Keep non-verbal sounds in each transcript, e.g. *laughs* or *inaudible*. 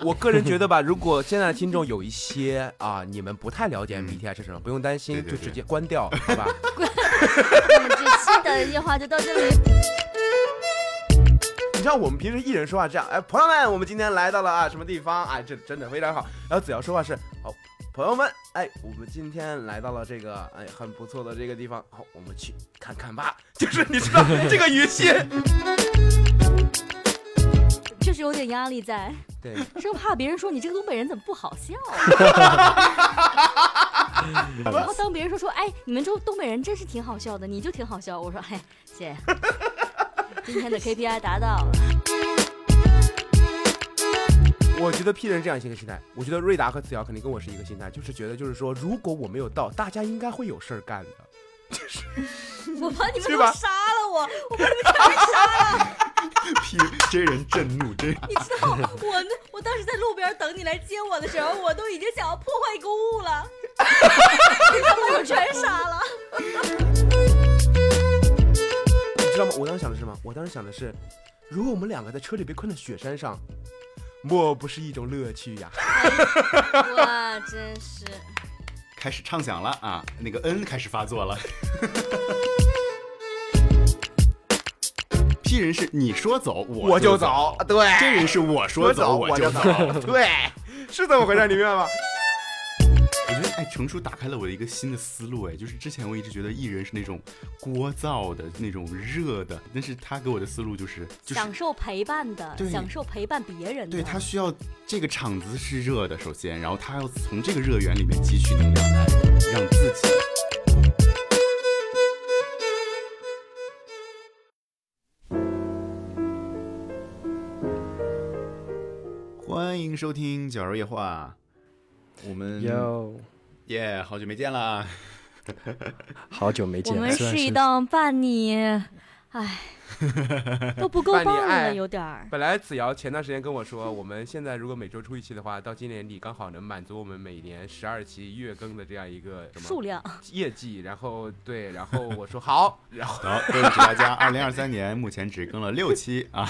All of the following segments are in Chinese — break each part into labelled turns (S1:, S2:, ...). S1: 我个人觉得吧，如果现在的听众有一些啊，你们不太了解 MBTI 是什么，不用担心，
S2: 对对
S1: 就
S2: 对
S1: 直接关 *laughs* 掉，好吧？
S3: 我们这期的夜话就到这里。
S1: 你像我们平时艺人说话这样，哎，朋友们，我们今天来到了啊什么地方啊，这真的非常好。然后子瑶说话是，好，朋友们，哎，我们今天来到了这个哎很不错的这个地方，好，我们去看看吧。 *laughs* 就是你知道这个语 *laughs* 气，
S3: 确实有点压力在，
S1: 对，
S3: 生怕别人说你这个东北人怎么不好笑、啊
S2: *laughs*
S3: 然后当别人说说，哎，你们这东北人真是挺好笑的，你就挺好笑。我说，哎，谢谢，今天的 KPI 达到了。
S1: 我觉得 P 人这样一个心态，我觉得瑞达和子瑶肯定跟我是一个心态，就是觉得就是说，如果我没有到，大家应该会有事儿干的。
S3: 我把你们
S1: 去
S3: 都
S1: 吧
S3: 杀了我，
S2: *laughs* 批真人震怒，真
S3: 你知道我那我当时在路边等你来接我的时候，我都已经想要破坏公物
S2: *laughs*
S3: 了，你把我全杀了。
S1: 你知道吗？我当时想的是什么？我当时想的是，如果我们两个在车里被困在雪山上，莫不是一种乐趣呀？
S2: *laughs*
S3: 哇，真是。
S2: 开始畅想了啊，那个 N 开始发作 *laughs* 了。P 人是你说走
S1: 我
S2: 我
S1: 就
S2: 走，
S1: 走，对，
S2: 这人是我说
S1: 说走
S2: 我
S1: 就
S2: 走。 *laughs*
S1: 对， *laughs* 是这么回事，你明白吗？
S2: 我觉得哎，程叔打开了我的一个新的思路哎，就是之前我一直觉得艺人是那种聒噪的那种热的，但是他给我的思路就是就是
S3: 享受陪伴的，
S2: 对
S3: 享受陪伴别人的。
S2: 对他需要这个场子是热的，首先，然后他要从这个热源里面汲取能量来让自己。欢迎收听《绞肉夜话》，我
S1: 嗯
S2: 们
S4: 哟，
S2: 耶好久没见了，
S4: 好久没见
S3: 我
S4: 了，
S3: 们
S4: 虽
S3: 是
S4: 然
S3: 一档伴你，
S2: *laughs*
S3: 哎，都不够
S1: 伴你
S3: 棒
S1: 爱
S3: 了，有点儿。
S1: 本来子瑶前段时间跟我说，我们现在如果每周出一期的话，到今年底刚好能满足我们每年十二期月更的这样一个什么
S3: 数量，
S1: 业绩。然后对，然后我说好，然后
S2: 好，对不起大家，二零二三年目前只更了六期啊，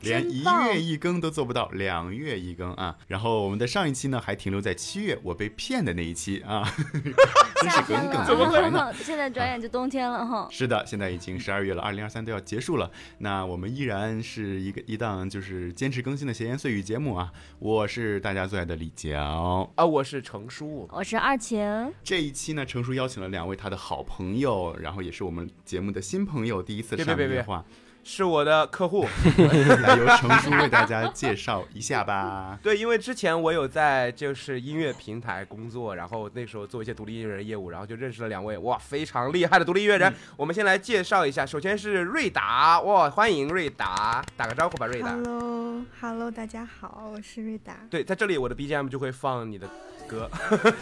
S2: 连一
S3: 真棒
S2: 月一更都做不到，两月一更啊。然后我们的上一期呢，还停留在七月我被骗的那一期啊， *laughs* 真是
S3: 夏天
S2: 耿耿
S3: 了，
S2: 于怀呢。
S3: *laughs* 现在转眼就冬天了哈。
S2: 是的，现在已经十二月了，二零二三都要结束了。那我们依然是一个一档就是坚持更新的闲言碎语节目啊。我是大家最爱的李娇。
S1: 啊，我是程叔，
S3: 我是二琴，
S2: 这一期呢，程叔邀请了两位他的好朋友，然后也是我们节目的新朋友，第一次
S1: 别
S2: 上
S1: 别
S2: 电
S1: 别别
S2: 话。
S1: 是我的客户。
S2: 来由程叔为大家介绍一
S1: *laughs*
S2: 下吧。
S1: 对，因为之前我有在就是音乐平台工作，然后那时候做一些独立音乐人业务，然后就认识了两位哇非常厉害的独立音乐人。我们先来介绍一下，首先是瑞达，哇，欢迎瑞达，打个招呼吧，瑞达。
S5: Hello Hello，大家好，我是瑞达。
S1: 对，在这里我的 BGM 就会放你的歌，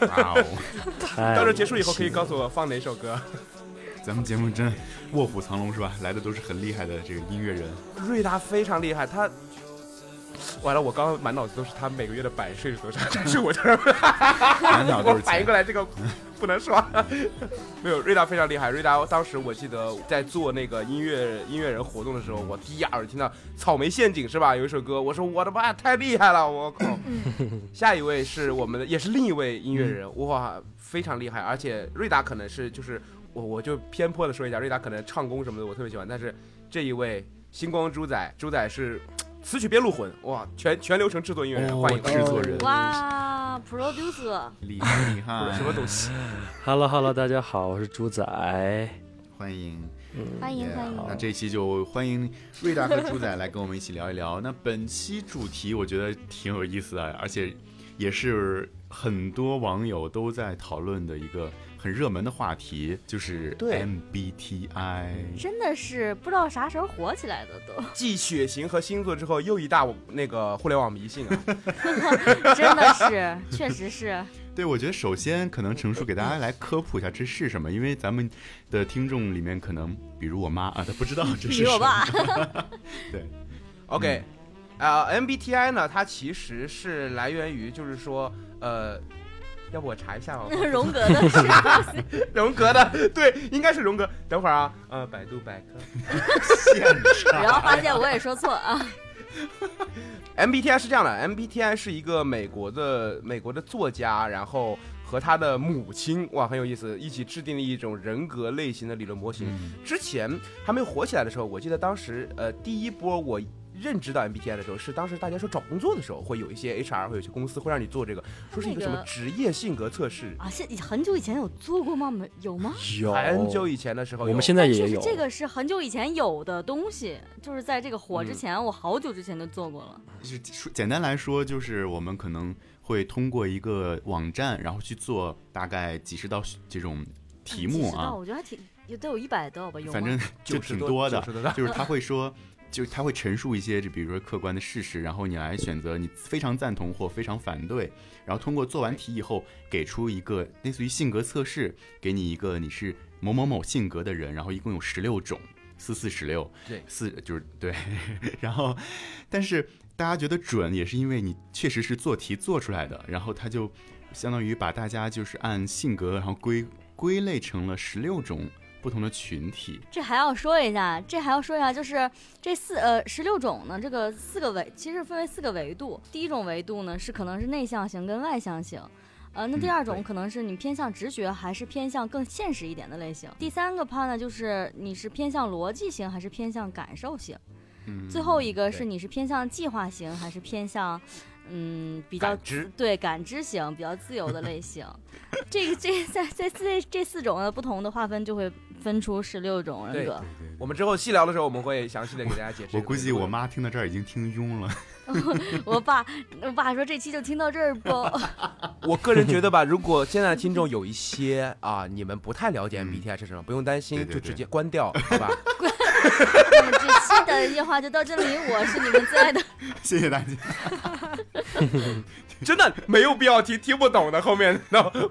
S2: 哇哦，
S4: 太
S1: 到时候结束以后可以
S4: 高。
S1: 告诉我放哪首歌。
S2: 咱们节目真卧虎藏龙是吧？来的都是很厉害的这个音
S3: *laughs*
S2: 乐人。
S1: 瑞达非常厉害，他。完了，我刚刚满脑子都是他每个月的版税是多少，但是我这儿
S2: 满脑都
S1: 我
S2: 是
S1: 反应
S2: 钱
S1: 过来这个不能说， *laughs* 没有瑞达非常厉害。瑞达当时我记得在做那个音乐音乐人活动的时候，我第一耳听到《草莓陷阱》是吧？有一首歌，我说我的妈呀，太厉害了，我靠！下一位是我们的，也是另一位音乐人，哇，非常厉害。而且瑞达可能是就是我我就偏颇的说一下，瑞达可能唱功什么的我特别喜欢，但是这一位星光猪仔，猪仔是词曲编录混，哇，全全流程制作音乐人，欢迎
S2: 哦制作人
S3: 哇，producer，
S2: 厉害厉害，
S1: 什么东西？
S4: Hello Hello，大家好，我是猪仔。
S2: 欢迎。
S3: 欢迎
S2: Yeah，
S3: 欢迎。
S2: 那这一期就欢迎呃瑞达和猪仔来跟我们一起聊一聊。那本期主题我觉得挺有意思的，而且也是很多网友都在讨论的一个很热门的话题，就是
S1: 对
S2: MBTI。
S3: 真的是不知道啥时候火起来的都，
S1: 继血型和星座之后，又一大那个互联网迷信啊！
S3: 真的是，确实是。
S2: 对，我觉得首先可能程叔给大家来科普一下这是什么，因为咱们的听众里面可能比如我妈啊，她不知道这是
S3: *laughs* 比
S2: 什么。
S3: 我爸，，
S1: OK，啊、m b t i 呢，它其实是来源于就是说，呃，要不我查一下吧
S3: *laughs* 荣格
S2: *laughs*
S3: 的是
S1: *laughs* 荣格的，对，应该是荣格。等会儿啊，呃，百度百科，
S2: 现
S3: 然后发现我也说错啊，
S1: MBTI 是这样的，MBTI 是一个美国的美国的作家，然后和他的母亲，哇，很有意思，一起制定了一种人格类型的理论模型。之前还没有火起来的时候，我记得当时呃第一波我。认知到 MBTI 的时候，是当时大家说找工作的时候，会有一些 HR 会有一些公司会让你做这个，说是一个什
S3: 那
S1: 么
S3: 个
S1: 职业性格测试。
S3: 啊，现很久以前有做过吗？没有吗？
S4: 有
S1: 很久以前的时候有，
S4: 我们现在
S3: 但
S4: 也
S3: 确实
S4: 有
S3: 这个是很久以前有的东西，就是在这个火
S2: 嗯
S3: 之前，我好久之前就做过了。
S2: 就是说简单来说，就是我们可能会通过一个网站，然后去做大概几十道这种题目
S3: 啊，
S2: 啊，
S3: 我觉得还挺有得有一百道吧，有吗
S2: 反正就
S1: 90
S2: 挺多的。
S1: 90的，
S2: 就是他会说，就是他会陈述一些，就比如说客观的事实，然后你来选择你非常赞同或非常反对，然后通过做完题以后，给出一个类似于性格测试，给你一个你是某某某性格的人，然后一共有十六种，四四十六，
S1: 对
S2: 四就是对， *laughs* 然后但是大家觉得准，也是因为你确实是做题做出来的，然后他就相当于把大家就是按性格，然后归归类成了十六种不同的群体，
S3: 这还要说一下，这还要说一下，就是这四呃十六种呢，这个四个维其实分为四个维度。第一种维度呢是可能是内向型跟外向型，呃，那第
S2: 嗯
S3: 二种
S2: 对
S3: 可能是你偏向直觉还是偏向更现实一点的类型。第三个 part 呢就是你是偏向逻辑型还是偏向感受型。
S2: 嗯，
S3: 最后一个是
S1: 对
S3: 你是偏向计划型还是偏向嗯比较
S1: 感知
S3: 对感知型比较自由的
S1: *laughs*
S3: 类型，这个这在在这这四种的不同的划分就会分出十六种人
S1: 对 *laughs*
S3: 格。
S1: 我们之后细聊的时候，我们会详细的给大家解释。
S2: 我估计我，妈听到这儿已经听晕了。 *laughs*
S3: 我爸我爸说这期就听到这
S1: *laughs*
S3: 儿不，
S1: *laughs*
S3: *laughs*
S1: 我个人觉得吧，如果现在的听众有一些啊，你们不太了解 MBTI 是什么，不用担心，
S2: 嗯对对
S1: 就
S2: 对
S1: 直接关
S2: *laughs*
S1: 掉，好吧？
S3: 那么这期的夜话就到这里，我是你们最爱的，
S2: 谢谢大家。
S1: 真的没有必要听听不懂的后面的。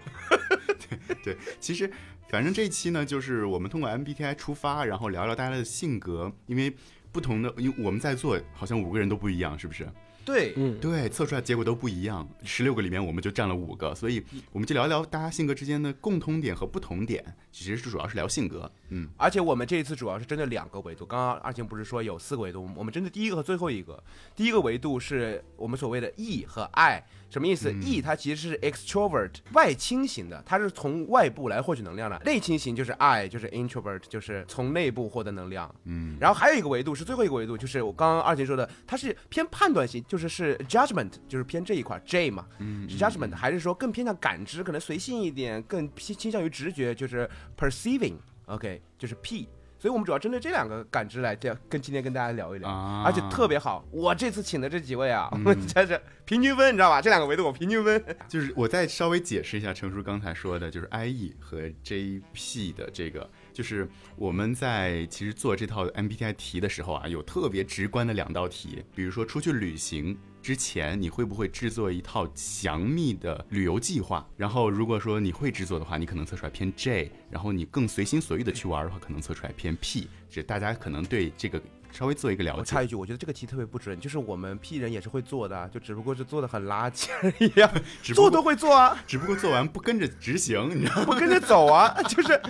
S2: *laughs* 对，其实反正这期呢，就是我们通过 MBTI 出发，然后聊聊大家的性格，因为不同的，因为我们在座好像五个人都不一样，是不是？
S1: 对，
S4: 嗯，
S2: 对，测出来结果都不一样，十六个里面我们就占了五个，所以我们就聊一聊大家性格之间的共通点和不同点，其实是主要是聊性格。嗯，
S1: 而且我们这一次主要是针对两个维度。刚刚二晴不是说有四个维度，我们针对第一个和最后一个。第一个维度是我们所谓的 E 和 I，什么意思、e 它其实是 extrovert 外倾型的，它是从外部来获取能量的；内倾型就是 I，就是 introvert，就是从内部获得能量。嗯，然后还有一个维度是最后一个维度，就是我刚刚二晴说的，它是偏判断型，就是是 judgment，就是偏这一块 J 嘛，嗯，judgment 还是说更偏向感知，可能随性一点，更偏倾向于直觉，就是 perceiving。OK，就是 P。所以我们主要针对这两个感知来，这样跟今天跟大家聊一聊，
S2: 啊
S1: 而且特别好。我这次请的这几位啊，我真是平均分，你知道吧？这两个维度我平均分。
S2: 就是我再稍微解释一下程叔刚才说的，就是 IE 和 JP 的这个，就是我们在其实做这套 MBTI 题的时候啊，有特别直观的两道题，比如说出去旅行。之前你会不会制作一套详密的旅游计划？然后如果说你会制作的话，你可能测出来偏 J；然后你更随心所欲的去玩的话，可能测出来偏 P。这大家可能对这个稍微做一个了
S1: 啊我
S2: 解
S1: 插。一句，我觉得这个题特别不准，就是我们 P 人也是会做的，啊就只不过是做的很垃圾而已、啊，
S2: 只不
S1: 做都
S2: 过
S1: 会做啊。
S2: 只不过做完不跟着执行，你知道吗？
S1: 不跟着走啊， *laughs* 就是。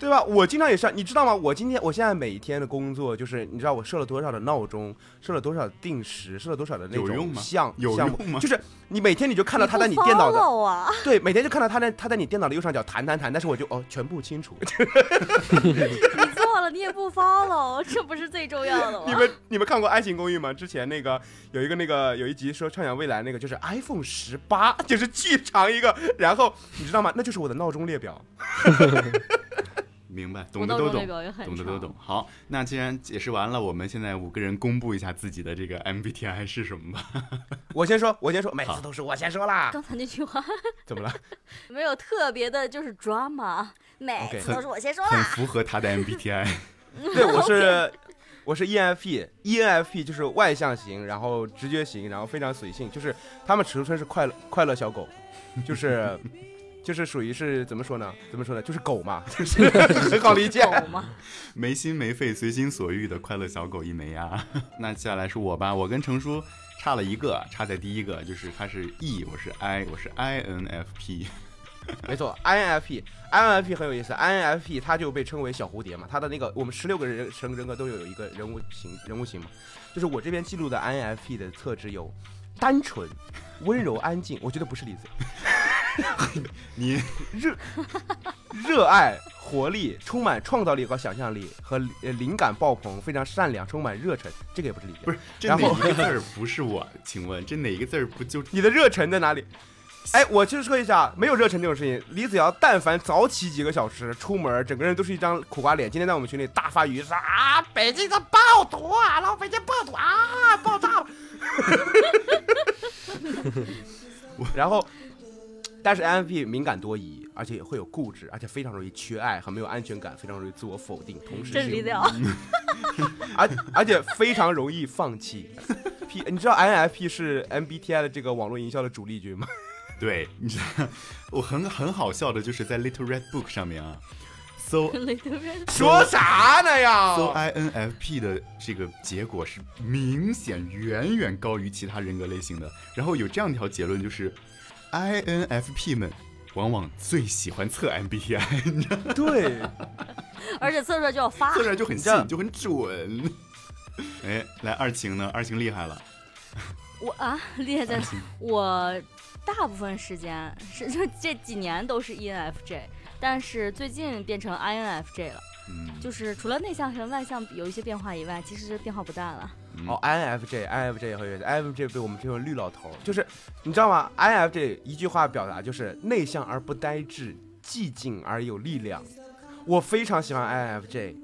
S1: 对吧？我经常也是，你知道吗？我今天，我现在每一天的工作就是，你知道我设了多少的闹钟，设了多少的定时，设了多少的那
S2: 有用
S1: 种
S2: 吗
S1: 项
S2: 有
S1: 项目
S2: 用吗，
S1: 就是你每天你就看到他在你电脑的，
S3: follow 啊，
S1: 对，每天就看到他在他在你电脑的右上角弹弹弹，但是我就哦全部清除。
S3: 你做了你也不 follow，这不是最重要的
S1: 你
S3: 吗？
S1: 们你们看过《爱情公寓》吗？之前那个有一个那个有一集说畅想未来那个就是 iPhone 十八， *laughs* 就是巨长一个，然后你知道吗？那就是我的闹钟列表。
S2: 明白，懂
S3: 我
S2: 的
S3: 到
S2: 都
S3: 中
S2: 懂
S3: 这。个也很
S2: 懂的都
S3: 长
S2: 懂。。好，那既然解释完了，我们现在五个人公布一下自己的这个 MBTI 是什么吧。
S1: 我先说，我先说，每
S2: 好
S1: 次都是我先说啦。
S3: 刚才那句话
S1: 怎么了？
S3: *laughs* 没有特别的，就是 drama，每
S1: OK
S3: 次都是我先说
S2: 很
S3: 啦。
S2: 符合他的 MBTI，
S1: *laughs* 对，我是我是 E ENFP，ENFP 就是外向型，然后直觉型，然后非常随性，就是他们尺寸是快乐快乐小狗，就是 *laughs* 就是属于是怎么说呢？怎么说呢？就是狗嘛，就是 *laughs* 很好理解。
S3: 狗吗？
S2: *laughs* 没心没肺、随心所欲的快乐小狗一枚啊。 *laughs* 那接下来是我吧，我跟程叔差了一个，差在第一个，就是他是 E，我是 I，我是 INFP。
S1: 没错，INFP，INFP 很有意思，INFP 它就被称为小蝴蝶嘛，它的那个我们十六个人人人格都有一个人物型人物型嘛，就是我这边记录的 INFP 的特质有单纯、温柔、安静，我觉得不是例子，
S2: 你
S1: 热热爱、活力、充满创造力和想象力和呃灵感爆棚，非常善良，充满热忱，这个也不是例子，
S2: 不是 *laughs* 这
S1: 然
S2: 哪
S1: 后
S2: 一个字儿不是我？请问这哪一个字儿不就
S1: 你的热忱在哪里？哎，我其实说一下，没有热忱这种事情，李子瑶但凡早起几个小时出门，整个人都是一张苦瓜脸。今天在我们群里大发语是啊，北京的暴徒啊，老北京暴徒啊，爆炸了。 *laughs* 然后，但是 n f p 敏感多疑，而且会有固执，而且非常容易缺爱，很没有安全感，非常容易自我否定，同时
S3: 这是
S1: 性
S3: 李了。
S1: 而而且非常容易放弃。P，你知 *laughs* 道 INFP 是 MBTI 的这个网络营销的主力军吗？
S2: 对？你知道，我很很好笑的就是在 Little Red Book 上面啊，搜
S3: *laughs* 雷德瑞
S1: 说啥呢呀？
S2: 搜 INFP 的这个结果是明显远远高于其他人格类型的。然后有这样一条结论，就是 INFP 们往往最喜欢测 MBTI，你知道， *laughs*
S1: 对，
S3: 而且测出来就要发
S2: 测，出来就很
S1: 这样
S2: 信，就很准。 *laughs* 哎，来二晴呢？二晴厉害了，
S3: 我啊，厉害在哪我大部分时间是 *laughs* 就这几年都是 E ENFJ，但是最近变成 INFJ 了，
S2: 嗯，
S3: 就是除了内向和外向有一些变化以外，其实变化不大了。
S2: 嗯
S1: 哦，INFJ，INFJ 也会有，INFJ 被我们称为绿老头儿，就是你知道吗？INFJ 一句话表达就是内向而不呆滞，寂静而有力量。我非常喜欢 INFJ，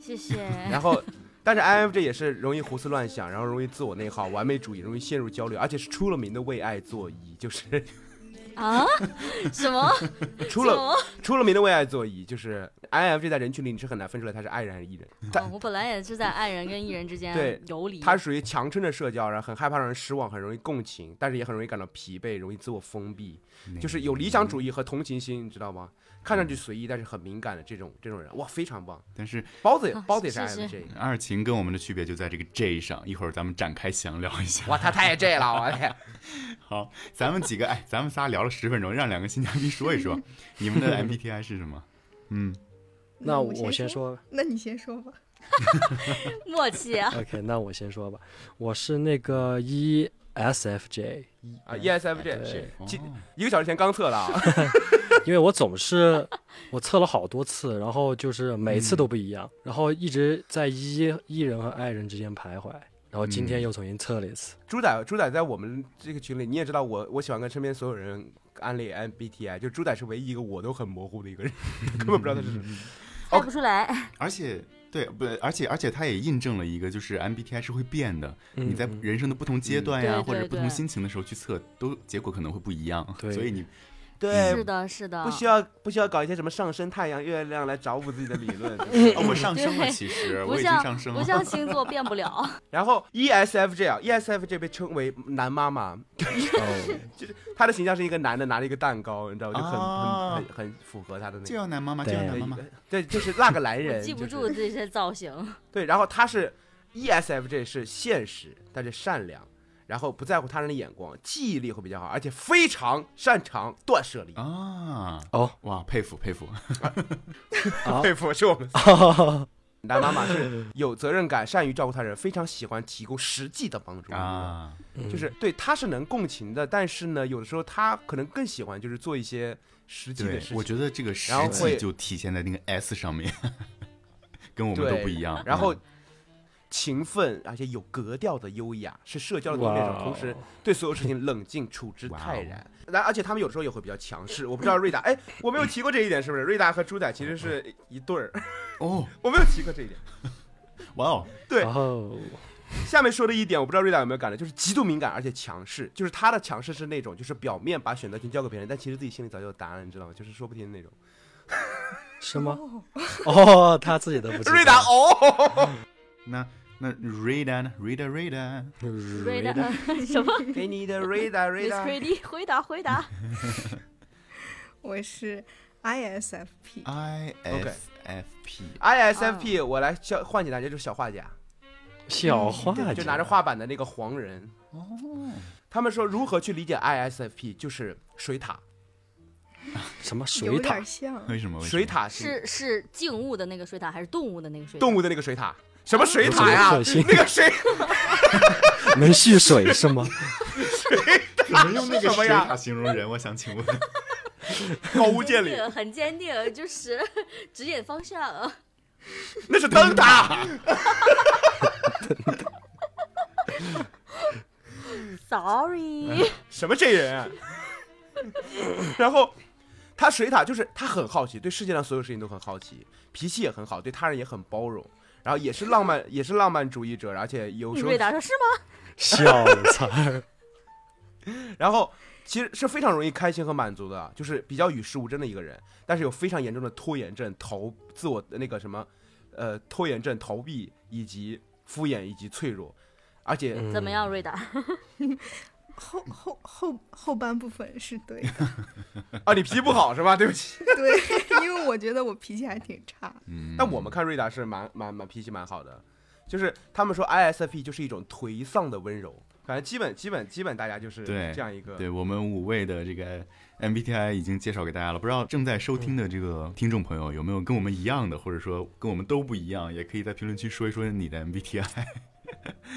S3: 谢谢。
S1: 然后，但是 INFJ 也是容易胡思乱想，然后容易自我内耗、完美主义，容易陷入焦虑，而且是出了名的为爱作揖，就是 *laughs*
S3: 啊？ *laughs* 什么？
S1: 出
S3: 什
S1: 了
S3: 么
S1: 出了名的为爱作揖，就是 INFJ 在人群里你是很难分出来他是 I 人还是 E 人，他
S3: 哦我本来也是在爱人跟艺人之间
S1: 对
S3: 游离。
S1: 他是属于强撑着社交，然后很害怕让人失望，很容易共情，但是也很容易感到疲惫，容易自我封闭，就是有理想主义和同情心，你知道吗？看上去随意，但是很敏感的这种这种人，哇，非常棒。
S2: 嗯但是
S1: 包子也
S3: 啊
S1: 包子也是
S3: 是是
S1: INFJ，
S2: 二晴跟我们的区别就在这个 J 上，一会儿咱们展开详聊一下。 *laughs*
S1: 哇，他太 J 了，我天！
S2: 好，咱们几个哎，咱们仨聊了十分钟，让两个新嘉宾说
S1: *laughs*
S2: 一说你们的 MBTI 是什么？嗯，
S4: 那
S5: 我
S4: 我先，说 *laughs*
S5: 那你先说吧。
S3: 默契啊！
S4: ，OK，那我先说吧。我是那个 E ESFJ，
S1: 啊，ESFJ
S4: 对
S1: 是
S2: 哦
S1: 今一个小时前刚测的啊， *laughs*
S4: 因为我总是我测了好多次，然后就是每
S1: 嗯
S4: 次都不一样，然后一直在一艺人和爱人之间徘徊，然后
S1: 嗯
S4: 今天又重新测了一次。
S1: 猪仔猪仔在我们这个群里，你也知道我我喜欢跟身边所有人安利 MBTI，就猪仔是唯一一个我都很模糊的一个人， *laughs* 根本不知道他是什么。哦
S3: 猜不出来，
S2: 而且对不，而且而且它也印证了一个，就是 MBTI 是会变的，
S4: 嗯
S2: 你在
S4: 嗯
S2: 人生的不同阶段呀、
S3: 嗯对
S2: 或者
S3: 对
S2: 不同
S3: 对
S2: 心情的时候去测，都结果可能会不一样。
S4: 对
S2: 所以你
S1: 对
S3: 是，的，是的
S1: 不。需要不需要搞一些什么上升太阳月亮来找补自己的理论。 *laughs* 就是
S2: 哦，我上升了，
S3: *laughs* 对
S2: 其实
S3: 不
S2: 我已经
S3: 像
S2: 上升
S3: 不
S2: 了。
S3: 像星座变不了，
S1: 然后 ESFJ 啊，ESFJ 被称为男妈 *laughs* 妈，
S4: 哦，
S1: 他的形象是一个男的拿着一个蛋糕，你知道吗？就很、
S2: 啊
S1: 很很很符合他的那
S2: 就
S1: 个。
S2: 要男妈妈，就
S4: 对
S2: 要
S1: 对
S2: 男妈妈。
S1: *laughs* 对，就是那个男
S3: 我
S1: 人，
S3: 记不
S1: 就是
S3: 住这些造型。
S1: 对，然后他是 E ESFJ 是现实，但是善良，然后不在乎他人的眼光，记忆力会比较好，而且非常擅长断舍离。
S2: 啊，
S4: 哦，
S2: 哇，佩服
S1: *laughs*
S2: 佩服， *laughs*
S4: 啊
S1: 佩服，是我们
S4: 哦，
S1: 男妈妈是有责任感，善于照顾他人，非常喜欢提供实际的帮助。
S2: 啊，
S1: 就是对他是能共情的，但是呢，有的时候他可能更喜欢就是做一些实际的
S2: 对
S1: 事，情。
S2: 我觉得这个实
S1: 然后
S2: 际
S1: 会
S2: 就体现在那个 S 上面， *laughs* 跟我们
S1: 对
S2: 都不一样。
S1: 然后
S2: 嗯
S1: 勤奋而且有格调的优雅是社交的多面手，
S2: 哦
S1: 同时对所有事情冷静处之泰然。然而且他们有时候也会比较强势，我不知道瑞达，哎，我没有提过这一点是不是？瑞达和猪仔其实是一对儿，
S2: 哦，
S1: 我没有提过这一点。
S2: 哇哦，
S1: 对
S4: 然后
S1: 下面说的一点，我不知道瑞达有没有感觉，就是极度敏感而且强势，就是他的强势是那种就是表面把选择权交给别人，但其实自己心里早就有答案，你知道吗？就是说不听的那种。
S4: 是吗？哦，他自己都不知道。
S1: 瑞达哦，
S2: 那那 Rita 呢？Rita Rita，
S3: 瑞
S4: 瑞
S3: 达
S4: 达，
S3: 什么
S1: 给你嗯的瑞达瑞
S3: ？Miss
S1: 达。
S3: Pretty，回答回答。
S5: 我是 ISFP，
S2: 啊 ISFP，
S1: ISFP，、我来教唤醒大家，就是小画
S4: *laughs*
S1: 家，
S4: 小画
S1: 对
S4: 家
S1: 就拿着画板的那个黄人。
S2: 哦，
S1: 他们说如何去理解 ISFP，就是水獭，
S4: *laughs* 什么水
S5: 有
S4: 塔
S5: 点？像，
S2: 为什么？为什么
S1: 水塔
S3: 是是静物的那个水塔，还是动物的那个水塔？
S1: 动物的那个水塔，什么水塔呀？
S4: 有什么可信
S1: 那个水 *laughs*
S4: 能蓄水是吗？
S2: 怎么用那
S1: 是什
S2: 个
S1: 么
S2: *laughs* 水
S1: 呀
S2: 塔形容人？我想请问，
S1: 高屋建瓴，
S3: 很坚定，就是 *laughs* 指引方向。
S1: 那是灯塔。
S3: *laughs*
S1: 嗯
S3: Sorry，
S1: 什么这人、啊？ *laughs* 然后他水獭就是他很好奇，对世界上所有事情都很好奇，脾气也很好，对他人也很包容，然后也是浪漫，也是浪漫主义者，而且有
S3: 你
S1: 时候
S3: 瑞，达说是吗？
S4: 笑惨儿，
S1: 然后其实是非常容易开心和满足的，就是比较与世无争的一个人，但是有非常严重的拖延症、逃自我那个什么，呃，拖延症、逃避以及敷衍以及脆弱，而且
S4: 嗯
S3: 怎么样，瑞达？
S5: 后后后后半部分是对的， *laughs*
S1: 啊，你脾气不好是吧？ *laughs* 对不起。
S5: 对， *laughs* 因为我觉得我脾气还挺差，
S2: 嗯
S1: 但我们看瑞达是蛮蛮蛮脾气蛮好的，就是他们说 ISFP E 就是一种颓丧的温柔，反正基本基本基本大家就是
S2: 对
S1: 这样一个。
S2: 对我们五位的这个 MBTI 已经介绍给大家了，不知道正在收听的这个听众朋友有没有跟我们一样的，或者说跟我们都不一样，也可以在评论区说一说你的 MBTI。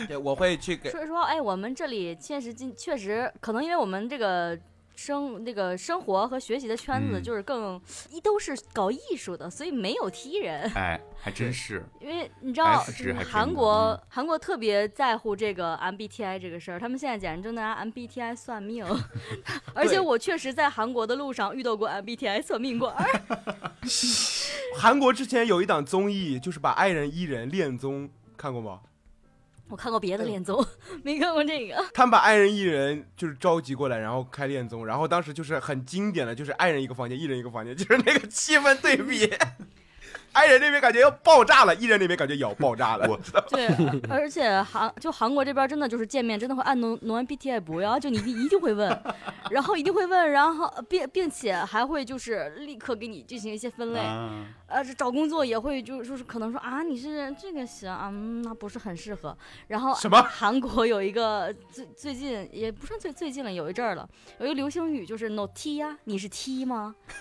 S1: 对，我会去给
S3: 说实话，哎，我们这里确实今确实可能因为我们这个。生那个生活和学习的圈子
S2: 嗯
S3: 就是更一都是搞艺术的，所以没有 T 人，
S2: 哎，还真是，
S3: 因为你知道
S2: F 值还
S3: 韩
S2: 挺
S3: 国
S2: 高嗯
S3: 韩国特别在乎这个 MBTI 这个事儿，他们现在简直就拿 MBTI 算命， *laughs* 而且我确实在韩国的路上遇到过 MBTI 算命官儿，
S1: 韩国之前有一档综艺，就是把 I 人、E 人恋综看过吗？
S3: 我看过别的恋综，没看过
S1: *laughs*
S3: 这个。
S1: 他们把 I 人、E 人就是召集过来，然后开恋综，然后当时就是很经典的，就是 I 人一个房间，E 人一个房间，就是那个气氛对比。I 人那边感觉要爆炸了，E 人那边感觉也要爆炸了。
S2: 我
S3: 对，而且韩就韩国这边真的就是见面真的会按挪挪 MBTI 不要，就你一定会问，然后一定会问，然后并并且还会就是立刻给你进行一些分类，
S2: 啊，
S3: 呃，这找工作也会就就是可能说啊你是这个行啊，嗯那不是很适合。然后
S1: 什么
S3: *laughs* 韩国有一个最最近也不算最最近了，有一阵儿了，有一个流行语就是 “no T 呀、你是 T 吗？” *laughs*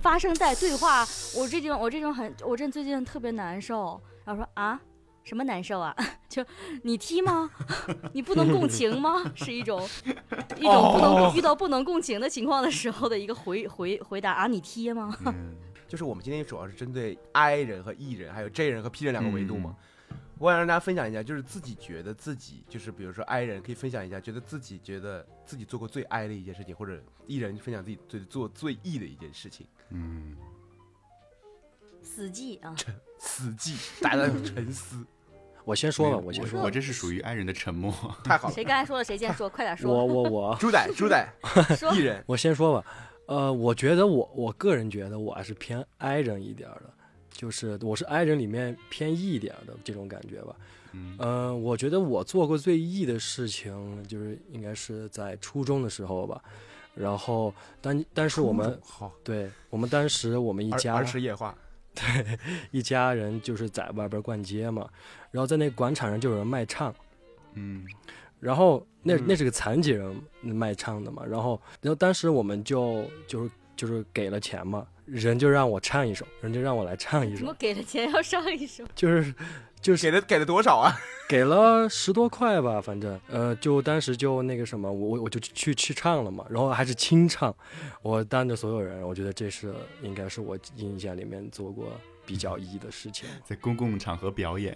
S3: 发生在对话，我这种我这种很我这最近特别难受，然后说啊什么难受啊， *laughs* 就你 T 吗？ *laughs* 你不能共情吗？ *laughs* 是一种一种不能、
S1: 哦
S3: 遇到不能共情的情况的时候的一个回回回答啊，你 T 吗？
S2: 嗯，
S3: *laughs*
S1: 就是我们今天主要是针对 I 人和 E 人，还有 J 人和 P 人两个维度嘛
S2: 嗯。
S1: 我想让大家分享一下，就是自己觉得自己就是，比如说 I 人可以分享一下，觉得自己觉得自己做过最 I 的一件事情，或者 E 人分享自己最做最 E 的一件事情。
S2: 嗯，
S3: 死寂啊！
S1: 死寂，大家有沉思，
S4: 我先说吧，我先说
S2: 我。这是属于爱人的沉默。 *laughs*
S1: 太 *laughs* 好了。
S3: 谁刚才说了谁先说，快点
S4: 我
S3: 说
S4: 我我
S1: 猪仔，猪仔
S3: 说
S1: ，E 人，
S4: 我先说吧。呃，我觉得我我个人觉得我还是偏 I 人一点儿的，就是我是 I 人里面偏 E 一点儿的这种感觉吧。
S2: 嗯
S4: 嗯、我觉得我做过最 E 的事情，就是应该是在初中的时候吧。然后，但但是我们
S1: 好，
S4: 对我们当时我们一
S1: 儿
S4: 家
S1: 儿时夜话，
S4: 一家人就是在外边逛街嘛，然后在那个广场上就有人卖唱，
S2: 嗯
S4: 然后那
S1: 嗯
S4: 那是个残疾人卖唱的嘛，然后然后当时我们就就是就是给了钱嘛，人就让我唱一首，人就让我来唱一
S3: 怎么
S4: 首，
S3: 给了钱要上一首？
S4: 就是
S1: 给的给的多少啊？
S4: 给了十多块吧，反正呃，就当时就那个什么，我我我就去去唱了嘛，然后还是清唱，我当着所有人，我觉得这是应该是我印象里面做过比较一的事
S3: *laughs*
S4: 情，
S2: 在公共场合表演，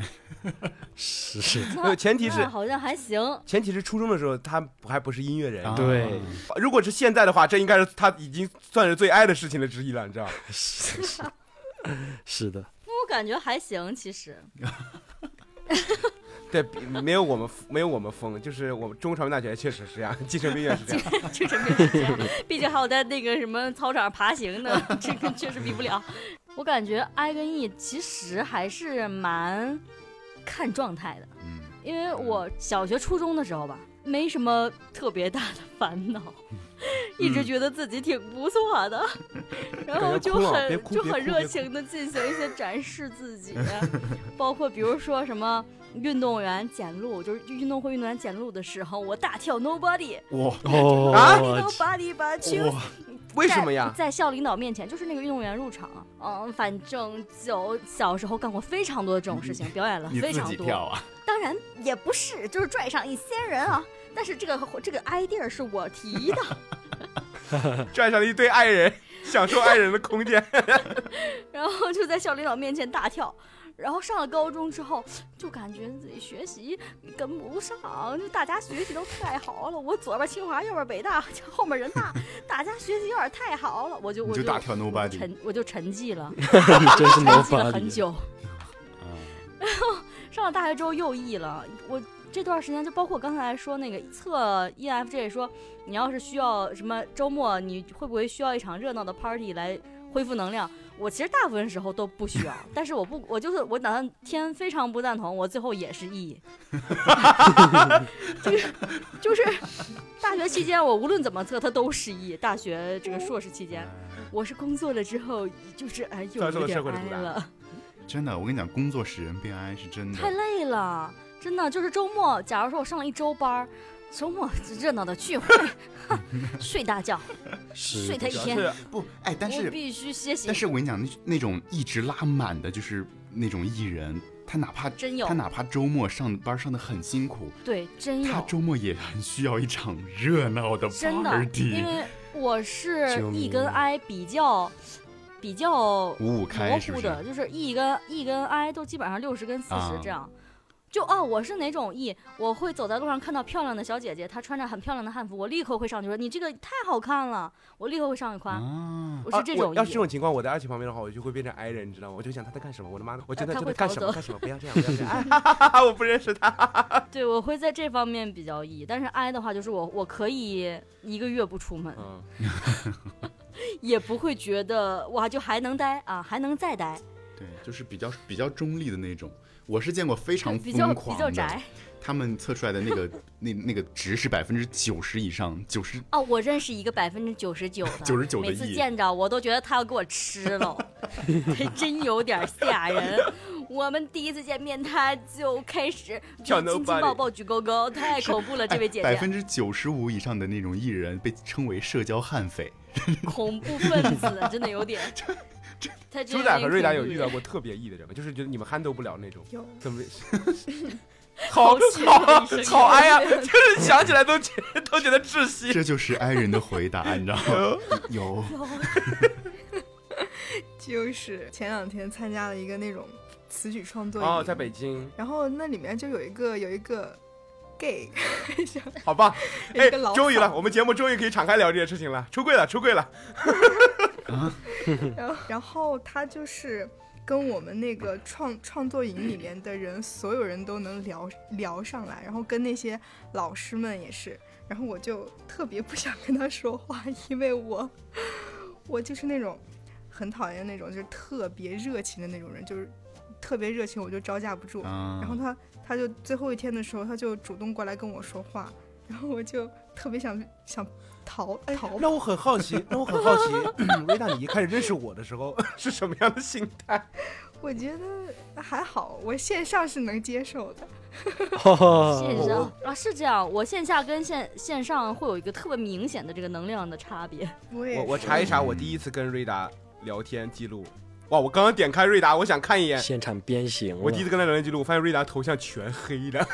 S4: 是是，
S1: 没有，前提
S3: 那
S1: 是
S3: 啊好像还行，
S1: 前提是初中的时候他还不是音乐人
S2: 啊，
S4: 对
S1: 如果是现在的话，这应该是他已经算是最 I 的事情了之一了，你知道吗？
S4: 是是 *laughs* 是
S3: *laughs*
S4: 的，
S3: 我感觉还行，其实
S1: 对，比没有我们没有我们疯，就是我们中传媒大学确实是这样，精神病院是这样。
S3: 就是没有这样，毕竟还有在那个什么操场爬行呢，这个确实比不了。我感觉 I 跟 E 其实还是蛮看状态的，
S2: 嗯，
S3: 因为我小学、初中的时候吧，没什么特别大的烦恼，
S2: 嗯
S3: 一直觉得自己挺不错
S2: *laughs*
S3: 的，然后就
S1: 别哭啊别
S3: 很
S1: 哭
S3: 就
S1: 别哭
S3: 很热情的进行一
S2: *laughs*
S3: 些展示自己，包括比如说什么运动员捡录，就是运动会运动员捡录的时候，我大跳 Nobody，
S2: 哇，
S4: *laughs* 哦，
S1: 啊
S3: *laughs*
S4: 我
S5: *laughs*
S3: Nobody but you，
S1: 为什么呀？
S3: 在校领导面前，就是那个运动员入场，嗯，反正就小时候干过非常多这种事情，表演了
S2: 你
S3: 非
S2: 自
S3: 常
S2: 己
S3: 多。
S2: 跳啊？
S3: 当然也不是，就是拽上一仙人啊。但是这个这个 idea 是我提
S2: *laughs*
S3: 的，
S1: 拽上了一堆爱人，享受爱人的空间。
S3: 哎然后就在校领导面前大跳。然后上了高中之后，就感觉自己学习跟不上，就大家学习都太好了，我左边清华，右边北大，后面人
S2: *laughs*
S3: 大，大家学习有点太好了，我就
S2: 你
S3: 我
S2: 就大跳 nobody
S3: 沉我就沉寂了，
S4: 你 *laughs* 真是
S3: 沉
S4: no
S3: 寂了很
S4: body。
S3: 久。
S2: 啊，
S3: 上了大学之后又异了，我这段时间就包括刚才说那个测 E ENFJ 说，你要是需要什么周末，你会不会需要一场热闹的 party 来恢复能量？我其实大部分时候都不需要，但是我不，我就是我打算天非常不赞同，我最后也是 E，就是就是大学期间我无论怎么测它都是 E，大学这个硕士期间，我是工作了之后就是哎又
S1: 嗯遭受
S3: 有
S1: 了
S3: 点
S1: 社会的毒
S3: 哀
S1: 打
S3: 了。
S2: 真的，我跟你讲，工作使人悲哀是真的。
S3: 太累了，真的就是周末。假如说我上了一周班儿，周末热闹的聚会，
S2: *laughs*
S3: 睡大觉，
S4: 是
S3: 睡
S4: *laughs*
S3: 他一
S1: 主要
S3: 天，
S1: 是啊
S2: 不，哎，但
S3: 我
S2: 是
S3: 必须歇息
S2: 但。是我跟你讲，那那种一直拉满的，就是那种艺人，他哪怕
S3: 真有
S2: 他哪怕周末上班上的很辛苦，
S3: 对，真
S2: 他
S3: 有，
S2: 周末也很需要一场热闹的
S3: 真的，
S2: party
S3: 因。为我是
S4: 救
S3: E
S4: 命
S3: 跟 I 比较比较
S2: 五五开
S3: 模
S2: 是不
S3: 糊
S2: 是？
S3: 的，就是 E 跟 E 跟 I 都基本上六十跟四
S2: 啊
S3: 十这样。就哦，我是哪种 E？我会走在路上看到漂亮的小姐姐，她穿着很漂亮的汉服，我立刻会上去说：“你这个太好看了！”我立刻会上去夸。
S2: 啊，
S3: 我
S1: 啊
S3: 是这种
S1: 我
S3: E，、
S1: 要是这种情况，我在爱情旁边的话，我就会变成 I 人，你知道吗？我就想他在干什么？我的妈！我真的
S3: 他
S1: 真
S3: 会
S1: 的干
S3: 逃
S1: 什么？
S3: 走
S1: 干什么？不要这样，不要这样！啊 *laughs* 我不认识他。
S3: 对，我会在这方面比较 E，但是 I 的话就是我我可以一个月不出门，
S1: 嗯，
S3: 也不会觉得哇就还能待啊，还能再待，
S2: 对，就是比较比较中立的那种。我是见过非常
S3: *laughs* 比较
S2: 疯
S3: 比
S2: 狂
S3: 较
S2: 的，
S3: 宅
S2: 他们测出来的那
S3: *laughs*
S2: 个那那个值是百分之九十以上，九十
S3: 哦。我认识一个百分之九十九的，
S2: 99的
S3: 每次
S2: E
S3: 见着我都觉得他要给我吃了，还真有点吓人。我们第一次见面他就开始
S1: 叫
S3: 就亲亲
S1: nobody
S3: 抱抱举勾勾，太恐怖了，这位姐
S2: 哎百
S3: 姐，
S2: 分之九十五以上的那种艺人被称为社交悍匪。
S3: 恐怖分子，真的有点。他
S1: 朱仔和瑞达有遇到过特别 E 的人吗？就是觉得你们 handle 不了那种。
S5: 有
S1: 怎么？好
S3: 气
S1: 好
S3: *laughs* 的一声
S1: *laughs* 好哀啊！就是想起来都觉得都觉得窒息。
S2: *laughs* 这就是哀人的回答，你知
S1: *laughs*
S2: 道吗？有
S5: 就是前两天参加了一个那种词曲创作
S1: 哦，
S5: 营
S1: 在北京，
S5: 然后那里面就有一个有一个 gay，
S1: 好 *laughs* 吧，
S5: 有
S1: 哎
S5: 一个老，
S1: 终于了，
S5: 草
S1: 我们节目终于可以敞开聊这件事情了，出柜了，出柜了。
S5: 然后然后他就是跟我们那个创创作营里面的人，所有人都能聊聊上来，然后跟那些老师们也是，然后我就特别不想跟他说话，因为我我就是那种很讨厌那种就是特别热情的那种人，就是特别热情我就招架不住，
S2: 啊，
S5: 然后他他就最后一天的时候，他就主动过来跟我说话，然后我就特别想想逃逃跑。
S1: 哎那我很好 *laughs* 奇，那我很好奇，嗯维达，你一开始认识我的时候 *laughs* 是什么样的心态？
S5: 我觉得还好，我线上是能接受的。
S3: 线
S4: 哦，
S3: 上啊，是这样，我线下跟线线上会有一个特别明显的这个能量的差别。
S5: 我也
S1: 我我
S5: 是
S1: 查一查我第一次跟瑞达聊天记录。哇，我刚刚点开瑞达，我想看一眼。
S4: 现场鞭刑了
S1: 哎我第一次跟他聊天记录，我发现瑞达头像全黑 *laughs* 的，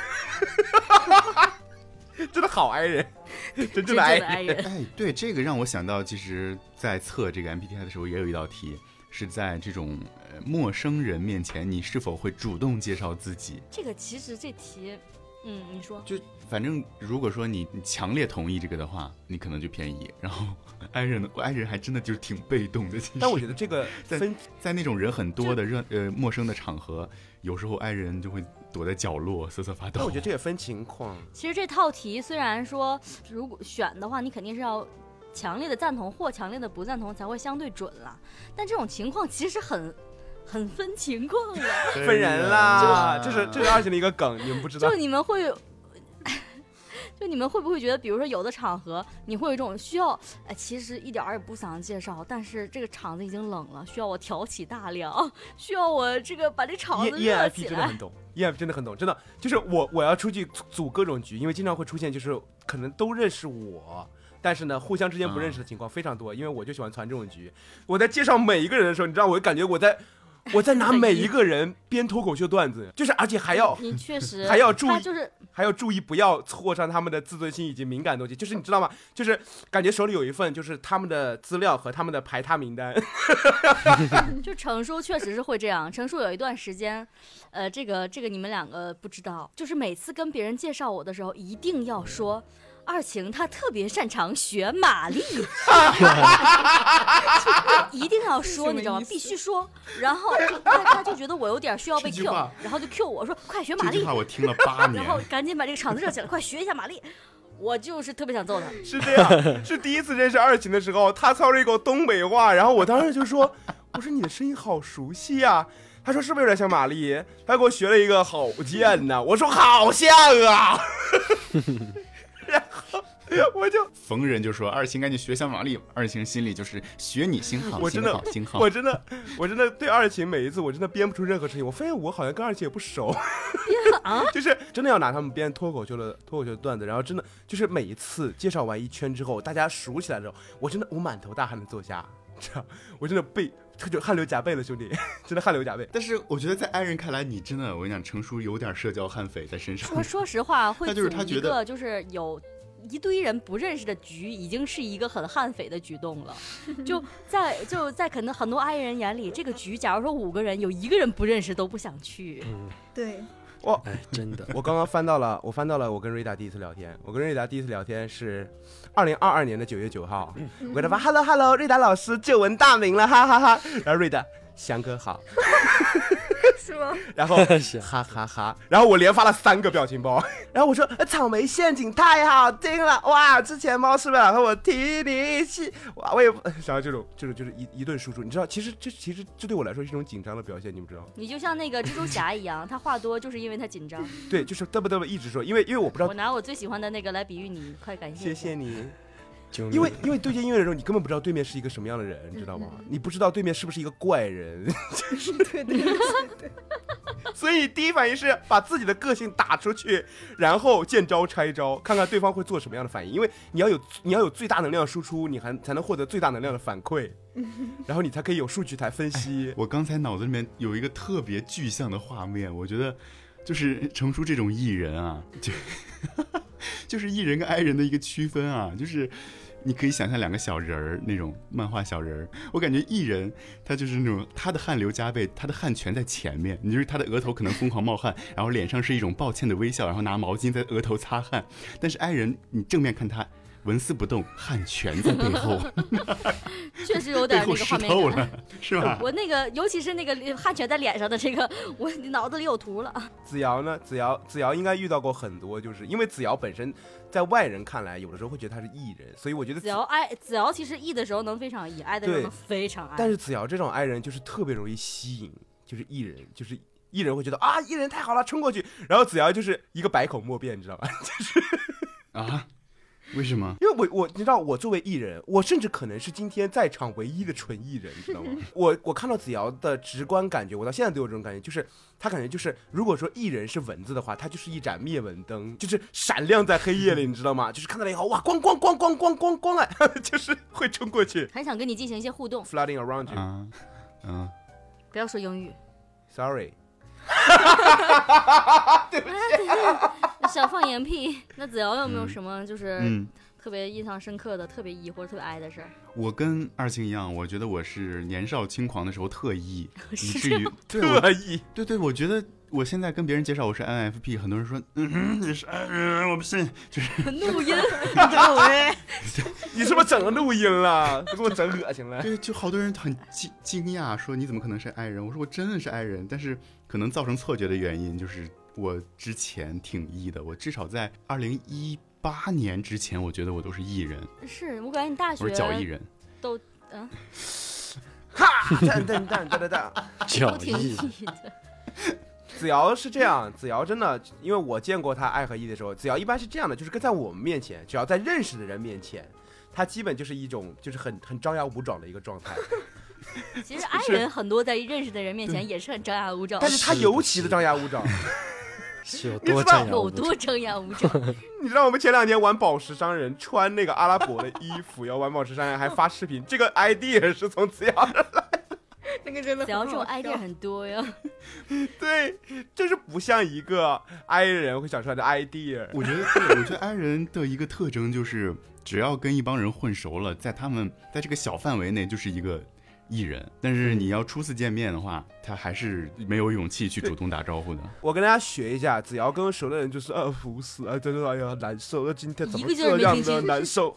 S1: 真的好挨 *laughs* 人，真正
S3: 真正
S1: 的挨
S3: 的
S1: 人。*laughs*
S3: 爱人，
S2: 哎，对这个让我想到，其实，在测这个 MBTI 的时候，也有一道题，是在这种呃陌生人面前，你是否会主动介绍自己？
S3: 这个其实这题，嗯，你说
S2: 就反正如果说你你强烈同意这个的话，你可能就偏移。然
S1: *laughs*
S2: 后 i 人的 i 人还真的就是挺被动的，其实
S1: 但我觉得这个分
S2: 在那种人很多的热呃陌生的场合，有时候 i 人就会躲在角落瑟瑟发抖。
S1: 但我觉得这也分情况。
S3: 其实这套题虽然说如果选的话，你肯定是要强烈的赞同或强烈的不赞同才会相对准啦。但这种情况其实很很分情况啊的，
S1: 分人
S3: *laughs*
S1: 啦，这是这是二群的一个梗，你们不知道
S3: 就。你们会， *laughs* 就你们会不会觉得，比如说有的场合，你会有一种需要，哎，其实一点儿也不想介绍，但是这个场子已经冷了，需要我挑起大梁，需要我这个把这 *laughs* 场
S1: E
S3: 子
S1: E
S3: 热
S1: F P
S3: 起
S1: 真的
S3: 来。
S1: 很懂，E F 真的很懂，真的就是我我要出去组组各种局，因为经常会出现就是可能都认识我，但是呢，互相之间不认识的情况非常多，因为我就喜欢攒这种局。我在介绍每一个人的时候，你知道，我就感觉我在我在拿
S3: *laughs* 很
S1: 每
S3: 硬
S1: 一个人编脱口秀段子，就是而且还要
S3: *laughs* 你确实
S1: 还要注意
S3: 他就是
S1: 还要注意不要挫伤他们的自尊心以及敏感东西。就是你知道吗？就是感觉手里有一份就是他们的资料和他们的排他名单，
S3: 就程叔确实是会这样。程叔有一段时间，呃，这个这个你们两个不知道，就是每次跟别人介绍我的时候，一定要说。二晴她特别擅长学马力，一定要说，你知道吗？
S5: 这是什么意思
S3: 必须说。然后就他他就觉得我有点需要被
S1: 这句
S3: Q，
S1: 话
S3: 然后就 Q 我说快学马
S2: 这句
S3: 力，
S2: 话我听了八年
S3: 然，后赶紧把这个场子热起来，快学一下马力。我就是特别想揍他，
S1: 是这样。是第一次认识二琴的时候，他操着一口东北话，然后我当时就说：“我说你的声音好熟悉啊。”他说：“是不是有点像玛丽？”他给我学了一个“好贱呐、我说：“好像啊。” *laughs* 然后我就
S2: 逢人就说二星赶紧学小马丽，二星心里就是学你心好，
S1: 我
S2: 心
S1: 真的
S2: 好心好
S1: 我。真的我真的对二琴每一次我真的编不出任何声音，我发现我好像跟二琴也不熟，就是真的要拿他们编脱口秀的脱口秀的段子，然后真的就是每一次介绍完一圈之后，大家熟起来之后，我真的我满头大汗的坐下，这样我真的背他就汗流浃背了，兄弟，真的汗流浃背。，
S2: 但是我觉得在爱人看来，你真的，我跟你讲，程叔有点社交悍匪在身上。
S3: 说说实话，会
S2: 那就
S3: 组
S2: 是他
S3: 一
S2: 觉得
S3: 个就是有一堆人不认识的局，已经是一个很悍匪的举动了。就在就在可能很多 i 人眼里，这个局假如说五个人有一个人不认识都不想去，
S2: 嗯
S5: 对，
S4: 哎，真的
S1: 我刚刚翻到了，我翻到了我跟瑞达第一次聊天，我跟瑞达第一次聊天是二零二二年的九月九号，我跟他发 “hello hello”，瑞达老师久闻大名了，哈哈哈然后瑞达，翔哥好，
S5: 是吗？
S1: 然后
S4: 是
S1: 哈哈哈，然后我连发了三个表情包， *laughs* 然后我说呃草莓陷阱太好听了，哇，之前猫师傅老和我提你一起，哇，我也不，然后这种这种就是一一顿输出，你知道，其实这其实这对我来说是一种紧张的表现，你们知道吗？
S3: 你就像那个蜘蛛侠一样，他话多就是因为他紧张。
S1: 对，就是嘚啵嘚啵一直说，因为因为我不知道
S3: 我，拿我最喜欢的那个来比喻你，快感谢
S1: 谢谢你，
S4: 救命！
S1: 因为因为对接音乐的时候，你根本不知道对面是一个什么样的人，你知道吗？你不知道对面是不是一个怪人，
S3: *laughs*
S5: 对对对对，
S1: 所以第一反应是把自己的个性打出去，然后见招拆招，看看对方会做什么样的反应。因为你要有你要有最大能量的输出，你还才能获得最大能量的反馈，然后你才可以有数据台分析。
S2: 我刚才脑子里面有一个特别具象的画面，我觉得就是程叔这种艺人啊，就 *laughs* 就是艺人跟 i 人的一个区分啊，就是你可以想象两个小人儿那种漫画小人儿，我感觉艺人他就是那种他的汗流浃背，他的汗全在前面，你就是他的额头可能疯狂冒汗，然后脸上是一种抱歉的微笑，然后拿毛巾在额头擦汗，但是 i 人你正面看他。纹丝不动，汗全在背
S3: *laughs*
S2: 后，
S3: 确实有
S2: 背
S3: 点
S2: 后
S3: 那个
S2: 湿
S3: 画面
S2: 透
S3: 感。
S2: 了， *laughs* 是吧？
S3: *laughs* 我那个，尤其是那个汗全在脸上的这个，我脑子里有图了。
S1: 子瑶呢？子瑶子瑶应该遇到过很多，就是因为子瑶本身在外人看来，有的时候会觉得他是艺人，所以我觉得
S3: 子瑶爱子瑶，其实 E 的时候能非常 E，爱的时候
S1: 对
S3: 能非常爱。
S1: 但是子瑶这种爱人就是特别容易吸引，就是艺人，就是艺人会觉得啊，艺人太好了，冲过去。然后子瑶就是一个百口莫辩，你知道吧？
S2: 啊？为什么？
S1: 因为我我你知道，我作为艺人，我甚至可能是今天在场唯一的纯艺人，你知道吗？ *laughs* 我我看到子瑶的直观感觉，我到现在都有这种感觉，就是她感觉就是，如果说艺人是蚊子的话，她就是一盏灭蚊灯，就是闪亮在黑夜里，你知道吗？就是 *laughs* 看到了以后，哇，咣咣咣咣咣咣咣哎， *laughs* 就是会冲过去
S3: 很想跟你进行一些互动，
S1: ，flooding around you、
S2: 啊，嗯，
S3: 不要说英语，
S1: Sorry，
S3: 小放言屁。 *laughs* 那子瑶有没有什么就是
S2: 嗯，
S3: 特别印象深刻的、特别 E 或者特别 I 的事儿？
S2: 我跟二庆一样，我觉得我是年少轻狂的时候特意，以
S3: *laughs* 是
S2: 至于对
S1: *laughs*
S2: 我
S1: 特意
S2: 对对，我觉得我现在跟别人介绍我是 INFP，很多人说，嗯，你是 I，嗯我不信， *laughs* 就是
S3: 怒音，喂，
S1: 你是不是整了录音了？ *laughs* 都给我整恶
S2: *laughs*
S1: 心了。
S2: 对，就好多人很惊惊讶说你怎么可能是 I 人？我说我真的是 I 人，但是可能造成错觉的原因就是我之前挺 E 的，我至少在二零一八年之前，我觉得我都是 E 人，
S3: 是我感觉你大学
S2: 我是脚 E 人。
S1: 哈，蛋蛋蛋蛋蛋蛋。
S3: 都
S4: 脚
S3: 挺
S4: 印
S3: E 的，
S1: 子瑶是这样，子瑶真的，因为我见过他爱和一的时候，子瑶一般是这样的，就是跟在我们面前，只要在认识的人面前，他基本就是一种就是很很张牙舞爪的一个状态，
S3: 其实 I 人很多在认识的人面前也是很张牙舞爪
S1: 但。是他
S2: 是的
S1: 尤其的张牙舞爪，
S4: 是有
S1: 你
S4: 多
S1: 知道
S4: 张扬
S3: 有
S4: 无忌？
S3: 多张扬无忌？
S1: 你知道我们前两天玩宝石商人，穿那个阿拉伯的衣服，要玩宝石商人还发视频，这个 idea 是从此瑶
S5: 那个真的
S3: 只要
S5: 很
S3: 这种
S5: 好笑
S3: idea 很多呀，
S1: 对，就是不像一个 i 人会想出来的 idea。
S2: 我觉得，对我觉得 i 人的一个特征就是，只要跟一帮人混熟了，在他们在这个小范围内就是一个艺人。但是你要初次见面的话，他还是没有勇气去主动打招呼的。
S1: 我跟大家学一下，只要跟熟的人就是呃服死，哎，真的哎呀难受，那今天怎
S3: 一
S1: 么
S3: 个劲儿
S1: 这
S3: 没
S1: 样
S3: 听
S1: 的
S3: 清
S1: 难受？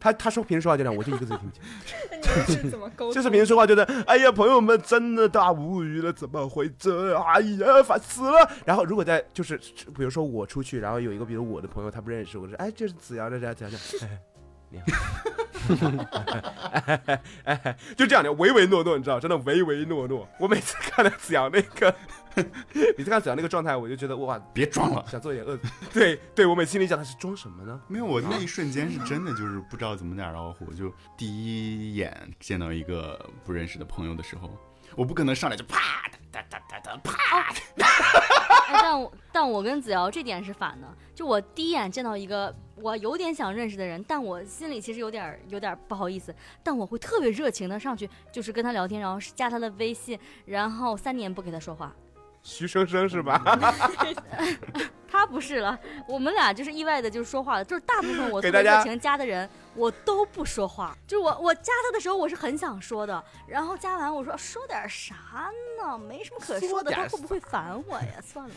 S1: 他他说平时说话就这样，我就一个字听不清，
S5: 那你们是怎么沟通？
S1: 就是平时说话就这样，哎呀朋友们真的大无语了，怎么会这样？哎呀烦死了。然后如果在就是比如说我出去，然后有一个比如我的朋友他不认识，我说哎这是子瑶，这是子瑶，这是子瑶哎你好。哎，就这样的唯唯诺诺，你知道，真的唯唯诺诺。我每次看到子瑶那个，每次看到子瑶那个状态，我就觉得哇，
S2: 别装了，
S1: 想做一点恶 *laughs* 作，对对，我每次心里想的是装什么呢？
S2: 没有，我那一瞬间是真的就是不知道怎么打招呼，就第一眼见到一个不认识的朋友的时候，我不可能上来就啪哒哒哒哒哒啪，
S3: 哎，但我但我跟子瑶这点是反的，就我第一眼见到一个我有点想认识的人，但我心里其实有点儿有点儿不好意思，但我会特别热情的上去，就是跟他聊天，然后是加他的微信，然后三年不给他说话。
S1: 徐生生是吧？
S3: 他不是了，我们俩就是意外的，就是说话了，就是大部分
S1: *laughs*
S3: 我
S1: 给
S3: 特
S1: 大
S3: 别
S1: 家
S3: 热情加的人，我都不说话。就是我我加他的时候，我是很想说的，然后加完我说说点啥呢？没什么可说的，
S1: 说点
S3: 他会不会烦我呀？算了，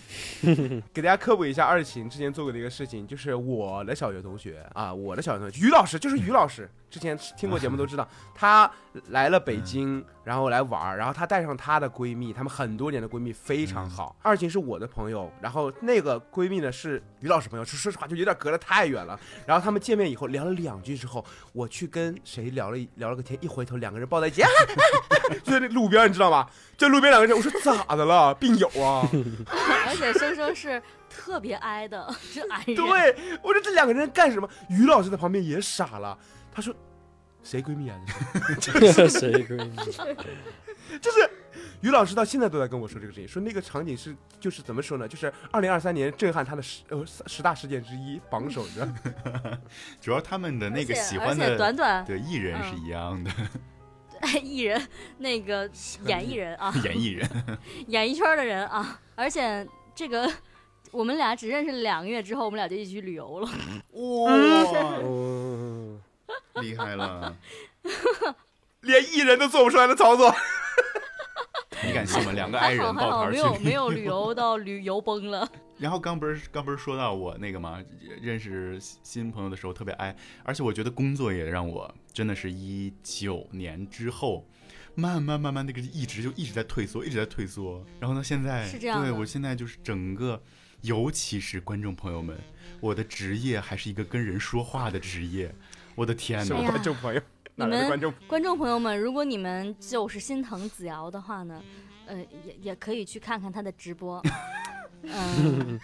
S1: 给大家科普一下二琴之前做过的一个事情，就是我的小学同学啊，我的小学同学于老师就是于老师，之前听过节目都知道，他来了北京，然后来玩儿，然后她带上她的闺蜜，她们很多年的闺蜜非常好。二琴是我的朋友，然后那个闺蜜呢是于老师朋友，说说实话就有点隔得太远了。然后他们见面以后聊了两句之后，我去跟谁聊了一聊了个天，一回头两个人抱在一起，啊、就在那路边你知道吗？在路边两个人，我说咋的了？病友啊？
S3: 而且生生是特别哀的，是哀人。
S1: *laughs* 对，我说这两个人干什么？于老师在旁边也傻了，他说：“谁闺蜜啊？
S4: 谁 *laughs* 闺蜜？
S1: 这是。”于老师到现在都在跟我说这个事情，说那个场景是就是怎么说呢？就是二零二三年震撼他的十呃十大事件之一榜首，你知道吗？
S2: 主要他们的那个
S3: 而且
S2: 喜欢
S3: 而且
S2: 的
S3: 短嗯短
S2: 对艺人是一样的，
S3: 艺人那个演艺人啊，
S2: 演艺
S3: *laughs*
S2: 人。
S3: 演艺圈的人啊，而且这个。我们俩只认识两个月之后，我们俩就一起去旅游了。
S2: 哇，
S4: 嗯，
S2: 厉害 *laughs* 了！
S1: 连艺人都做不出来的操作，
S2: *laughs* 你敢信吗？两个 i
S3: 还好
S2: 人
S3: 还
S2: 抱
S3: 好，
S2: 团
S3: 没
S2: 去
S3: 有没有旅游到旅游崩了。
S2: *laughs* 然后刚不是刚不是说到我那个嘛，认识新新朋友的时候特别哀，而且我觉得工作也让我真的是一九年之后，慢慢慢慢那个一直就一直在退缩，一直在退缩。然后呢，现在
S3: *laughs* 是这样的
S2: 对我现在就是整个，尤其是观众朋友们，我的职业还是一个跟人说话的职业，我的天
S1: 什
S2: 哪！
S1: 么
S3: 哎呀
S1: 观众朋友，
S3: 你
S1: 哪来的
S3: 们
S1: 观众？
S3: 观众朋友们，如果你们就是心疼子瑶的话呢，呃，也也可以去看看她的直播。嗯，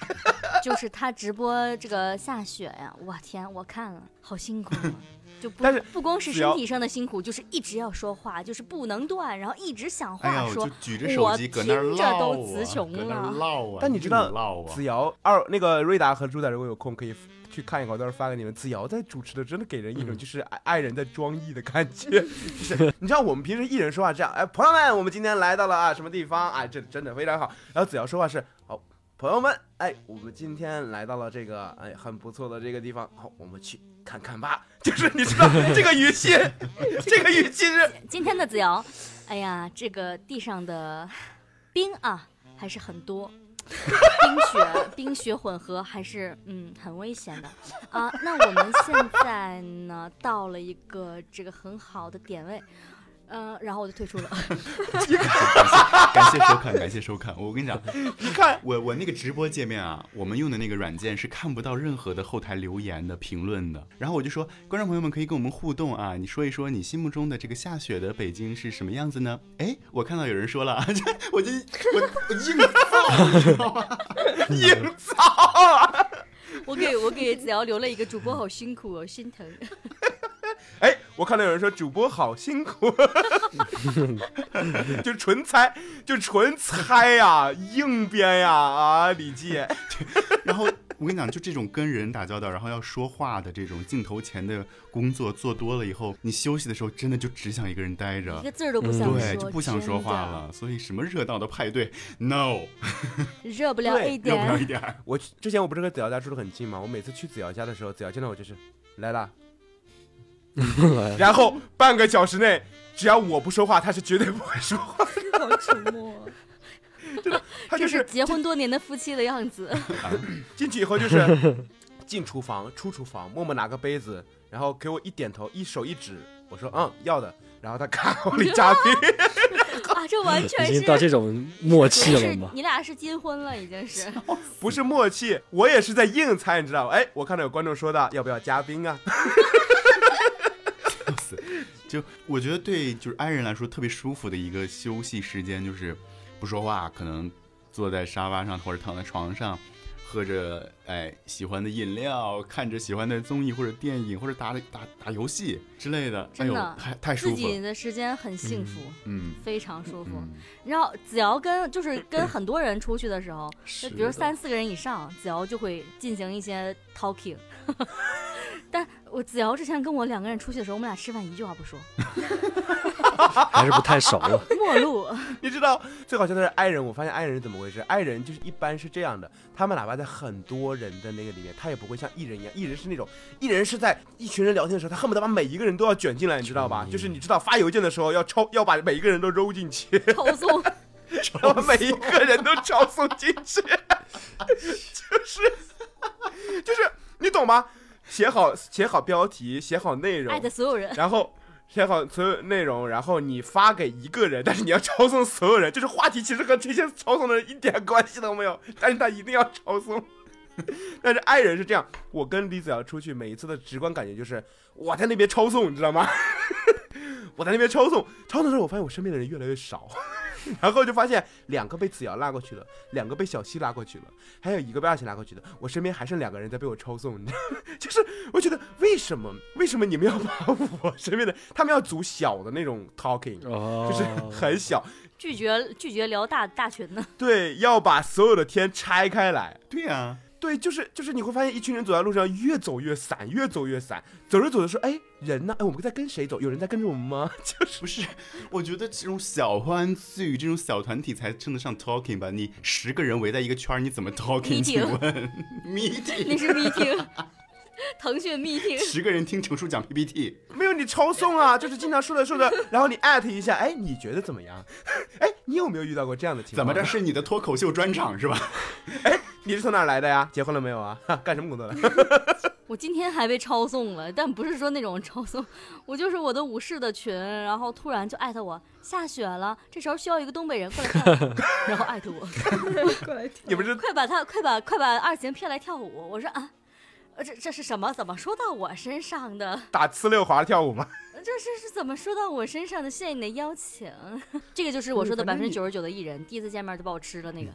S3: 就是她直播这个下雪呀，我天，我看了，好辛苦啊！就不
S1: 但是
S3: 不光是
S1: 子瑶
S3: 身体上的辛苦，就是一直要说话，就是不能断，然后一直想
S2: 哎呀，
S3: 话
S2: 我
S3: 说
S2: 就。举着手机搁那儿
S3: 我
S2: 唠
S3: 听着
S2: 啊，
S3: 都词穷
S2: 搁那
S3: 了
S2: 儿唠啊。
S1: 但你知道
S2: 硬唠啊
S1: 子？瑶二那个瑞达和朱仔，如果有空可以去看一看，我到时候发给你们。子瑶在主持的真的给人一种就是爱爱人在装艺的感觉，就是你知道我们平时艺人说话这样，哎，朋友们，我们今天来到了啊什么地方啊，这真的非常好。然后子瑶说话是好。朋友们，哎，我们今天来到了这个哎很不错的这个地方，好，我们去看看吧。就是你知道这个语气， *laughs* 这个语气是
S3: 今天的子瑶，哎呀，这个地上的冰啊还是很多，冰雪冰雪混合还是嗯很危险的啊。那我们现在呢到了一个这个很好的点位。嗯、然后我就退出了。
S2: 感谢收看，感谢收看。我跟你
S3: *laughs*
S2: 讲，
S1: 你看
S2: 我我那个直播界面啊，我们用的那个软件是看不到任何的后台留言的评论的。然后我就说，观众朋友们可以跟我们互动啊，你说一说你心目中的这个下雪的北京是什么样子呢？哎，我看到有人说了， *laughs* 我就我我硬造，你知道吗？
S1: 硬造。
S3: 我给我给子瑶留了一个主播好辛苦哦，心疼。
S1: 哎，我看到有人说主播好辛苦， *laughs* 就纯猜，就纯猜呀、硬编呀啊，李记，
S2: 然后我跟你讲，就这种跟人打交道，然后要说话的这种镜头前的工作做多了以后，你休息的时候真的就只想一个人待
S3: 一
S2: 着
S3: 个，字儿都不想说，
S2: 啊嗯对，就不想说话
S3: 真的，
S2: 了。所以什么热闹的派对，no，
S3: *laughs* 热不了
S1: 对
S3: 一
S2: 热不了
S3: 点。
S2: 一点儿。
S1: 我去之前我不是跟子瑶家住的很近吗？我每次去子瑶家的时候，子瑶见到我就是来 *laughs* 啦，然后半个小时内，只要我不说话，他是绝对不会说话，
S3: 好沉默，
S1: 他
S3: 这
S1: 就是
S3: 结婚多年的夫妻的样子。
S1: 进去以后就是 *laughs* 进厨房、出厨房，默默拿个杯子，然后给我一点头，一手一指，我说嗯要的，然后他咔往里加冰，
S3: 啊，这完全
S4: 已
S3: 是
S4: 经到这种默契了
S3: 是
S4: 吗？
S3: 你俩是金婚了，已经是
S1: 不是默契，我也是在硬猜，你知道吗？哎，我看到有观众说到要不要加冰啊？ *laughs*
S2: 就我觉得对，就是 i 人来说特别舒服的一个休息时间，就是不说话，可能坐在沙发上或者躺在床上，喝着哎喜欢的饮料，看着喜欢的综艺或者电影，或者打打打游戏之类的。哎
S3: 真
S2: 呦
S3: 的，
S2: 太太
S3: 自
S2: 舒服
S3: 己
S2: 了。
S3: 的时间很幸福，
S2: 嗯
S3: 非常舒服。
S2: 嗯，
S3: 然后子瑶跟就是跟很多人出去的时候，就是比如
S4: 的
S3: 三四个人以上，子瑶就会进行一些 talking。但我子瑶之前跟我两个人出去的时候，我们俩吃饭一句话不说，
S4: 还是不太熟了。
S3: 陌路。
S1: 你知道最好笑的是爱人，我发现爱人是怎么回事？爱人就是一般是这样的，他们哪怕在很多人的那个里面，他也不会像艺人一样，艺人是那种艺人是在一群人聊天的时候，他恨不得把每一个人都要卷进来，你知道吧？就是你知道发邮件的时候要抄，要把每一个人都揉进去，
S3: 抽
S2: *laughs*
S3: 送
S1: 要把每一个人都抄送进去， *laughs* 就是 *laughs* 就是你懂吗？写好写好标题，写好内容
S3: 爱，的所有人，
S1: 然后写好所有内容，然后你发给一个人，但是你要抄送所有人，就是话题其实和这些抄送的人一点关系都没有，但是他一定要抄送。但是爱人是这样，我跟李子瑶出去，每一次的直观感觉就是我在那边抄送，你知道吗？ *laughs* 我在那边抄送，抄送的时候，我发现我身边的人越来越少， *laughs* 然后就发现两个被子瑶拉过去了，两个被小西拉过去了，还有一个被阿奇拉过去的，我身边还剩两个人在被我抄送， *laughs* 你知道吗就是我觉得为什么为什么你们要把我身边的他们要组小的那种 talking，
S4: 哦，
S1: 就是很小，
S3: 拒绝拒绝聊大大
S2: *laughs*
S3: 群的，
S1: 对，要把所有的天拆开来。
S2: 对啊呀、
S1: 对，就是就是你会发现一群人走在路上越走越散，越走越散，走着走着说，哎，人呢？哎，我们在跟谁走？有人在跟着我们吗？ *laughs* 就是
S2: 不是，我觉得这种小欢聚、这种小团体才称得上 talking 吧。你十个人围在一个圈儿，你怎么 talking？请问
S3: 那
S2: ，meeting
S3: 是 meeting，腾讯 meeting。
S2: *laughs* 十个人听程叔讲 PPT，
S1: 没有你抄送啊，就是经常说着说着，然后你艾特一下，哎，你觉得怎么样？ *laughs* 哎，你有没有遇到过这样的情
S2: 怎
S1: 况？
S2: 么着？是你的脱口秀专场是吧？
S1: 你是从哪儿来的呀？结婚了没有啊？ *laughs* 哈干什么工作的？
S3: 我今天还被抄送了，但不是说那种抄送，我就是我的武士的群，然后突然就艾特我下雪了，这时候需要一个东北人过来看我，然后艾特我，
S5: *laughs* 过来听。
S1: 你不是
S3: 快把他，快把快把二姐骗来跳舞。我说啊，呃这这是什么？怎么说到我身上的？
S1: 打呲溜滑跳舞吗？
S3: 这是是怎么说到我身上的？谢谢你的邀请， *laughs* 这个就是我说的百分之九十九的艺人，第一次见面就把我吃了那个。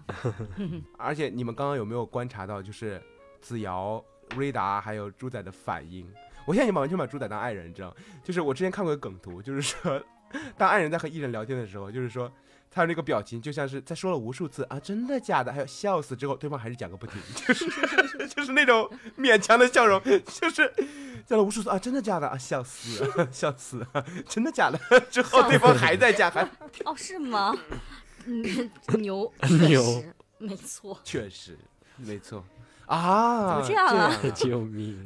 S1: 而且你们刚刚有没有观察到，就是子瑶、瑞达还有猪仔的反应？我现在已经完全把猪仔当爱人，你知道吗？就是我之前看过一个梗图，就是说，当爱人在和艺人聊天的时候，就是说他那个表情就像是在说了无数次啊，真的假的，还有笑死之后，对方还是讲个不停，就是就是 *laughs* 那种勉强的笑容，就是讲了无数次啊，真的假的啊，笑死，笑死，真的假的 *laughs* 之后，对方还在讲，还
S3: 哦，是吗？嗯， *laughs* 牛，
S4: 牛
S3: 确实，没错。
S1: 确实没错啊，
S3: 怎么这样啊
S1: 这样
S4: 救命！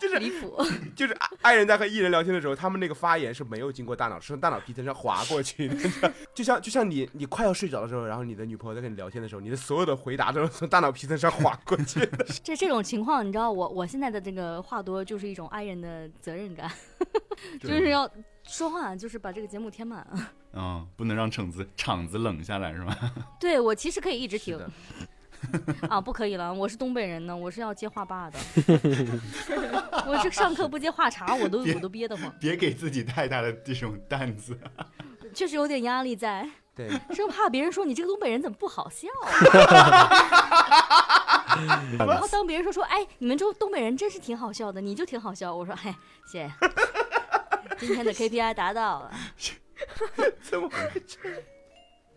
S1: 就是
S3: 离谱，
S1: 就是爱爱人在和艺人聊天的时候，他们那个发言是没有经过大脑，是从大脑皮层上划过去的， *laughs* 就像就像你你快要睡着的时候，然后你的女朋友在跟你聊天的时候，你的所有的回答都是从大脑皮层上划过去的。
S3: 这这种情况，你知道我我现在的这个话多就是一种爱人的责任
S1: *laughs*
S3: 感，就是要说话，就是把这个节目填满。
S2: *laughs*
S3: 啊
S2: 嗯，不能让场子场子冷下来是吧？*laughs*
S3: *laughs* 对我其实可以一直
S1: 是
S3: 听
S1: 的，
S3: 啊，不可以了，我是东北人呢，我是要接
S1: *laughs*
S3: 话霸的，我这上课不接话茬，我都
S2: 别
S3: 我都憋得慌，
S2: 别给自己太大的这种担子。
S3: 确实有点压力在，
S1: 对，
S3: 生怕别人说你这个东北人怎么不好笑，
S1: *laughs*
S3: 啊然后当别人说说哎你们这东北人真是挺好笑的，你就挺好笑，我说哎谢谢。今天的 KPI 达到了，
S1: 怎么会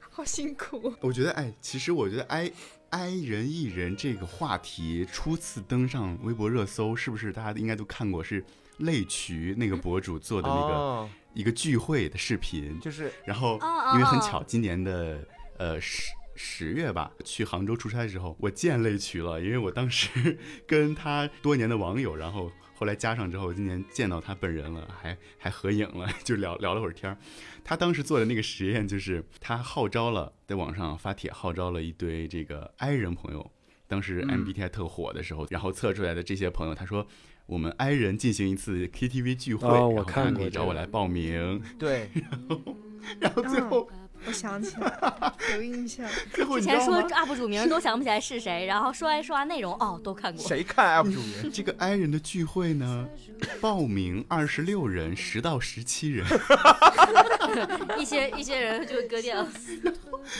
S5: 好辛苦。
S2: *laughs* 我觉得，哎，其实我觉得 i i 人艺人这个话题初次登上微博热搜，是不是大家应该都看过？是泪渠那个博主做的那个、
S1: 哦
S2: 一个聚会的视频，
S1: 就是
S2: 然后
S3: 哦
S2: 因为很
S3: 哦
S2: 巧，今年的呃十十月吧，去杭州出差的时候，我见泪渠了，因为我当时 *laughs* 跟他多年的网友，然后后来加上之后，今年见到他本人了，还还合影了， *laughs* 就聊聊了会儿天儿。他当时做的那个实验就是，他号召了在网上发帖号召了一堆这个 i 人朋友。当
S3: 嗯
S2: 时 MBTI 特火的时候，然后测出来的这些朋友，他说我们 i 人进行一次 KTV 聚会，
S4: 哦我
S2: 然后大家
S4: 看
S2: 可以
S4: 过
S2: 找
S4: 这
S2: 我
S4: 个
S2: 来报名。
S3: 嗯
S1: 对，
S2: 然后 *laughs* 最后、
S5: 嗯我想起
S1: *laughs*
S5: 来了，有印象。
S2: 最
S3: *laughs*
S2: 后
S3: 之
S2: 你知
S3: 前
S2: 道
S3: 说
S2: 吗？
S3: UP 主名都想不起来是谁，然后说来说完内容哦都看过，
S1: 谁看 UP 主名？
S2: *laughs* 这个 i 人的聚会呢，报名二十六人，十到十七人， *laughs*
S3: 一些一些人就割 *laughs* 掉了，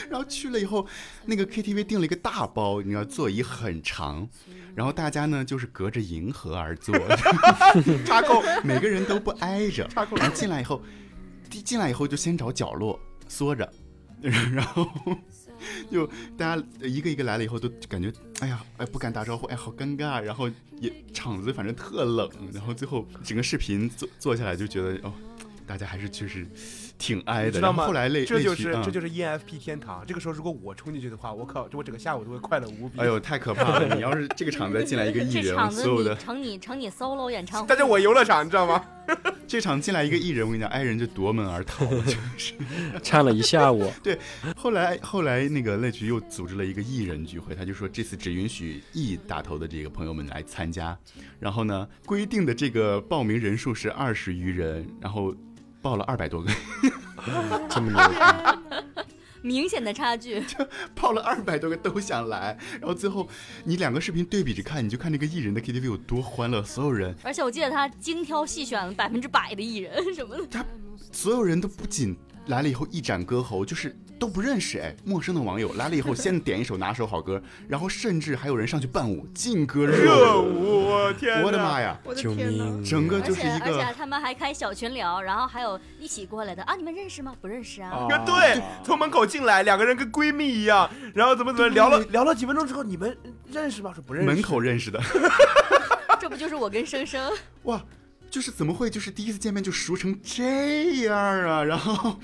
S2: 然后去了以后，那个 KTV 订了一个大包，你知道座椅很长，然后大家呢就是隔着银河而坐， *laughs*
S1: 插扣，
S2: 每个人都不挨着，
S1: 插扣。
S2: 然后进来以后，第进来以后就先找角落缩着，然
S3: *laughs*
S2: 后就大家一个一个来了以后，都感觉哎呀，哎不敢打招呼，哎好尴尬，然后也场子反正特冷，然后最后整个视频做做下来就觉得哦，大家还是确实挺
S1: 你
S2: 挨的。
S1: 知
S2: 然
S1: 道
S2: 后
S1: 吗？
S2: 后来累嗯
S1: 这就是
S2: 累
S1: 这
S2: 去
S1: 就是 E ENFP 天堂。这个时候如果我冲进去的话，我靠，这我整个下午都会快乐无比。
S2: 嗯哎呦，太可
S1: *laughs*
S2: 怕了！你要是这个场子再进来一个艺
S3: 这
S2: 人，
S3: 场子
S2: 所有
S3: 你
S2: 的
S3: 成你成你 solo 演唱
S1: 但
S3: 会，
S1: 是我游乐场，你知道吗？
S2: *laughs* 这场进来一个艺人，我跟你讲，挨人就夺门而逃。就是
S4: 唱了一下午，
S2: 后来后来那个类局又组织了一个艺人聚会，他就说这次只允许 E 打头的这个朋友们来参加，然后呢，规定的这个报名人数是二十余人，然后报了二百多个， *laughs*
S4: 这么牛逼，
S3: 明显的差距， *laughs*
S2: 报了二百多个都想来，然后最后你两个视频对比着看，你就看那个艺人的 KTV 有多欢乐，所有人
S3: 而且我记得他精挑细选了百分之百的艺人什么的，
S2: 所有人都不仅来了以后一展歌喉，就是都不认识哎，陌生的网友来了以后先点一首拿手好歌，然后甚至还有人上去伴舞、劲歌热
S1: 热
S2: 舞，
S1: 舞，我天！
S2: 我的妈！呀！
S5: 我的
S4: 救
S5: 天哪！
S4: 命！
S1: 嗯
S2: 整个
S3: 而
S2: 就是
S3: 且
S2: 一
S3: 而
S2: 个
S3: 且他们还开小群聊，然后还有一起过来的啊，你们认识吗？不认识
S2: 哦
S3: 啊，
S1: 啊，对，从门口进来，两个人跟闺蜜一样，然后怎么怎么聊了聊了几分钟之后，你们认识吗？说不认识。
S2: 门口认识的， *laughs*
S3: 这不就是我跟生生？ *laughs*
S2: 哇，就是怎么会就是第一次见面就熟成这样啊？ *laughs* 然后，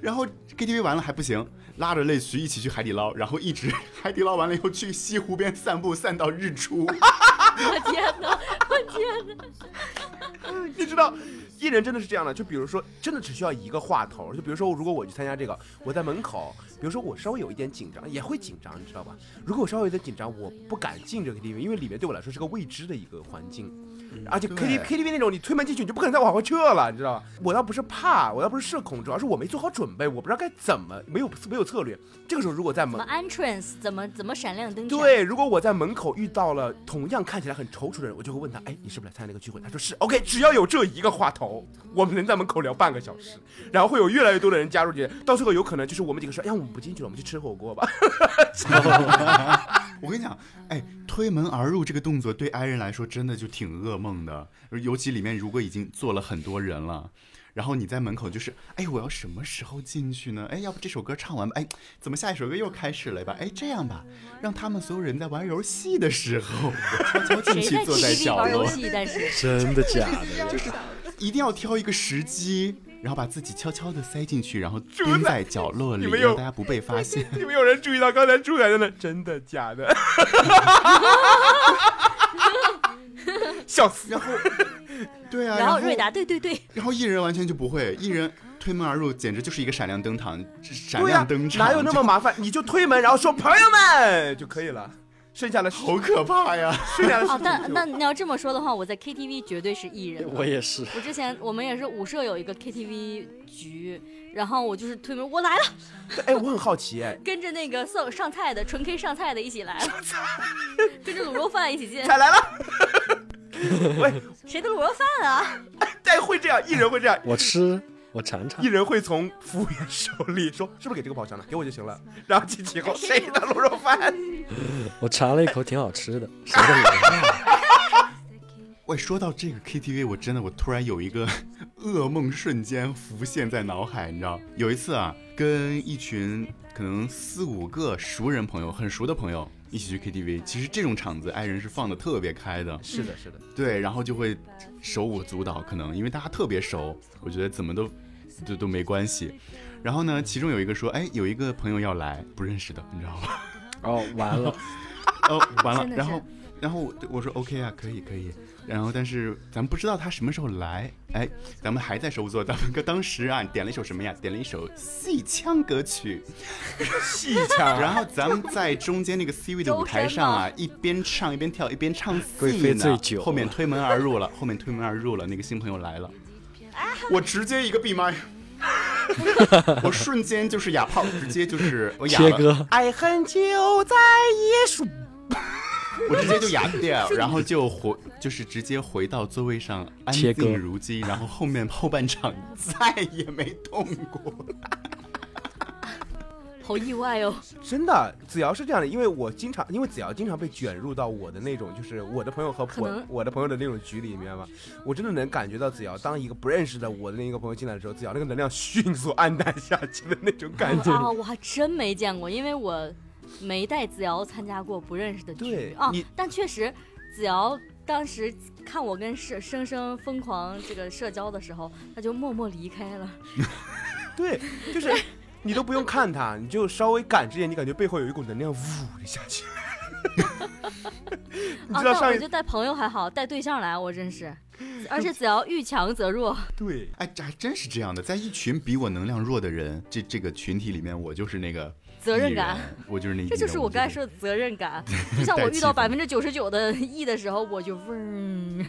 S2: 然后 KTV 完了还不行，拉着泪徐一起去海底捞，然后一直 *laughs* 海底捞完了以后去西湖边散步，散到日出。
S3: 我天哪，我天哪！
S1: 你知道，艺人真的是这样的。就比如说，真的只需要一个话头。就比如说，如果我去参加这个，我在门口，比如说我稍微有一点紧张，也会紧张，你知道吧？如果我稍微有点紧张，我不敢进这个 KTV，因为里面对我来说是个未知的一个环境。而且 K T
S2: 嗯对
S1: K T V 那种，你推门进去，你就不可能再往后撤了，你知道吧？我倒不是怕，我倒不是社恐，主要是我没做好准备，我不知道该怎么，没有没有策略。这个时候如果在
S3: 怎 *laughs*
S1: 门
S3: 么 entrance 怎么怎么闪亮登场？，
S1: 对，如果我在门口遇到了同样看起来很踌躇的人，我就会问他，哎，你是不是来参加这个聚会？他说是。OK，只要有这一个话头，我们能在门口聊半个小时，然后会有越来越多的人加入进来，到最后有可能就是我们几个说，哎呀，我们不进去了，我们去吃火锅吧。 *laughs*
S2: 我跟你讲，哎，推门而入这个动作对 i 人来说真的就挺噩梦的，尤其里面如果已经坐了很多人了。然后你在门口就是，哎，我要什么时候进去呢？哎，要不这首歌唱完吧？哎，怎么下一首歌又开始了吧？哎，这样吧，让他们所有人在玩游戏的时候，我悄悄进
S3: 谁
S2: 去
S3: 在
S2: 坐在
S3: KTV
S2: 角
S3: 玩游
S2: 落，
S3: 戏？但是
S4: 真的假
S5: 这样
S4: 的？
S5: 想的
S2: 一定要挑一个时机，然后把自己悄悄的塞进去，然后
S1: 住
S2: 蹲
S1: 在
S2: 在角落里，
S1: 你们
S2: 让
S1: 有
S2: 大家不被发现。
S1: 有没有人注意到刚才朱凯在那？真的假的？笑死！
S2: 然后，对啊，
S3: *laughs* 然后瑞达，对对对，
S2: 然后艺人完全就不会，
S1: 嗯
S2: 艺人推门而入，简直就是一个闪亮登场，闪
S1: 对呀、
S2: 亮登场，
S1: 哪有那么麻烦？你就推门，然后说朋友们就可以了。剩下的
S2: 就好可怕呀？
S1: 剩下的事
S3: 哦，但
S1: 情就
S3: 那你要这么说的话，我在 KTV 绝对是艺人。
S4: 我也是，
S3: 我之前我们也是舞社有一个 KTV 局，然后我就是推门，我来了，
S1: 哎，我很好奇哎，
S3: 跟着那个送上菜的纯 K 上菜的一起来了， *laughs* 跟着卤肉饭一起
S1: *laughs*
S3: 进，
S1: 菜来了。喂，
S3: 谁的卤肉饭啊？
S1: 但会这样，艺人会这样， *laughs*
S4: 我吃，我尝尝
S1: 艺。人会从服务员手里说：“是不是给这个包厢的？给我就行了。”然后进去以后，谁的卤肉饭？
S4: 我尝了一口，挺好吃的。谁的脸？
S2: 喂，说到这个 KTV，我真的我突然有一个噩梦瞬间浮现在脑海，你知道？有一次啊，跟一群可能四五个熟人朋友，很熟的朋友一起去 KTV，其实这种场子爱人是放的特别开的，
S1: 是的，是的，
S2: 对，然后就会手舞足蹈，可能因为大家特别熟，我觉得怎么都都都没关系。然后呢，其中有一个说，哎，有一个朋友要来，不认识的，你知道吗？
S4: 哦，完 *laughs* 了，
S2: 哦，完了
S3: 真，的
S2: 然
S3: 是
S2: 后。然后我我说 OK 啊，可以可以。然后但是咱们不知道他什么时候来，哎，咱们还在手舞足蹈。咱们哥当时啊点了一首什么呀？点了一首戏腔歌曲。
S1: 戏腔，
S2: *laughs* 然后咱们在中间那个 C 位的舞台上啊，一边唱一边跳一边唱
S4: 贵
S2: 戏
S4: 妃醉
S2: 呢
S4: 酒。
S2: 后面推门而入了，后面推门而入了，那个新朋友来了，我直接一个闭麦， *laughs* 我瞬间就是哑炮，直接就是我哑
S4: 切
S2: 了，
S4: 割，
S1: 爱恨就在耶稣。
S2: 我直接就哑掉，然后就回就是直接回到座位上安
S4: 切割
S2: 静如鸡，然后后面后半场再也没动过。
S3: 好意外
S1: *laughs*
S3: 哦。
S1: 真的，子瑶是这样的，因为我经常，因为子瑶经常被卷入到我的那种，就是我的朋友和
S3: 可
S1: 我
S3: 能
S1: 我的朋友的那种局里面嘛，我真的能感觉到子瑶当一个不认识的我的另一个朋友进来的时候，子瑶那个能量迅速暗淡下去的那种感觉。
S3: 啊，我还真没见过，因为我没带子瑶参加过不认识的局
S1: 对
S3: 啊
S1: 你。
S3: 但确实，子瑶当时看我跟生生生疯狂这个社交的时候，他就默默离开了。啊
S1: 对，就是你都不用看他，你就稍微感知一下，你感觉背后有一股能量呜一下去。 *laughs* 你
S3: 啊，
S1: 知道
S3: 但
S1: 上
S3: 我
S1: 一、
S3: 就带朋友还好，带对象来我真
S1: *laughs*
S3: 是，而且子瑶遇强则弱，
S1: 对，
S2: 哎，这还真是这样的，在一群比我能量弱的人这这个群体里面，我就是那个
S3: 责任
S2: E 人，
S3: 感。
S2: 我就是那 E 人，
S3: 这就是我刚才
S2: 是
S3: 说的责任
S1: *laughs*
S3: 感，就像我遇到百分之九十九的 E 的时候，我就嗡，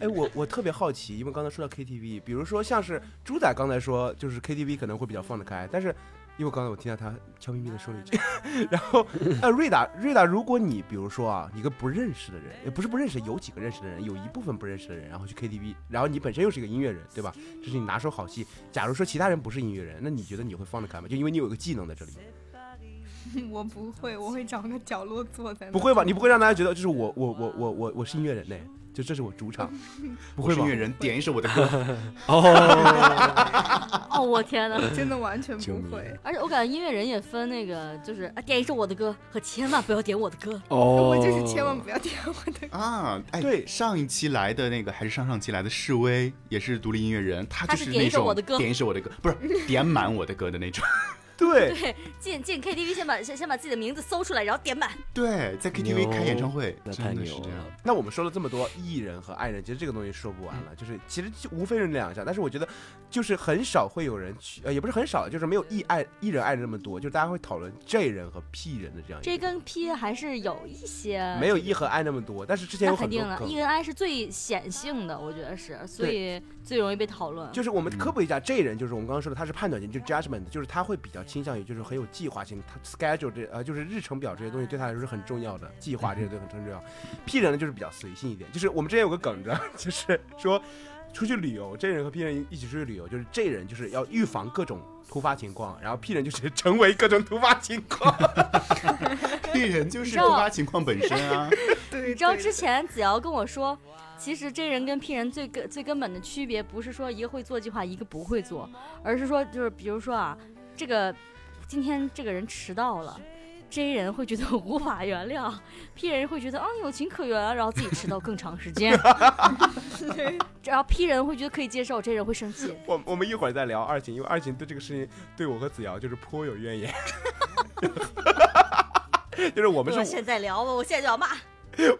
S1: 哎，我我特别好奇，因为刚才说到 KTV，比如说像是猪仔刚才说，就是 KTV 可能会比较放得开，但是因为刚才我听到他悄咪咪的说了一句， *laughs* 然
S2: *laughs*
S1: 后呃，瑞达瑞达，如果你比如说啊，你跟不认识的人，也不是不认识，有几个认识的人，有一部分不认识的人，然后去 KTV，然后你本身又是一个音乐人，对吧？这是你拿手好戏。假如说其他人不是音乐人，那你觉得你会放得开吗？就因为你有一个技能在这里，
S5: 我不会，我会找个角落坐在那。
S1: 不会吧？你不会让大家觉得就是我我我我我我是音乐人呢？就这是我主场，不会吧
S2: 音？乐人，点一首我的歌，
S4: 哦，
S3: 哦，我天哪！
S5: 真的完全
S4: 救
S5: 不
S4: 命
S5: 会。
S3: 而且我感觉音乐人也分那个，就是啊，点一首我的歌和千万不要点我的歌。
S4: 哦，
S5: 我就是千万不要点我的。
S2: 啊，哎，
S1: 对
S2: 上一期来的那个还是上上期来的示威，也是独立音乐人，他
S3: 他
S2: 就是
S3: 点一
S2: 那
S3: 首
S2: 种
S3: 我的歌
S2: 点一首我的歌，不是点满我的歌的那种。
S1: 对，
S3: 对，进进 KTV 先把先先把自己的名字搜出来，然后点满。
S2: 对，在 KTV 开演唱会，
S4: 那太
S2: 真的
S4: 牛
S2: 是这样
S4: 了。。
S1: 那我们说了这么多艺人和爱人，其实这个东西说不完
S3: 嗯
S1: 了，就是其实就无非是两项，但是我觉得就是很少会有人去，呃，也不是很少，就是没有艺爱艺人爱人那么多，就是大家会讨论 J 人和 P 人的这样一个，
S3: 这跟 P 还是有一些
S1: 没有 E 和 I 那么多，但是之前
S3: 那
S1: 有
S3: 肯
S1: 很
S3: 定
S1: 多
S3: 了，E
S1: 梗，
S3: 跟 I 是最显性的，我觉得是，所以最容易被讨论。
S1: 就是我们科
S3: 嗯
S1: 普一下 J 人，就是我们刚刚说的，他是判断型，就是 judgment，就是他会比较倾向于就是很有计划性，他 schedule 这呃就是日程表这些东西对他来说是很重要的，计划这些东西很重要。P 人呢就是比较随性一点，就是我们之前有个梗，你知道， *laughs* 就是说出去旅游，J 人和 P 人一起出去旅游，就是 J 人就是要预防各种突发情况，然后 P 人就是成为各种突发情况。 *laughs*
S2: 黑人就是
S3: 知
S2: 突
S3: 道
S2: 发情况本身啊，
S5: 对，
S3: 你知道
S5: 对
S3: 之前子瑶跟我说，其实真人跟 P 人最根最根本的区别，不是说一个会做计划，一个不会做，而是说就是比如说啊，这个今天这个人迟到了。J 人会觉得无法原谅，P 人会觉得啊有情可原，然后自己迟到更长时
S1: *laughs*
S3: 间，然后 P 人会觉得可以接受，J 人会生气。
S1: 我我们一会儿再聊二琴，因为二琴对这个事情对我和子瑶就是颇有怨言。 *laughs* 就是我们是
S3: 我哎现在聊吧，我现在就要骂。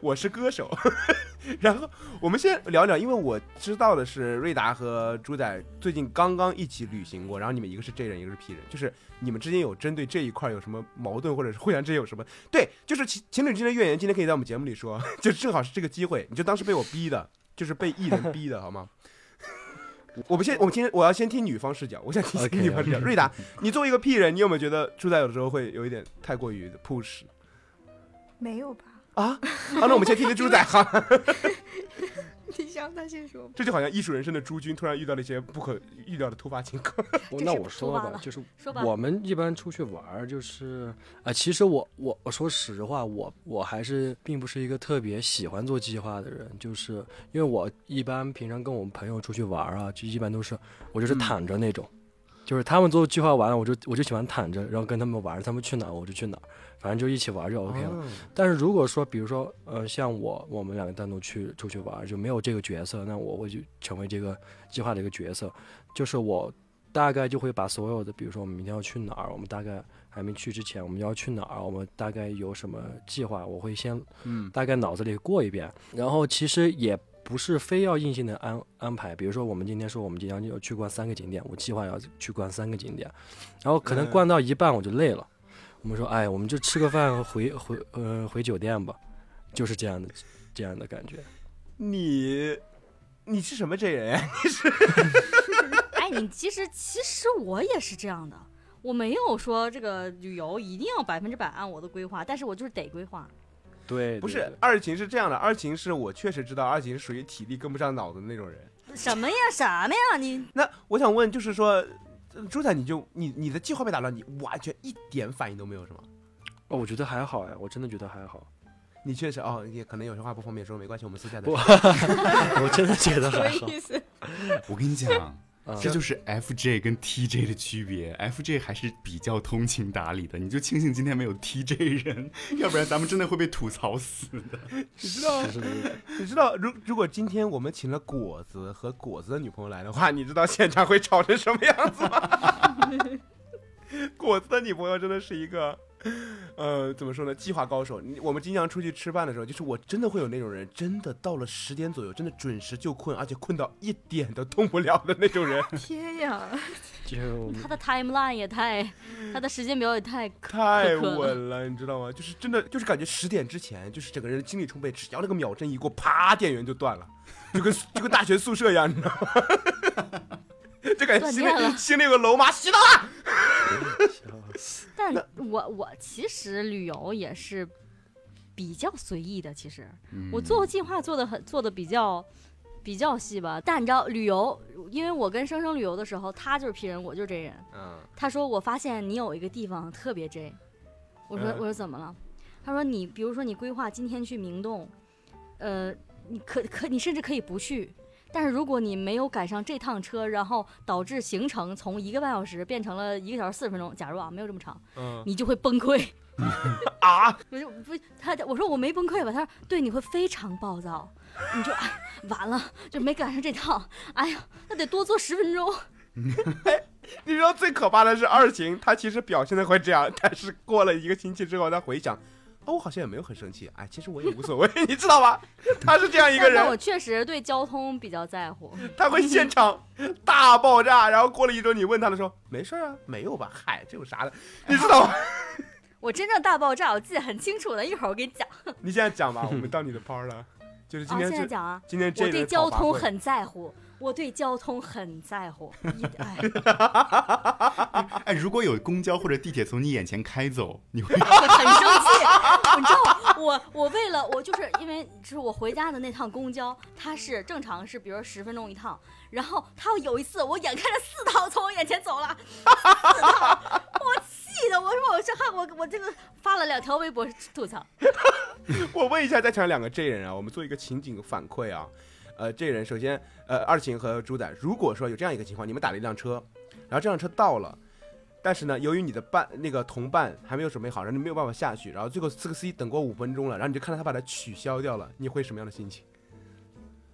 S1: 我是歌手。 *laughs* 然后我们先聊聊，因为我知道的是瑞达和猪仔最近刚刚一起旅行过，然后你们一个是 J 人，一个是 P 人，就是你们之间有针对这一块有什么矛盾，或者是互相之间有什么对，就是情情侣之间的怨言，今天可以在我们节目里说， *laughs* 就正好是这个机会，你就当是被我逼的，就是被艺人逼的好吗？ *laughs* 我们先，我们先，我要先听女方视角，我想听
S4: OK，
S1: 女方视角。瑞达，你作为一个 P 人，你有没有觉得猪仔有的时候会有一点太过于 push
S5: *laughs* 没有吧？
S1: 啊？啊，那我们先听听猪仔哈。
S5: 你想他先说吧。
S1: 这就好像艺术人生的朱军突然遇到了一些不可预料的突发情况。
S4: 我
S3: 这
S4: 那
S3: 是
S4: 我说
S3: 出发
S4: 吧
S3: 了，
S4: 就是
S3: 说吧
S4: 我们一般出去玩儿，就是啊、其实我我我说实话，我我还是并不是一个特别喜欢做计划的人，就是因为我一般平常跟我们朋友出去玩儿啊，就一般都是我就是
S2: 嗯
S4: 躺着那种，就是他们做计划完了，我就我就喜欢躺着，然后跟他们玩儿，他们去哪儿我就去哪儿，反正就一起玩儿就 OK 了。
S1: 哦
S4: 但是如果说，比如说，呃，像我我们两个单独去出去玩儿，就没有这个角色，那我会就成为这个计划的一个角色，就是我大概就会把所有的，比如说我们明天要去哪儿，我们大概还没去之前我们要去哪儿，我们大概有什么计划，我会先
S2: 嗯
S4: 大概脑子里过一遍，然后其实也。不是非要硬性的安安排，比如说我们今天说我们今天要去逛三个景点，我计划要去逛三个景点，然后可能
S1: 嗯
S4: 逛到一半我就累了，我们说，哎，我们就吃个饭回回呃回酒店吧，就是这样的这样的感觉。
S1: 你你是什么这人呀？
S3: 哎，你其实其实我也是这样的，我没有说这个旅游一定要百分之百按我的规划，但是我就是得规划。
S4: 对，
S1: 不是二琴是这样的，二琴是我确实知道，二琴是属于体力跟不上脑子的那种人。
S3: 什么呀什么呀你
S1: 那我想问，就是说，呃朱仔，你就你你的计划被打乱，你完全一点反应都没有，是吗？
S4: 哦，我觉得还好哎，我真的觉得还好，
S1: 你确实哦，也可能有些话不方便说，没关系，我们私下再
S4: 不
S1: 说。
S4: *laughs* 我真的觉得
S3: 什么
S4: 还好。
S3: 意思？
S2: 我跟你讲，
S4: 啊
S2: 这就是 FJ 跟 TJ 的区别。FJ 还是比较通情达理的，你就庆幸今天没有 TJ 人，要不然咱们真的会被吐槽死的。
S1: 你知
S4: *laughs*
S1: 道，
S4: 是的
S1: 你知道，如如果今天我们请了果子和果子的女朋友来的话，你知道现场会吵成什么样子吗？ *laughs* 果子的女朋友真的是一个，呃，怎么说呢？计划高手。你我们经常出去吃饭的时候，就是我真的会有那种人，真的到了十点左右，真的准时就困，而且困到一点都动不了的那种人，
S5: 天呀，
S4: 就
S3: 他的 timeline 也太，他的时间表也太
S1: 太
S3: 苛刻了
S1: 稳了，你知道吗？就是真的，就是感觉十点之前，就是整个人精力充沛，只要那个秒针一过，啪，电源就断了，就跟 *laughs* 就跟大学宿舍一样，你知道吗？ *laughs* 就感觉
S3: 断
S1: 心
S3: 电
S1: 里
S3: 了
S1: 心里有个龙马洗脑。
S3: 但我我其实旅游也是比较随意的，其实
S2: 嗯
S3: 我做计划做的很做的比较比较细吧。但你知道旅游，因为我跟生生旅游的时候，他就是 P 人，我就是 J 人。
S1: 嗯，
S3: 他说我发现你有一个地方特别 J，我说、
S1: 嗯
S3: 我说怎么了？他说你比如说你规划今天去明洞，呃，你可可你甚至可以不去。但是如果你没有赶上这趟车，然后导致行程从一个半小时变成了一个小时四十分钟，假如啊没有这么长，
S1: 嗯
S3: 你就会崩溃。
S1: *laughs* 啊，
S3: 我就不，他我说我没崩溃吧，他说对，你会非常暴躁，你就哎完了，就没赶上这趟，哎呀，那得多坐十分钟。
S1: 你知道最可怕的是二琴，她其实表现的会这样， *laughs* 但是过了一个星期之后，她回想，哦，我好像也没有很生气，哎，其实我也无所谓， *laughs* 你知道吧？她是这样一个
S3: 但 *laughs* 但
S1: 人
S3: 我，确实对交通比较在
S1: *laughs*
S3: 乎，
S1: 他会现场大爆炸，然后过了一周，你问他的时候，没事儿啊，没有吧？嗨，这有啥
S3: *laughs*
S1: 的？你知道吗？
S3: 我真正大爆炸我记得很清楚的，一会儿我给你讲。
S1: 你现在讲吧，我们到你的班儿了，就是今
S3: 啊，
S1: 天
S3: 现在
S1: 是
S3: 讲啊，
S1: 今天这
S3: 我
S1: 一轮
S3: 对
S1: 讨
S3: 交
S1: 伐会
S3: 通很在乎，我对交通很
S1: *laughs*
S3: 在乎，一哎，
S2: 哎，如果有公交或者地铁从你眼前开走，你会
S3: 我很生气。你知道，我我为了我就是因为就是我回家的那趟公交，它是正常是比如说十分钟一趟，然后它有一次我眼看着四趟从我眼前走了，四趟，我气的我说我这还我我这个发了两条微博吐槽，
S1: 我问一下在场两个 J 人啊，我们做一个情景反馈啊。呃，J 人首先，呃，二琴和朱仔，如果说有这样一个情况，你们打了一辆车，然后这辆车到了，但是呢，由于你的伴那个同伴还没有准备好，然后你没有办法下去，然后最后四个 C 等过五分钟了，然后你就看到他把它取消掉了，你会什么样的心情？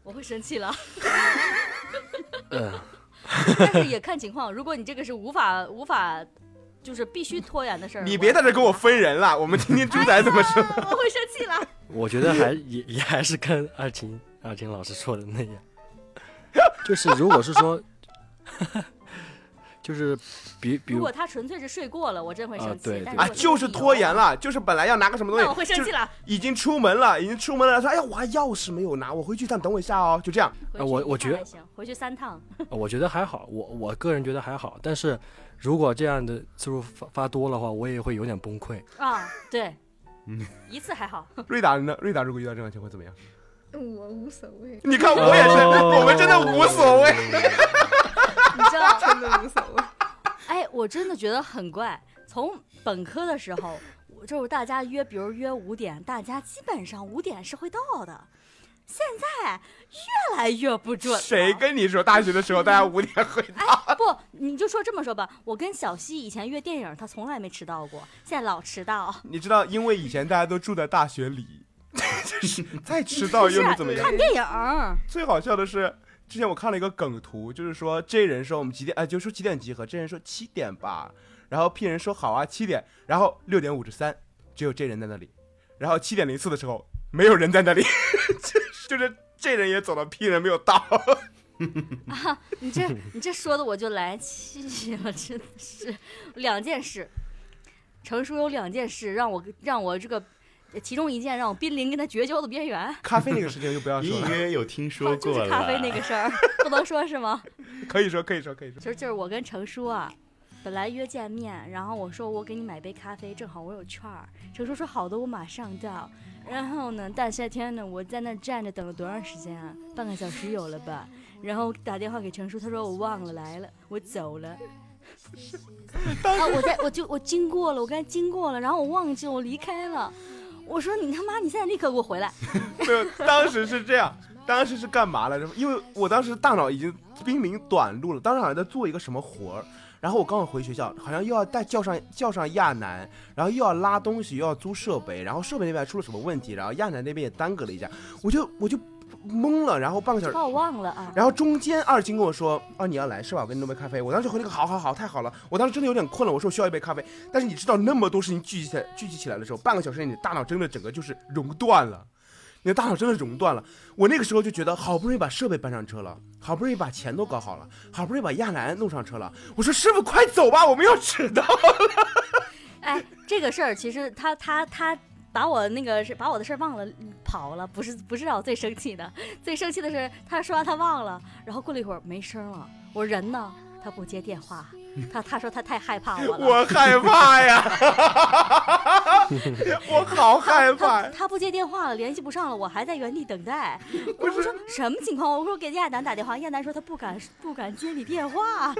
S3: 我会生气了。
S4: *laughs* 嗯，
S3: 但是也看情况，如果你这个是无法无法，就是必须拖延的事儿，
S1: 你别在这跟我分人了，我们听听猪仔怎么说。
S3: 我我会生气了。
S4: 我觉得还也也还是跟二琴二琴老师说的那样， *laughs* 就是如果是说， *laughs* 就是比比
S3: 如
S4: 如
S3: 果他纯粹是睡过了，我真会生
S4: 啊
S3: 气
S4: 对。
S3: 但
S1: 啊，
S4: 对
S3: 如果
S1: 就是拖延了，就是本来要拿个什么
S3: 理由，
S1: 东西，
S3: 哎那我会生气
S1: 就是
S3: 了。
S1: 已经出门了，已经出门了，说哎呀，我还钥匙没有拿，我回去一趟，等我一下哦，就这样。
S3: 回
S4: 啊
S3: 去
S4: 我
S3: 一
S4: 我
S3: 趟
S4: 觉
S3: 还行，回去三趟。
S4: 我觉得还好，我我个人觉得还好，但是如果这样的次数发发多的话，我也会有点崩溃。
S3: 啊
S4: 嗯
S3: 啊，对，一次还好。
S1: 瑞达呢？瑞达如果遇到这种情况会怎么样？，
S5: 我无所谓
S1: 你看我也是，
S4: 哦
S1: 我们真的无所谓。
S3: 你知
S5: *laughs*
S3: 道，
S5: 真的无所谓。
S3: 哎，我真的觉得很怪。从本科的时候，我就是大家约，比如约五点，大家基本上五点是会到的。现在越来越不准了。
S1: 谁跟你说大学的时候大家五点回家？
S3: 哎，不，你就说这么说吧。我跟小西以前约电影，他从来没迟到过，现在老迟到。
S1: 你知道，因为以前大家都住在大学里， *laughs* 再迟到
S3: 不是
S1: 又能怎么样？
S3: *laughs* 看电影儿，
S1: 最好笑的是，之前我看了一个梗图，就是说 J 人说我们几点，哎、就说几点集合，J 人说七点吧，然后 P 人说好啊七点，然后六点五十三只有 J 人在那里，然后七点零四的时候没有人在那里， *laughs* 就是 J 人也走了，P 人没有到，
S3: 你这你这说的我就来气了，真的是两件事。程叔有两件事让我让我这个，其中一件让我濒临跟他绝交的边缘，
S1: 咖啡那个事情就不要
S2: 隐
S1: 说 *laughs*
S2: 隐
S1: 了，
S2: 约约有听
S3: 哦
S2: 说
S3: 就
S2: 过了。
S3: 是咖啡那个
S2: *laughs*
S3: 事儿，不能说是吗？
S1: 可以说可以说可以说
S3: 其，实就是我跟程叔啊，本来约见面，然后我说我给你买杯咖啡，正好我有券儿。程叔说好的，我马上到。然后呢，大夏天呢，我在那站着等了多长时间啊？半个小时有了吧？然后打电话给程叔，他说我忘了来了，我
S2: *laughs*
S3: 走了。啊，我在我就我经过了，我刚才经过了，然后我忘记了，我离开了。我说你他妈，你现在立刻给我回来！
S1: *laughs* 没有，当时是这样，当时是干嘛来着？因为我当时大脑已经濒临短路了，当时好像在做一个什么活儿，然后我刚好回学校，好像又要带叫上叫上亚楠，然后又要拉东西，又要租设备，然后设备那边还出了什么问题，然后亚楠那边也耽搁了一下，我就我就懵了，然后半个小时
S3: 把。我忘了啊！
S1: 然后中间二金跟我说：“啊，你要来是吧？我给你弄杯咖啡。”我当时回了个“好好好，太好了！”我当时真的有点困了，我说我需要一杯咖啡。但是你知道那么多事情聚集起来聚集起来的时候，半个小时内你的大脑真的整个就是熔断了，你的大脑真的熔断了。我那个时候就觉得，好不容易把设备搬上车了，好不容易把钱都搞好了，好不容易把亚楠弄上车了，我说师傅快走吧，我们要迟到。
S3: 哎，这个事儿其实他他他把我那个是把我的事儿忘了跑了，不是不是让我最生气的，最生气的是他说他忘了，然后过了一会儿没声了，我人呢？他不接电话，他他说他太害怕我了。
S1: 嗯我害怕呀， *laughs* 我好害怕
S3: 他。他不接电话了，联系不上了，我还在原地等待。我说什么情况？我说给亚楠打电话，亚楠说他不敢不敢接你电话。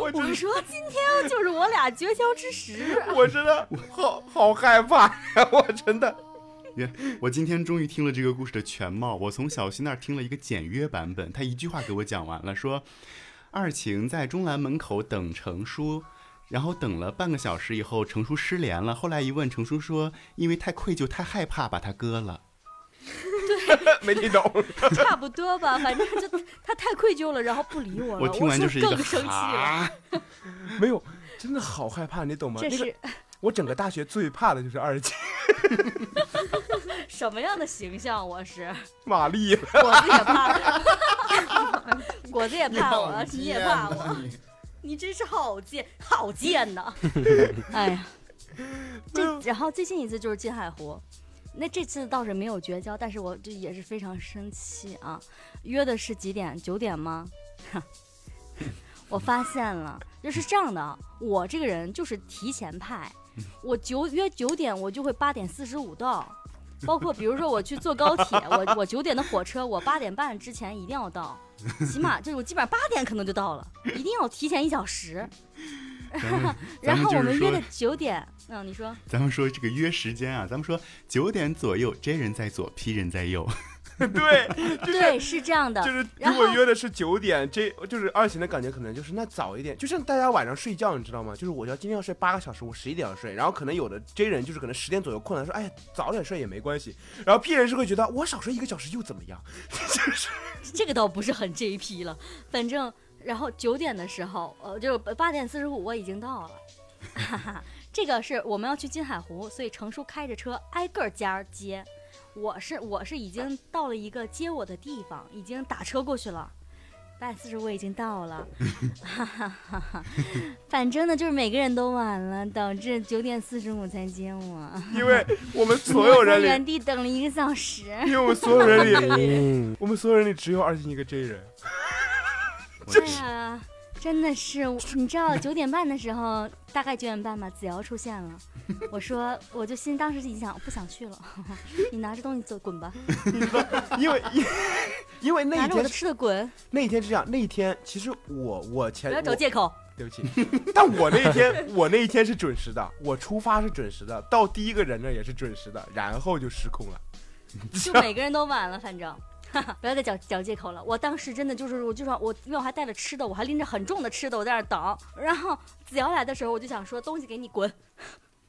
S1: 我
S3: 我
S1: 真
S3: 说今天就是我俩绝交之时。
S1: 我真的好好害怕呀，我真的。
S2: 我今天终于听了这个故事的全貌。我从小西那儿听了一个简约版本，他一句话给我讲完了，说二晴在中栏门口等程叔，然后等了半个小时以后，程叔失联了。后来一问，程叔说因为太愧疚、太害怕，把他割了。
S1: 没听懂。
S3: 差不多吧，反正就他太愧疚了，然后不哦理我了。
S2: 我听完就是一个
S3: 更生气了。
S2: 哈，
S1: *laughs* 没有，真的好害怕，你懂吗？
S3: 这
S1: 那个
S3: 是
S1: 我整个大学最怕的就是二姐
S3: 什么样的形象？我是
S1: *laughs* 玛
S3: *laughs*
S1: 丽，
S3: 果子也怕，果子也怕我，你也怕我，
S2: 你。
S3: *laughs* 你真是好贱，好贱呐！哎呀，这然后最近一次就是金海湖，那这次倒是没有绝交，但是我这也是非常生气啊！约的是几点？九点吗？ *laughs* 哼我发现了，就是这样的啊，我这个人就是提前派，我九约九点，我就会八点四十五到。包括比如说我去坐高铁，我我九点的火车，我八点半之前一定要到，起码就是我基本上八点可能就到了，一定要提前一小时。
S2: 咱们
S3: 然后我
S2: 咱们就
S3: 们
S2: 是
S3: 约
S2: 说
S3: 的九点，嗯，你说
S2: *laughs* 咱们说这个约时间啊，咱们说九点左右，J 人在左，P 人在右。 *laughs*
S1: 对，
S3: 对，是这样的
S1: 就。是
S3: 然
S1: 如
S3: 后
S1: 果约的是九点，这就是二琴的感觉，可能就是那早一点，就像大家晚上睡觉，你知道吗？就是我要今天要睡八个小时，我十一点要睡，然后可能有的 J 人就是可能十点左右困了，说哎呀早点睡也没关系，然后 P 人是会觉得我少睡一个小时又怎么样？就是
S3: 这个倒不是很 JP 了，反正然后九点的时候，呃，就是八点四十五我已经到了， *laughs* 哈哈，这个是我们要去金海湖，所以程叔开着车挨个儿家儿接，我是我是已经到了一个接我的地方，已经打车过去了。八点四十五已经到了， *laughs* 哈哈哈哈！反正呢，就是每个人都晚了，导致九点四十五才接我。
S1: 因为我们所有人
S3: 我在
S1: 里，
S3: 原地等了一个小时。
S1: 因为我们所有人里，
S4: 嗯，
S1: 我们所有人里只有二琴一个 J 人，
S2: 我
S3: 对呀，啊真的是，我你知道九点半的时候，大概九点半吧，子瑶出现
S1: *laughs*
S3: 了，我说我就心当时就已经想不想去了， *laughs* 你拿着东西走滚吧，
S1: 因为 *laughs* 因因为那
S3: 拿
S1: 一
S3: 着我
S1: 天
S3: 的吃的滚，
S1: 那一天是这样，那一天其实我我前
S3: 不要找
S1: 我 *laughs*
S3: 借口。
S1: 对不起，但我那一天 *laughs* 我那一天是准时的，我出发是准时的，到第一个人那儿也是准时的，然后就失控了。
S3: 就每个人都晚了，反正。 *laughs* 哈哈，不要再找找借口了。我当时真的就是，我就说，我因为我还带了吃的，我还拎着很重的吃的，我在那儿等。然后子瑶来的时候，我就想说，东西给你滚，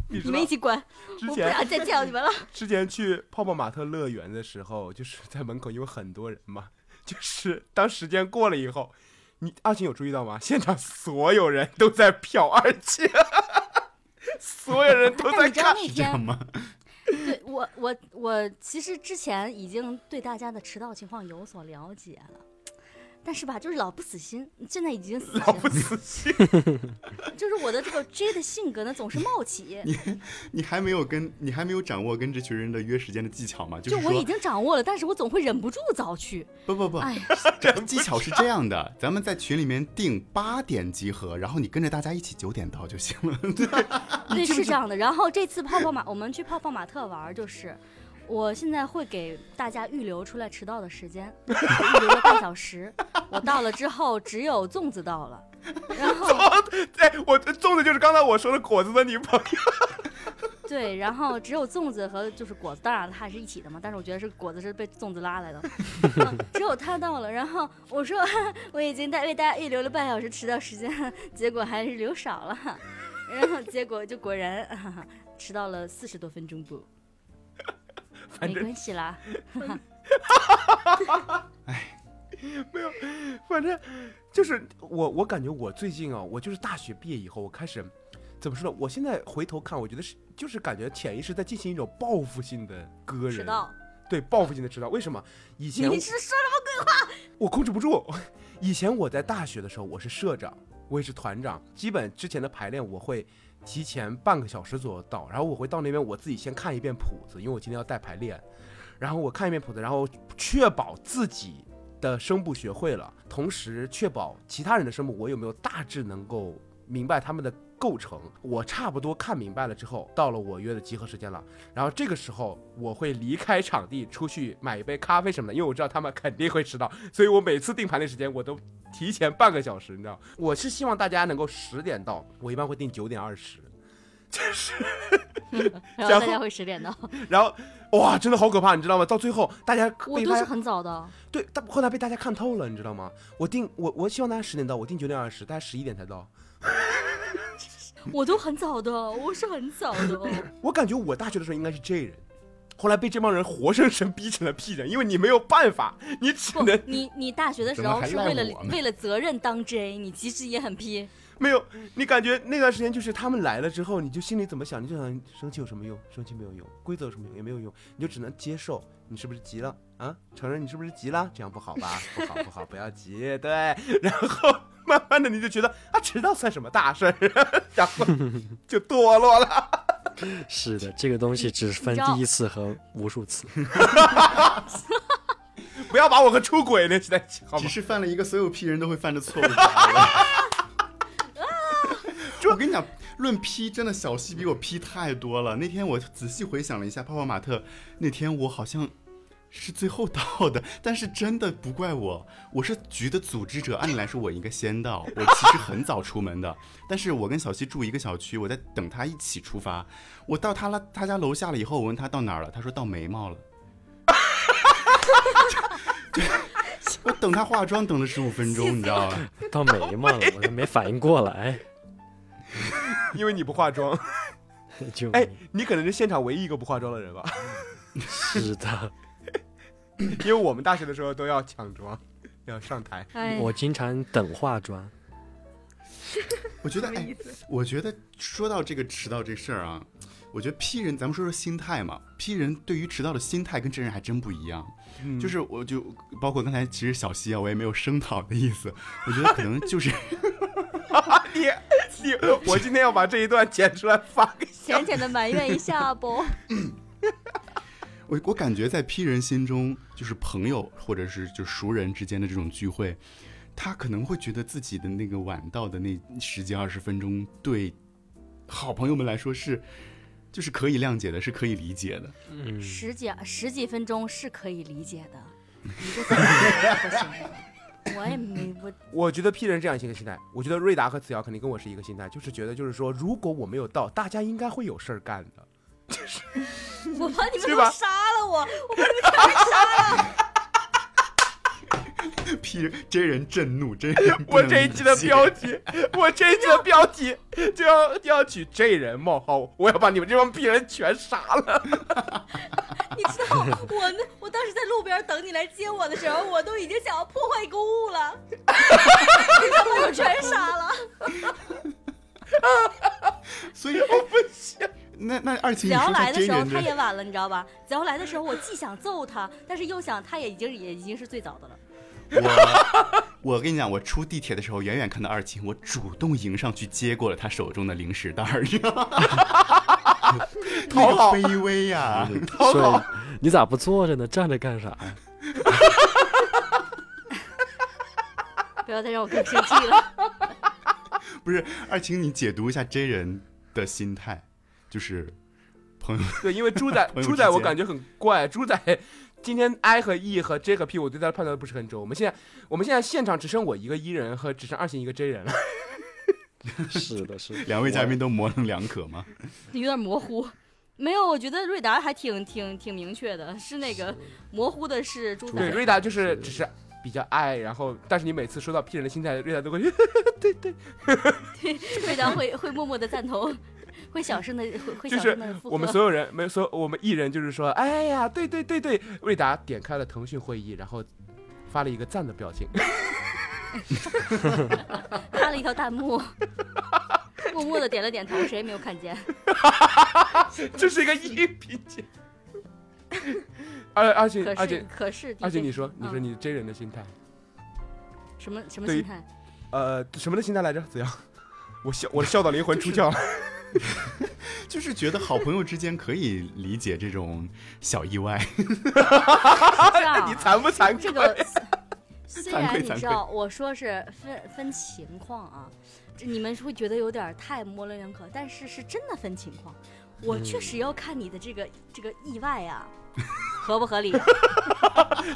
S1: 你知道
S3: 你们一起滚，
S1: 之
S3: 我不
S1: 前
S3: 想再见到你们了。
S1: *laughs* 之前去泡泡玛特乐园的时候，就是在门口，因为很多人嘛， *laughs* 就是当时间过了以后，你二庆有注意到吗？现场所有人都在瞟二庆， *laughs* 所有人都
S3: 但
S1: 在
S3: 哎你知道
S1: 看。
S3: 那
S2: 这样
S3: 天，
S2: 吗？
S3: *laughs* 对我我我其实之前已经对大家的迟到情况有所了解了，但是吧，就是老不死心，现在已经死心
S1: 老不
S3: 了。
S1: 死心， *laughs*
S3: 就是我的这个 J 的性格呢，总是冒起。
S2: 你还没有跟你还没有掌握跟这群人的约时间的技巧吗？
S3: 就是我已
S2: 说，
S3: 经掌握了，但是我总会忍不住早去。
S2: 不不不，
S3: 哎
S2: *laughs*
S3: 呀，
S2: 技巧是这样的，咱们在群里面定八点集合，然后你跟着大家一起九点到就行了。
S3: 对，是这样的。然后这次泡泡玛，我们去泡泡玛特玩儿，就是我现在会给大家预留出来迟到的时间，我预留了半小时。我到了之后，只有粽子到了，然后
S1: 哎，我粽子就是刚才我说的果子的女朋友，
S3: 对，然后只有粽子和就是果子，当然它是一起的嘛。但是我觉得是果子是被粽子拉来的，啊只有他到了。然后我说 *laughs* 我已经带为大家预留了半小时迟到时间，结果还是留少了，然后结果就果然、啊迟到了四十多分钟不。没
S1: 正
S3: 关系啦，
S1: 反正就是我，我感觉我最近啊，我就是大学毕业以后，我开始怎么说呢？我现在回头看，我觉得是就是感觉潜意识在进行一种报复性的割人，
S3: 迟到。
S1: 对报复性的迟到。为什么？以前
S3: 你是说
S1: 我控制不住。以前我在大学的时候，我是社长，我也是团长，基本之前的排练我会提前半个小时左右到，然后我会到那边我自己先看一遍谱子，因为我今天要带排练，然后我看一遍谱子，然后确保自己的声部学会了，同时确保其他人的声部我有没有大致能够明白他们的。构成我差不多看明白了之后，到了我约的集合时间了。然后这个时候我会离开场地出去买一杯咖啡什么的，因为我知道他们肯定会迟到，所以我每次定盘的时间我都提前半个小时，你知道，我是希望大家能够十点到，我一般会定九点二十，就是，然
S3: 然后
S1: 后
S3: 大家会十点到，
S1: 然后哇，真的好可怕，你知道吗？到最后大家
S3: 我
S1: 被
S3: 都
S1: 大
S3: 是
S1: 家
S3: 很早的。
S1: 对，但后来被大家看透了，你知道吗？我定我我希望大家十点到，我定九点二十，大家十一点才到，
S3: 我都很早的，我是很早的哦。
S1: 我感觉我大学的时候应该是 J 人。后来被这帮人活生生逼成了 P 人，因为你没有办法，你只
S3: 不
S1: 能，
S3: 你你大学的时
S2: 怎么
S3: 候
S2: 还
S3: 是
S2: 赖
S3: 为了
S2: 我呢
S3: 为了责任当 J，你其实也很 P。
S1: 没有，你感觉那段时间就是他们来了之后，你就心里怎么想，你就想生气有什么用？生气没有用，规则有什么用？也没有用，你就只能接受。嗯你是不是急了啊？ *laughs* 承认你是不是急了？这样不好吧？不好不好，不要急。对，然后慢慢的你就觉得啊，迟到算什么大事儿？然后就堕落了。
S4: 是的，这个东西只分
S3: 你知道
S4: 第一次和无数次。
S1: 不要把我和出轨联系在一起，好吗
S2: 只？是犯了一个所有 P 人都会犯的错误。我跟你讲，论 P 真的小西比我 P 太多了。那天我仔细回想了一下，泡泡玛特那天我好像是最后到的，但是真的不怪我，我是局的组织者。按理来说我应该先到，我其实很早出门的，但是我跟小西住一个小区，我在等他一起出发。我到他了他家楼下了以后，我问他到哪儿了，他说到眉毛了。我等他化妆等了十五分钟，你知道吗？ *laughs*
S4: 到眉毛了，我都没反应过来，
S1: 因为你不化妆，
S4: 就
S1: 哎，你可能是现场唯一一个不化妆的人吧？ *laughs*
S4: 是的，
S1: 因为我们大学的时候都要抢妆，要上台。
S3: 哎，
S4: 我经常等化妆，
S2: 我觉得
S5: 什么
S2: 哎
S5: 意，思？
S2: 我觉得说到这个迟到这事儿啊，我觉得 P 人，咱们说说心态嘛。P 人对于迟到的心态跟真人还真不一样。
S1: 嗯
S2: 就是我就包括刚才其实小西啊，我也没有声讨的意思， *laughs* 我觉得可能就是 *laughs*
S1: 你你， *laughs* 我今天要把这一段剪出来发给
S3: 浅浅的埋怨一下不？
S2: 我我感觉在 P 人心中，就是朋友或者是就熟人之间的这种聚会，他可能会觉得自己的那个晚到的那十几二十分钟，对好朋友们来说是就是可以谅解的，是可以理解的。
S4: 嗯，
S3: 十几十几分钟是可以理解的，你就再晚不行了。我也没我
S1: 我觉得 P 人这样一个心态，我觉得瑞达和子瑶肯定跟我是一个心态，就是觉得就是说，如果我没有到，大家应该会有事儿干的。
S3: 我把你们
S1: 去
S3: 都
S1: 吧
S3: 杀了我，
S2: P 真人震怒，真人
S1: *laughs* *laughs* 我这一期的标
S2: 标
S1: 题，我这一期的标题就要就要取 J 人冒号，我要把你们这帮 P 人全杀了。
S3: 你知道我那我当时在路边等你来接我的时候，我都已经想要破坏公物了， *laughs* 你他妈又全杀了。
S2: *laughs* 所以我不信。那那二七，
S3: 子
S2: 你
S3: 瑶
S2: 说
S3: 来
S2: 说
S3: 的
S2: 真
S3: 时候
S2: 人
S3: 他
S2: 的
S3: 也晚了，你知道吧？子瑶来的时候，我既想揍他，但是又想他也已经也已经是最早的了。
S2: *laughs* 我，我跟你讲，我出地铁的时候，远远看到二琴，我主动迎上去接过了他手中的零食袋儿， *laughs*
S1: 讨好
S2: 那个卑微呀、
S1: *laughs* 好
S4: *laughs* 所以你咋不坐着呢？站着干啥呀？
S3: 不要再让我更生气了。
S2: 不是二琴，你解读一下真人的心态，就是朋友
S1: 对，因为猪 *laughs* 仔
S2: 朋友
S1: 猪
S2: 之
S1: 仔我
S2: 间
S1: 感觉很怪，猪仔今天 I 和 E 和 J 和 P 我对他的判断不是很准。我们现在我们现在现场只剩我一个 E 人和只剩二星一个 J 人了。
S4: 是的，是的。
S2: 两位嘉宾都模棱两可吗？ *laughs*
S3: 有点模糊。没有，我觉得瑞达还挺挺挺明确的，是那个模糊的是朱
S1: 对，
S3: 仔。
S1: 瑞达就是
S4: 是
S1: 只是比较爱，然后但是你每次说到 P 人的心态，瑞达都会 *laughs* 对对，
S3: 瑞达会会默默的赞同，会小声的会会
S1: 就
S3: 小
S1: 是
S3: 声的
S1: *laughs*
S3: 附和。
S1: 我们所有人没有所有我们 E 人就是说，哎呀，对对对对，瑞达点开了腾讯会议，然后发了一个赞的表情。 *laughs*
S3: 发了一条弹幕， *laughs* 默默的点了点头，谁也没有看见。
S1: 这是一个音频节目。而而且
S3: 可
S1: 而
S3: 是
S1: 且
S3: 可是 DJ，
S1: 而且，你说你说
S3: 嗯
S1: 你真人的心态，
S3: 什么什么
S1: 对于 *laughs*
S3: 心态？
S1: 呃，什么的心态来着？怎样？ *laughs* 我笑，我笑到灵魂出窍了。
S2: 就是觉得好朋友之间可以理解这种小意外，
S3: 是啊
S1: 哎你残不残
S3: 这
S1: 酷？ *laughs*
S3: 个虽
S2: 惭
S3: 然
S2: 愧
S3: 你
S2: 惭
S3: 知道，我说是分分情况啊，这你们会觉得有点太模棱两可，但是是真的分情况。我确
S2: 嗯
S3: 实要看你的这个这个意外啊，合不合
S2: *laughs*
S3: 理啊、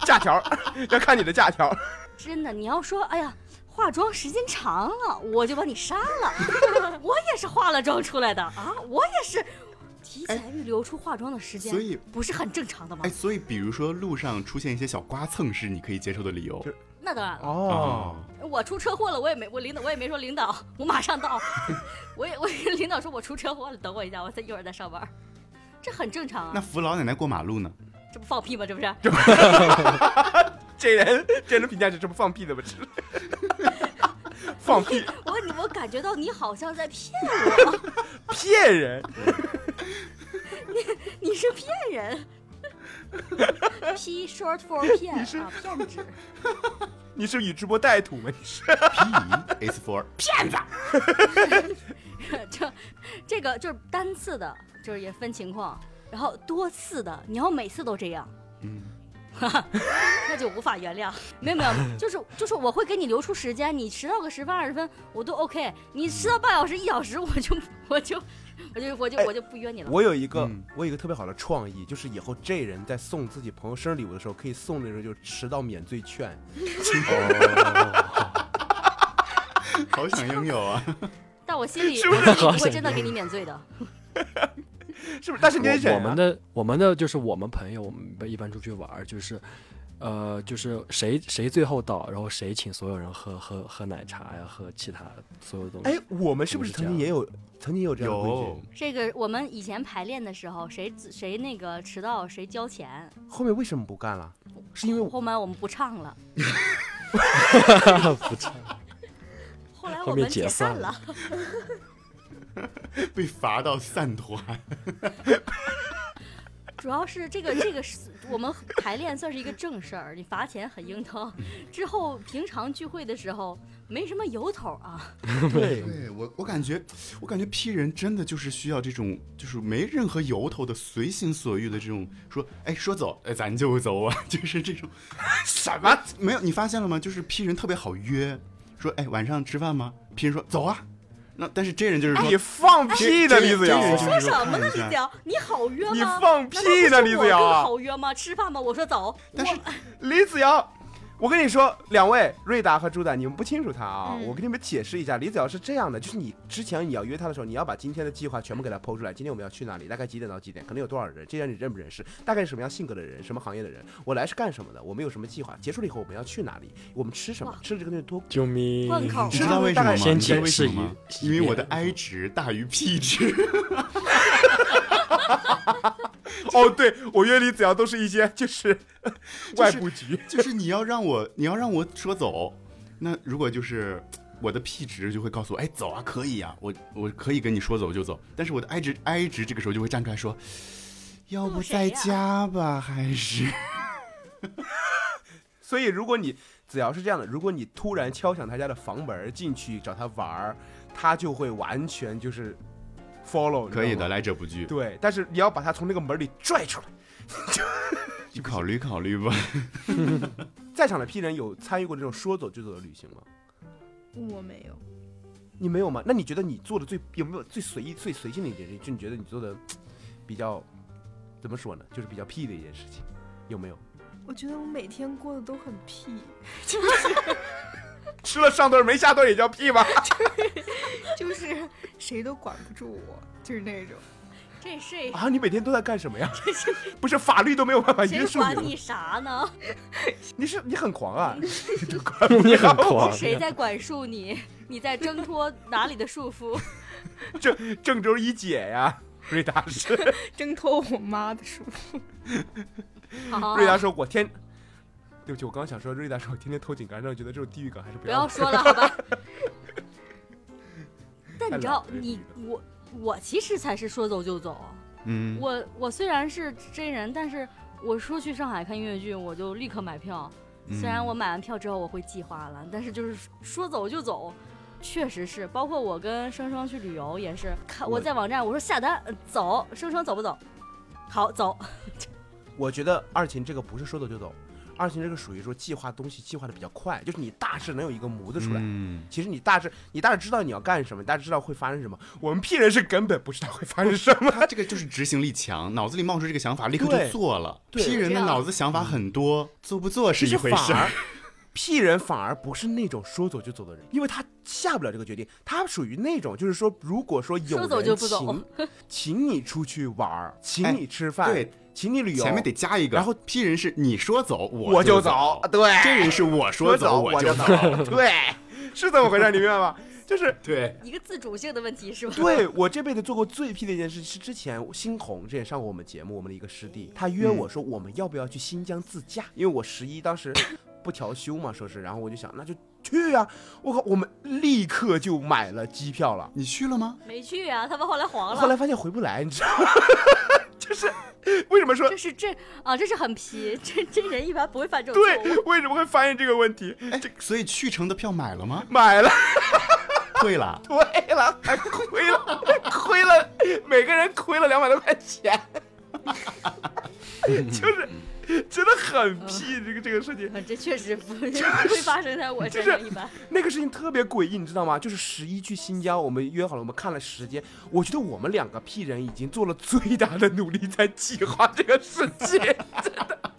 S1: 假条， *laughs* 要看你的假条。
S3: 真的，你要说，哎呀，化妆时间长了，我就把你杀了。 *laughs* 我也是化了妆出来的啊，我也是提前预留出化妆的时间，
S2: 哎所以
S3: 不是很正常的吗
S2: 哎，？所以比如说路上出现一些小刮蹭是你可以接受的理由啊
S1: 就
S3: 那当然了，
S1: 哦，
S3: 我出车祸了，我也没我领导我也没说领导，我马上到。 *laughs* 我也我也领导说我出车祸了，等我一下，我再一会儿再上班。这很正常
S2: 那
S3: 啊，
S2: 扶老奶奶过马
S1: *laughs*
S2: 路呢？
S3: 这不放屁吗？这不是？
S1: 这人这人的评价是这么放屁的吗？ *laughs* 放屁，
S3: 我你我感觉到你好像在骗 *laughs*
S1: 骗人！
S3: 你是骗人。P short for 骗啊，骗子。 *laughs*
S1: 你是与直播带土吗？你是
S2: P is for 骗子。
S3: 这这个就是单次的，就是也分情况，然后多次的，你要每次都这样，
S2: 嗯，
S3: 那就无法原谅。没有没有，就是就是我会给你留出时间，你迟到个十分二十分我都 OK，你迟到半小时一小时我就我就我就我就我就不约你了。
S1: 哎我有一个
S2: 嗯，
S1: 我有一个特别好的创意，就是以后这人在送自己朋友生日礼物的时候，可以送那种就是迟到免罪券。
S2: 好想拥有啊！
S3: 但我心里
S1: *laughs* 是
S3: 我
S1: 不
S3: 心里
S4: 好
S3: 不会
S4: 神
S3: 真的给你免罪的。
S1: 是不是？但是你得忍、啊
S4: 我我们的我们的就是我们朋友，我们一般出去玩儿就是，呃，就是谁谁最后到，然后谁请所有人喝喝喝奶茶呀，喝其他所有东西。
S1: 哎，我们是不是曾经也有曾经也有 *laughs* 这样的规
S2: 有
S1: 矩？
S3: 这个我们以前排练的时候，谁谁那个迟到谁交钱，
S1: 后面为什么不干了？是因为我
S3: 后面我们不唱了，
S4: *laughs* 不唱，
S3: 后来
S4: 后
S3: 我
S4: 面
S3: 们
S4: 解
S3: 解散
S4: 散
S3: 了。
S2: 被罚到散团，
S3: 主要是这个这个是我们
S1: 嗯
S3: *laughs* 排练算是一个正事儿，你罚钱很应当。之后平常聚会的时候，没什么由头啊。
S4: 对，
S2: 对我，我感觉，我感觉 P 人真的就是需要这种，就是没任何由头的、随心所欲的这种，说，哎，说走，哎，咱就走啊， *laughs* 就是这种。
S1: 什么？
S2: 没有，你发现了吗？就是 P 人特别好约，说，哎，晚上吃饭吗？P 人说走啊，那但是 J 人就是说，
S1: 哎你放屁的，李子
S2: 真人
S1: 瑶
S2: 就！
S3: 说
S2: 是
S3: 什么呢，
S2: 看一
S3: 李
S2: 下
S3: 子瑶？你好约吗？
S1: 你放屁呢
S3: 难道不是
S1: 李
S3: 我
S1: 子瑶
S3: 更
S1: 啊
S3: 好约吗？吃饭吧，我说走。
S2: 但是
S1: 李子瑶，我跟你说，两位瑞达和朱达，你们不清楚他啊，
S3: 嗯
S1: 我给你们解释一下，李子瑶是这样的，就是你之前你要约他的时候，你要把今天的计划全部给他剖出来，今天我们要去哪里，大概几点到几点，可能有多少人，这些人你认不认识，大概是什么样性格的人，什么行业的人，我来是干什么的，我们有什么计划，结束了以后我们要去哪里，我们吃什么
S3: 哇，
S1: 吃了这个东西多
S4: 救命！
S3: 问口
S2: 你知道为什么吗？
S4: 先
S2: 你知道
S4: 解
S2: 为
S4: 释
S2: 什
S4: 一嗯
S2: 么吗？因为我的 I 值大于 P 值。 *laughs*
S1: 哦，对我约李子瑶都是一些就是 *laughs* 外部局，
S2: 就是你要让我，你要让我说走，那如果就是我的 P 值就会告诉我，哎，走啊，可以啊，我我可以跟你说走就走。但是我的 I 值，I 值这个时候就会站出来说，要不在家吧，还是
S1: 所以如果你子瑶是这样的，如果你突然敲响他家的房门儿进去找他玩儿，他就会完全就是 follow，你知道吗
S2: 可以的，。来者不拒，
S1: 对，但是你要把他从那个门里拽出来。
S2: 你考虑考虑吧。
S1: 在场的 P 人有参与过这种说走就走的旅行吗？
S5: 我没有，
S1: 你没有吗？那你觉得你做的最有没有最随意、最随性的一件事情？就你觉得你做的比较怎么说呢？就是比较屁的一件事情，有没有？
S5: 我觉得我每天过得都很屁，
S1: 吃了上顿没下顿也叫屁
S3: *laughs*
S1: 吗？
S5: 就是谁都管不住我，就是那种。
S3: 这事
S1: 啊，你每天都在干什么
S3: *laughs*
S1: 呀？不是法律都没有办法约
S3: 谁
S1: 束你
S3: 管
S1: 吗，
S3: 你啥呢？
S1: 你是你很狂啊！
S4: *laughs* 你很
S1: 哦
S4: 狂，
S3: 谁在管束你？你在挣脱哪里的束缚？
S1: 郑州一姐呀， *laughs* 瑞达是
S5: 挣脱我妈的束缚。
S3: 好
S1: *laughs* 瑞达说，我天，对不起，我刚想说瑞达说我天天偷井盖，让我觉得这种地狱感还是不
S3: 不
S1: 要
S3: 要
S1: 了。
S3: 说了，好
S1: *laughs*
S3: 吧？但你知道
S1: 太老，了
S3: 你我我其实才是说走就走。啊
S2: 嗯，
S3: 我我虽然是真人，但是我说去上海看音乐剧，我就立刻买票。
S1: 嗯
S3: 虽然我买完票之后我会计划了，但是就是说走就走，确实是。包括我跟生生去旅游也是，看我
S1: 我
S3: 在网站我说下单呃走，生生走不走？好走， *laughs*
S1: 我觉得二琴这个不是说走就走，二琴这个属于说计划东西计划的比较快，就是你大致能有一个模子出来。
S2: 嗯，
S1: 其实你大致你大致知道你要干什么，你大致知道会发生什么。我们 P 人是根本不知道会发生什么。
S2: 他这个就是执行力强，脑子里冒出这个想法立刻
S1: 对
S2: 就做了。
S1: 对
S2: P 人的脑子想法很多，嗯做不做是
S1: 其实
S2: 一回
S1: 反
S2: 事儿。
S1: 而 P 人反而不是那种说走就走的人，因为他下不了这个决定，他属于那种就是说，如果说有
S3: 说
S1: 人
S3: 走就不走
S1: 请
S3: *laughs*
S1: 请你出去玩儿，请
S2: 哎
S1: 你吃饭，
S2: 对，
S1: 请你旅游，
S2: 前面得加一个，
S1: 然后
S2: P 人是你说走我
S1: 我就
S2: 走
S1: 走，，对，
S2: 这人是我
S1: 说
S2: 说
S1: 走
S2: 我
S1: 就
S2: 走。
S1: 对，是这么回事儿，你明白吗？就是
S2: 对，
S3: 一个自主性的问题 *laughs* 是吧？
S1: 对我这辈子做过最屁的一件事是之前新红之前上过我们节目，我们的一个师弟，他约我说我们要不要去新疆自驾，因为我十一当时不调休嘛，说是，然后我就想那就去啊，我靠，我们立刻就买了机票了，
S2: 你去了吗？
S3: 没去啊，他们后来黄
S1: 后
S3: 了。
S1: 来发现回不来，你知道吗？ *laughs* 就是为什么说
S3: 这是这啊，这是很皮，这这人一般不会犯这种错
S1: 对
S3: 误。， *laughs*
S1: 为什么会发现这个问题？？
S2: 哎，所以去程的票买了 *laughs* 吗
S1: 买了。
S2: 退
S1: *laughs*
S2: 了。
S1: 亏了，还亏了，亏了，每个人亏了两百多块钱，就是真的很屁，这个这个事情，
S3: 啊这确实不不会发生在我身上，一般。 *laughs*
S1: 那个事情特别诡异，你知道吗？就是十一去新疆，我们约好了，我们看了时间，我觉得我们两个屁人已经做了最大的努力在计划这个事情， *laughs* 真的。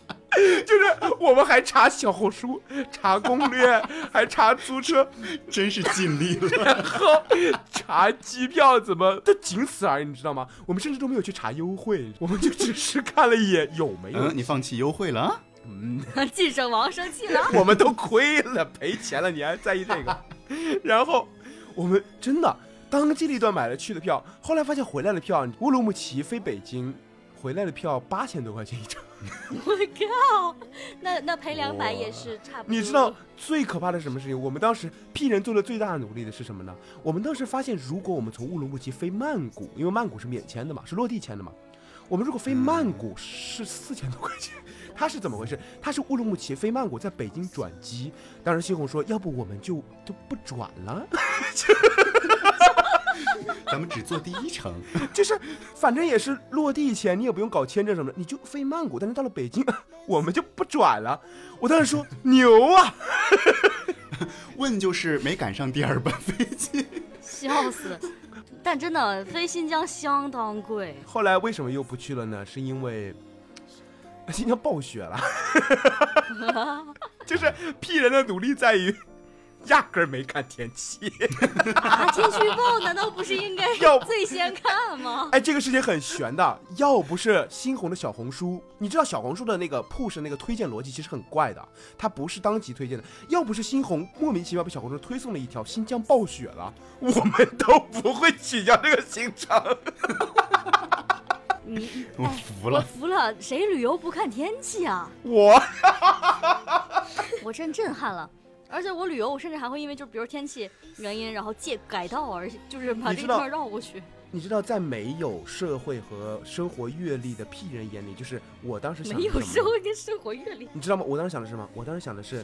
S1: 就是我们还查小红书，查攻略，还查租车，
S2: 真是尽力了。
S1: 查机票怎么， *laughs* 就仅此而已，你知道吗？我们甚至都没有去查优惠， *laughs* 我们就只是看了一眼有没有
S2: 嗯，，你放弃优惠了啊？
S3: 晋省王生气了，
S1: *laughs* 我们都亏了，赔钱了，你还在意这个？ *laughs* 然后我们真的当机立断买了去的票，后来发现回来的票，乌鲁木齐飞北京，回来的票八千多块钱一张。
S3: *laughs* 我靠！Oh 那那赔两百
S4: 哇
S3: 也是差不多。
S1: 你知道最可怕的是什么事情？我们当时 P 人做的最大的努力的是什么呢？我们当时发现，如果我们从乌鲁木齐飞曼谷，因为曼谷是免签的嘛，是落地签的嘛，我们如果飞曼谷是四千多块钱，他是怎么回事？他是乌鲁木齐飞曼谷，在北京转机。当时西红说，要不我们就就不转了， *laughs*
S2: 咱们只做第一程，
S1: 就是反正也是落地前你也不用搞签证什么的，你就飞曼谷。但是到了北京， *laughs* 我们就不转了。我当时说牛啊！
S2: 问就是没赶上第二 *laughs* 班飞机。
S3: 笑死！但真的飞新疆相当贵，
S1: 后来为什么又不去了呢？是因为新疆暴雪了， *laughs* 就是屁人的努力在于 *laughs* 压根儿没看天气。
S3: 啊，天气预报难道不是应该
S1: *laughs* 要不
S3: 最先看吗？
S1: *laughs* 哎，这个事情很悬的，要不是新红的小红书，你知道小红书的那个 push 那个推荐逻辑其实很怪的，它不是当即推荐的。要不是新红莫名其妙被小红书推送了一条新疆暴雪了，我们都不会取消这个行程。
S3: 你
S2: 我服
S3: 我
S2: 了，
S3: 服了，谁旅游不看天气啊？ *laughs*
S1: 我
S3: 我真震撼了。而且我旅游，我甚至还会因为就比如天气原因，然后借改道而就是把
S1: 你
S3: 这
S1: 知
S3: 个地
S1: 道
S3: 方绕过去。
S1: 你知道，在没有社会和生活阅历的屁人眼里，就是我当时想的
S3: 没有
S1: 是什么
S3: 生活跟生活阅
S1: *laughs*
S3: 历，
S1: 你知道吗？我当时想的是什么？我当时想的是，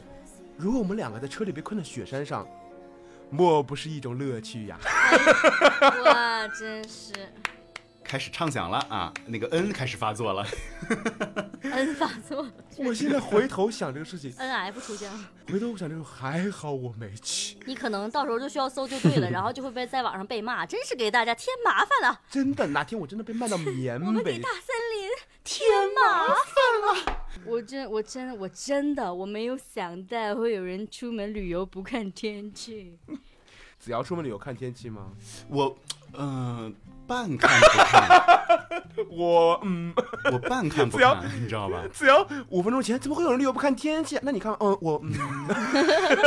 S1: 如果我们两个在车里被困在雪山上，莫不是一种乐趣
S3: *laughs*
S1: 呀？
S3: 哇，真是
S2: 开始畅想了啊，那个 N 开始发作了。
S3: N 发作
S1: 我现在回头想这个事情，
S3: ，N F 出现了。
S1: 回头我想这个还好我没去，
S3: 你可能到时候就需要搜就对了，然后就会被在网上被骂，真是给大家添麻烦了。
S1: 真的哪天我真的被卖到缅
S3: 我们给
S1: 北
S3: 大，森林哎添麻烦了。我真，我真，我真的，我没有想到会有人出门旅游不看天气。 *laughs*
S1: 只要出门旅游看天气吗？
S2: 我，嗯、半看不看，
S1: 我嗯，
S2: 我半看不
S1: 只要
S2: 看，你知道吧？
S1: 只要五分钟前怎么会有人旅游不看天气？那你看，嗯，我嗯，
S2: *laughs*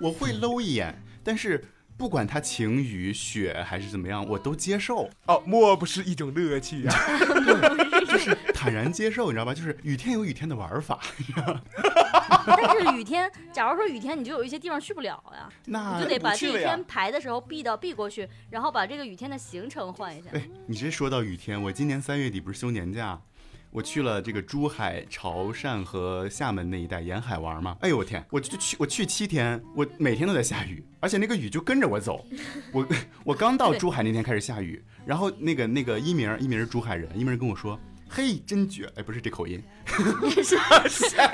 S2: 我会搂一眼，但是不管它晴雨雪还是怎么样，我都接受，
S1: 哦，莫不是一种乐趣呀？ *laughs*
S2: 就是坦然接受，你知道吧？就是雨天有雨天的玩法，
S3: 但是雨天，假如说雨天，你就有一些地方去不了呀，
S2: 那
S3: 啊你就得把
S2: 不
S3: 这
S2: 去
S3: 一
S2: 了呀
S3: 天。排的时候避到避过去，然后把这个雨天的行程换 *laughs* 一下。
S2: 哎，你这说到雨天，我今年三月底不是休年假，我去了这个珠海、潮汕和厦门那一带沿海玩嘛。哎呦我天，我就去我去七天，我每天都在下雨，而且那个雨就跟着我走。我我刚到珠海那天开始下雨，然后那个那个一鸣一鸣是珠海人，一鸣跟我说。嘿，真绝！哎，不是这口音，
S3: 这珠海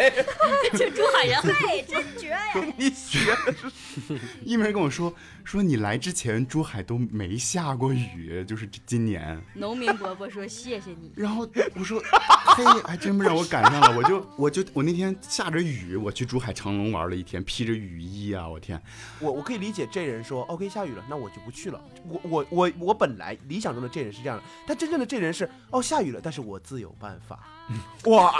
S3: *laughs* 人，嘿，这 *laughs*
S1: 你学的是
S2: 一鸣跟我说说你来之前珠海都没下过雨，就是今年。
S3: 农民伯伯说谢谢你。 *laughs*
S2: 然后我说， *laughs* 嘿，还真让我赶上了。我就我就我那天下着雨，我去珠海长隆玩了一天，披着雨衣啊，我天，
S1: 我我可以理解这人说 OK 下雨了，那我就不去了。我我我我本来理想中的这人是这样的，但真正的这人是哦下雨了，但是我自有办法。
S2: 嗯
S1: 哇，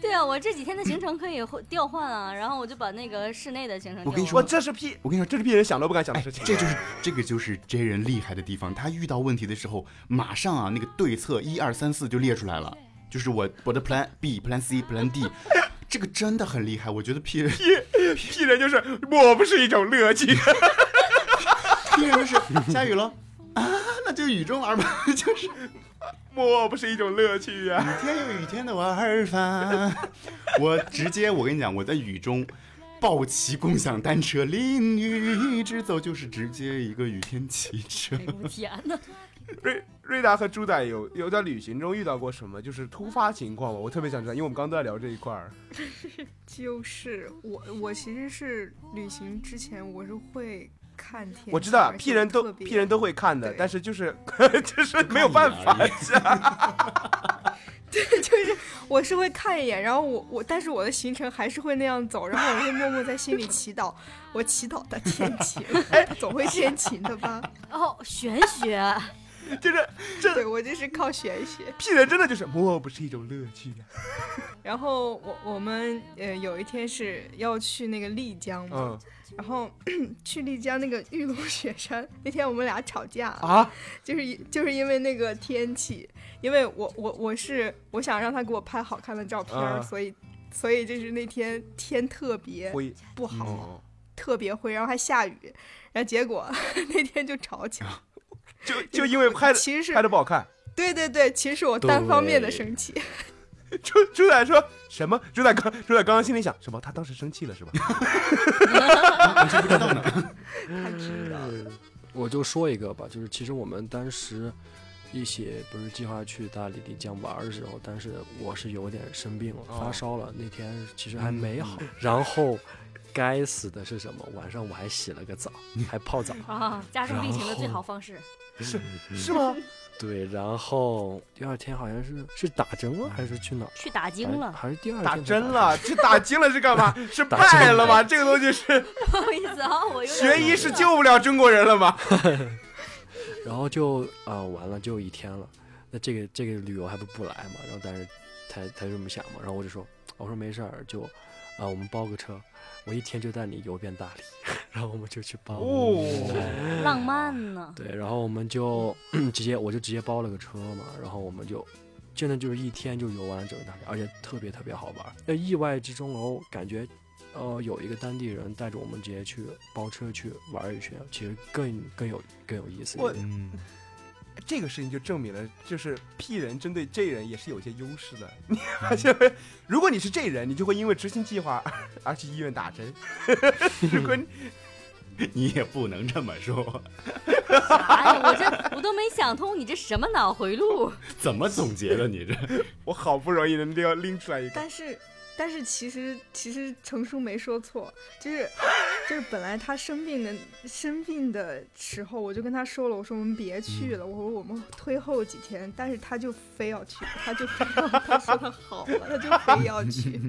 S3: 对啊，我这几天的行程可以换调换啊，然后我就把那个室内的行程调换。
S2: 我跟你说
S1: 我这是屁，
S2: 我跟你说，
S1: 这是屁人想都不敢想的
S2: 哎，
S1: 事情。
S2: 这就是这个就是这人厉害的地方，他遇到问题的时候，马上啊那个对策一二三四就列出来了，就是我我的 Plan B、Plan C、Plan D，这 *laughs* 个真的很厉害，我觉得 P 人
S1: 屁人就是我不是一种乐趣。 *laughs*
S2: P 人就是下雨了。啊，
S1: *laughs*
S2: 那就雨中玩吧，就是
S1: 莫不是一种乐趣啊呀、
S2: 雨天有雨天的玩法。我直接，我跟你讲，我在雨中抱骑共享单车，淋雨一直走，就是直接一个雨天骑车。
S3: 哎呦 *laughs* 我天呐，
S1: 瑞瑞达和朱仔有有在旅行中遇到过什么就是突发情况吗？我特别想知道，因为我们刚刚都在聊这一块儿。
S5: 就是我，我其实是旅行之前我是会看天气，
S1: 我知道
S5: 而且
S1: 屁人都
S5: 特别
S1: 屁人都会看的，
S5: 对
S1: 但是就是 *laughs* 就是 *laughs* 没有办法。
S5: 就是我是会看一眼，然后我我但是我的行程还是会那样走，然后我会默默在心里祈祷，我祈祷它天
S1: *laughs*
S5: 晴，
S1: 哎
S5: 总会天晴的吧？
S3: 哦，玄学，
S1: 就是
S5: 对我就是靠玄学。
S1: 屁人真的就是莫不是一种乐趣呀、
S5: 然后我我们呃有一天是要去那个丽江嘛，
S1: 嗯
S5: 然后 *coughs* 去丽江那个玉龙雪山，那天我们俩吵架了
S1: 啊。
S5: 就是因就是因为那个天气，因为我我我是我想让他给我拍好看的照片儿，
S1: 啊
S5: 所以所以就是那天天特别
S1: 灰
S5: 不好，
S1: 哦，
S5: 特别灰，然后还下雨，然后结果 *laughs* 那天就吵起来，
S1: 就就因为拍的
S5: 其实是
S1: 拍的不好看，
S5: 对对对，其实是我单方面的
S2: 对
S5: 生气，
S1: *laughs* 朱朱仔说什么？朱仔刚朱仔刚刚心里想什么？他当时生气了是吧？
S5: 他知道了。
S4: 我就说一个吧，就是其实我们当时一起不是计划去大理丽江玩的时候，但是我是有点生病了，
S1: 哦
S4: 发烧了，那天其实还没好。然后该死的是什么？晚上我还洗了个澡，还泡 *laughs* 澡。
S3: *laughs* 啊，加重病情的最好方式。
S1: 是吗？
S4: 对，然后第二天好像是是打针了还是去哪儿？
S3: 去打精了，
S4: 还是还是第二天
S1: *laughs* 打
S4: 才
S1: 针
S4: 针
S1: 了，这打击了是干 *laughs* 嘛？是
S4: 打击
S1: 败
S4: 了
S1: 了吗？这个东西 *laughs* 是
S3: 不好意思啊，我有点
S1: 学医是救不了中国人了吗？ *laughs*
S4: 然后就啊、完了就一天了，那这个这个旅游还不不来嘛？然后但是他他就这么想嘛，然后我就说我说没事儿，就啊、我们包个车，我一天就带你游遍大理， *laughs* 然后我们就去包。哎
S1: 哦，
S3: 浪漫呢。
S4: 对，然后我们就 *coughs* 直接我就直接包了个车嘛，然后我们就真的就是一天就游完了整个大理，而且特别特别好玩。那意外之中哦，感觉呃有一个当地人带着我们直接去包车去玩一圈，其实更更有更有意思一
S1: 我
S4: 点。
S2: *laughs* 嗯，
S1: 这个事情就证明了，就是 P 人针对 J 人也是有些优势的。 *laughs* 你发现没？如果你是 J 人，你就会因为执行计划而而去医院打针。如果你
S2: 你也不能这么说，
S3: 哎呀，我这我都没想通，你这什么脑回路？
S2: 怎么总结的？你这
S1: 我好不容易能拎拎出来一个，
S5: 但是，但是其实其实程叔没说错，就是就是本来他生病的生病的时候，我就跟他说了，我说我们别去
S4: 嗯
S5: 了，我说我们推后几天，但是他就非要去，他就非要他说他好了，他就非要
S4: *laughs*
S5: 去，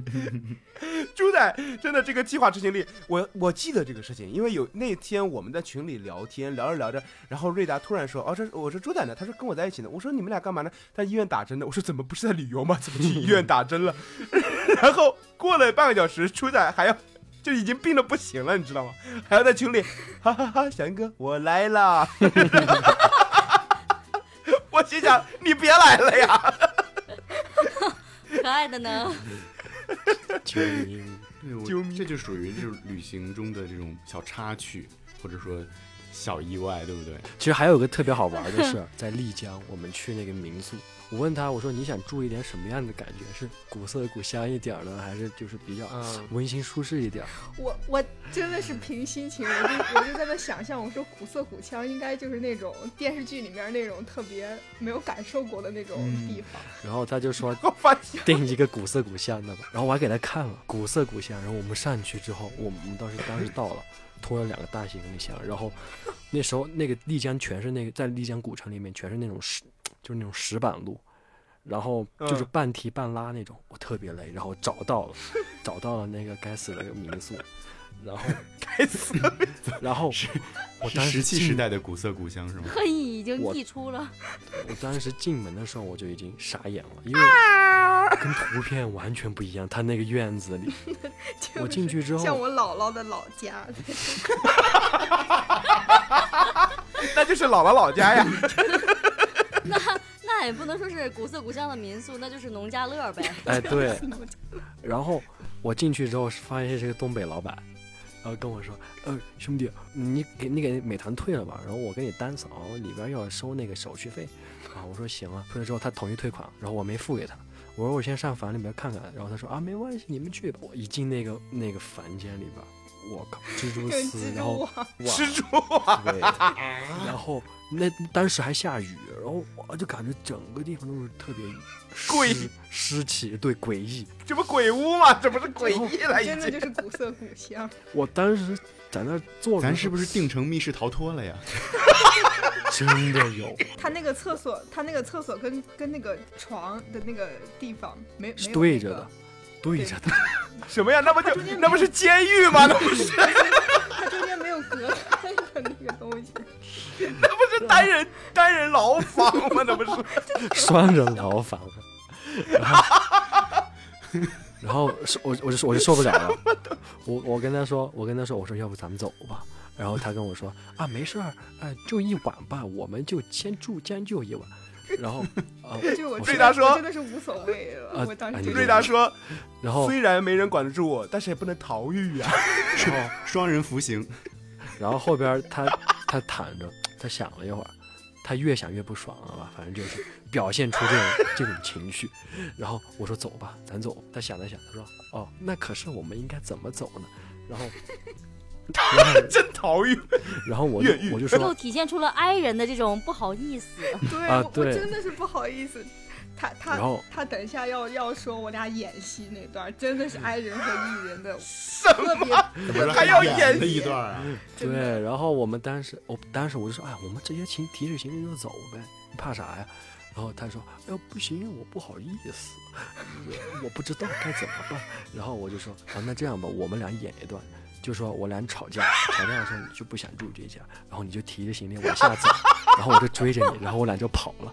S1: 猪仔真的这个计划执行力，我我记得这个事情，因为有那天我们在群里聊天，聊着聊着，然后瑞达突然说：“哦，这我说猪仔呢？”他说跟我在一起呢。我说你们俩干嘛呢？在医院打针呢。我说怎么不是在旅游吗？怎么去医院打针了？然后过了半个小时，猪仔还要就已经病的不行了，你知道吗？还要在群里哈哈哈，翔哥我来啦！ *laughs* 我心想你别来了呀。
S3: 可爱的
S1: *laughs*
S3: 呢？
S4: 救命！
S2: *laughs* 对我
S1: 救命
S2: 这就属于就是旅行中的这种小插曲，或者说小意外，对不对？
S4: 其实还有个特别好玩的事儿，在丽江，我们去那个民宿，我问他，我说你想住一点什么样的感觉？是古色古香一点儿呢，还是就是比较
S1: 嗯
S4: 温馨舒适一点儿？
S5: 我我真的是凭心情，我就我就在那想象，我说古色古香应该就是那种电视剧里面那种特别没有感受过的那种
S4: 嗯
S5: 地方，
S4: 然后他就说
S1: 我发现
S4: *laughs* 定一个古色古香的吧，然后我还给他看了古色古香。然后我们上去之后，我们我们当时当时到了， *coughs* 拖了两个大行李箱，然后那时候那个丽江全是那个在丽江古城里面全是那种石，就是那种石板路，然后就是
S1: 嗯
S4: 半提半拉那种，我特别累，然后找到了，找到了那个该死的民宿，然后
S1: 该死了。
S4: 然后
S2: *laughs*
S4: 我
S2: 是
S4: 当时
S2: 石器
S4: 进
S2: 时代的古色古香是吗？
S3: 恨意已经
S4: 我
S3: 溢出了。
S4: 我当时进门的时候我就已经傻眼了，因为
S2: 啊
S4: 跟图片完全不一样，他那个院子里。
S5: 就是
S4: 我进去之后
S5: 像我姥姥的老家，
S1: 那就是姥姥老家呀。
S3: 那也不能说是古色古香的民宿，那就是农家乐呗。
S1: *laughs*
S4: *laughs* 哎，对。然后我进去之后是发现是个东北老板，然后跟我说：“呃，兄弟，你给你给美团退了吧，然后我给你单扫，里边要收那个手续费。”啊，我说行啊，退了之后他同意退款，然后我没付给他。我说我先上房里边看看，然后他说啊没关系，你们去吧。我一进那个那个房间里边，我靠，蜘蛛
S5: 跟
S4: 丝，
S5: 蜘
S4: 然后
S5: 蛛
S4: 哇
S5: 网，
S1: 蜘蛛啊，
S4: 对，然后那当时还下雨，然后我就感觉整个地方都是特别
S1: 诡
S4: 湿
S1: 异
S4: 湿气，对诡异。
S1: 这不鬼屋吗？这不是诡异了已
S5: 真的
S1: 经。
S5: 就是古色古香。
S4: 我当时在那儿坐着，
S2: 咱是不是定成密室逃脱了呀？
S4: 真的有？
S5: 他那个厕所，他那个厕所跟跟那个床的那个地方没没有
S4: 是
S5: 那
S4: 对
S5: 个
S4: 着的，对着的。
S1: 什么呀？那不就那不是监狱吗？那不是
S5: 它中间没有隔开的那个东西。
S1: 那不是单人单人牢房吗？那不是。
S4: *laughs* 双人牢房。 *laughs* 然后，然后是我我就说我就受不了了，我我跟他说，我跟他说，我说要不咱们走吧。然后他跟我说啊，没事儿，哎，就一晚吧，我们就先住将就一晚。然后啊，
S5: 就我
S4: 我
S5: 真
S1: 瑞
S5: 的
S1: 达说
S5: 我真的是无所谓
S4: 啊
S5: 了，我当
S4: 啊
S5: 时
S4: 你
S5: 就
S1: 瑞达说，
S4: 然后
S1: 虽然没人管得住我，但是也不能逃狱啊。
S4: 然后
S2: 双人服刑，
S4: 然后后边他他躺着，他想了一会儿，他越想越不爽了吧，反正就是表现出这种这种情绪。然后我说走吧，咱走。他想了想，他说哦，那可是我们应该怎么走呢？然后，然后
S1: 真逃狱，
S4: 然后我就
S1: 越狱
S4: 我
S1: *laughs*
S3: 又
S4: 就说，
S3: 体现出了 i 人的这种不好意思。 *laughs*
S5: 对，
S4: 啊
S5: 我我
S4: 对
S5: 真的是不好意思。他他
S4: 然后
S5: 他等一下要要说我俩演戏那段，真的是 i 人和 e 人的
S1: 什
S5: 特别
S2: 怎么
S1: 还要演
S2: 的一段啊？
S5: 真的
S4: 对，然后我们当时我当时我就说，哎，我们直接请提着行李就走呗，你怕啥呀？然后他说，哎呦不行，我不好意思， *laughs* 我我不知道该怎么办。然后我就说，啊，那这样吧，我们俩演一段。就说我俩吵架，吵架的时候你就不想住这家，然后你就提着行李往下走， *laughs* 然后我就追着你，然后我俩就跑了。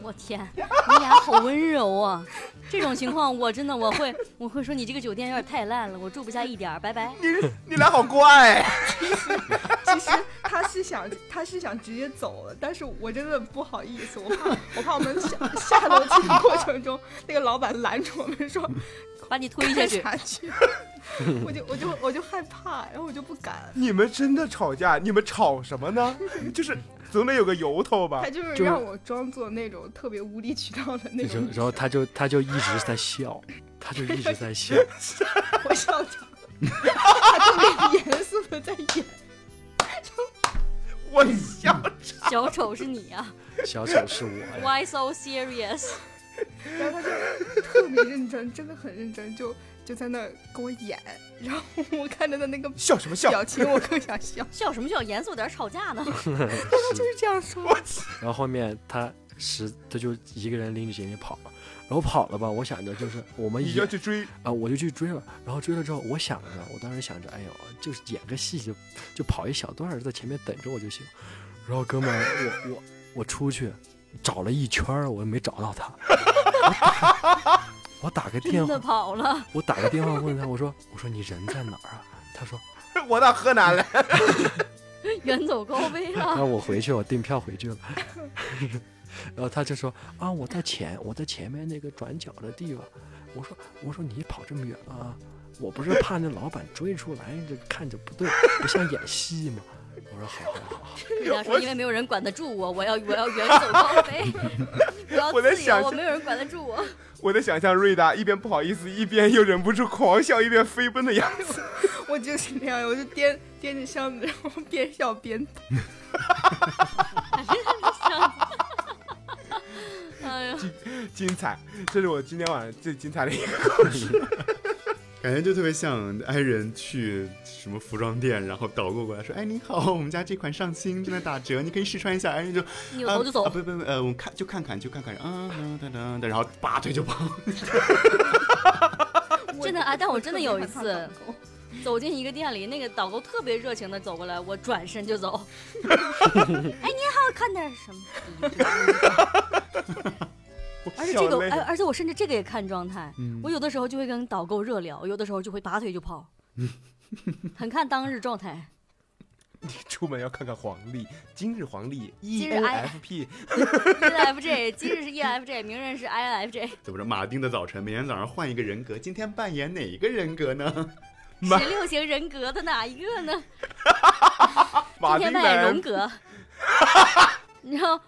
S3: 我天，你俩好温柔啊！这种情况我真的我会我会说你这个酒店有点太烂了，我住不下一点儿，拜拜。
S1: 你你俩好怪，
S5: 其实他是想，他是想直接走了，但是我真的不好意思，我怕，我怕我们下下楼梯的过程中，那个老板拦住我
S3: *laughs*
S5: 们说
S3: 把你推下去。
S5: 干
S3: *laughs*
S5: 啥去，我就我就我就害怕，然后我就不敢。
S1: 你们真的吵架？你们吵什么呢？就是总得有个由头吧
S5: 他？就是
S4: 就是
S5: 让我装作那种特别无理取闹的那
S4: 然
S5: 种
S4: 后，然后他就他就一直在笑，他就一直
S5: *laughs*
S4: 在笑。
S5: 我笑场，他特别严肃的在演。
S1: 我笑
S3: *laughs* 小丑是你啊
S4: 小丑是我
S1: 哎
S4: 呀，
S3: ，Why so serious？
S5: 然后他就特别认真，真的很认真，就就在那儿跟我演。然后我看着他那个
S1: 笑什么笑？
S5: 表情，我更想笑。 *laughs*
S3: 笑什么笑？严肃点儿吵架呢？
S5: 他就是这样说，
S4: 然后后面他实他就一个人拎着行李跑了，然后跑了吧，我想着就是我们
S1: 你
S4: 演
S1: 要
S4: 啊、
S1: 去追
S4: 我就去追了，然后追了之后，我想着我当时想着，哎呦，就是演个戏就就跑一小段儿在前面等着我就行。然后哥们儿，我我我出去找了一圈儿，我也没找到他。 *laughs* 我打我打个
S1: 哎
S4: 电
S3: 真的
S4: 话，
S3: 跑了，
S4: 我打个电话问他，我说我说你人在哪儿啊？他说
S1: 我到河南来，
S3: 远走高飞了。
S4: 让我回去，我订票回去
S3: *laughs*
S4: 了。然后他就说啊，我在前，我在前面那个转角的地方。我说我说你跑这么远啊？我不是怕那老板追出来，这看着不对，不像演戏吗？我说好好好，
S3: 人家说
S1: 哎我
S3: 因为没有人管得住我，我要我要远走高飞，我要
S1: 我在
S3: 自由，
S1: 想
S3: 我
S1: 是
S3: 没有人管得住我。
S1: *laughs* 我在想象瑞达一边不好意思，一边又忍不住狂笑，一边飞奔的样子。
S5: 我就是那样，我就掂掂着箱子，然后边笑边抖。
S3: 哎呀，
S1: 精彩，这是我今天晚上最精彩的一个。
S2: 感觉就特别像爱人去什么服装店，然后导购过来说：“哎，你好，我们家这款上新正在打折，你可以试穿一下。”爱人就
S3: 扭头就
S2: 啊啊
S3: 走，
S2: 不不不，呃，我们看就看看就看看，啊噔噔噔噔，然后拔腿就跑。
S3: 真的啊！但我真的有一
S5: 我特别害
S3: 次
S5: 怕狗
S3: 走进一个店里，那个导购特别热情的走过来，我转身就走。 *laughs* 哎，你好，看点什么？而且这个，哎，而且我甚至这个也看状态。我有的时候就会跟导购热聊，有的时候就会拔腿就跑，很看当日状态。
S1: *laughs* 出门要看看黄历，今日黄历
S3: 今
S1: E
S3: 日哎
S1: N
S3: I-
S1: F P，
S3: ENFJ，今日是 ENFJ，明日是 INFJ，
S2: 怎么着？马丁的早晨，每天早上换一个人格，今天扮演哪一个人格呢？
S1: 妈
S3: 十六型人格的哪一个呢？
S1: 马
S3: 今
S1: 丁
S3: 天扮演
S1: 来
S3: 荣格。
S1: *laughs*
S3: 你知道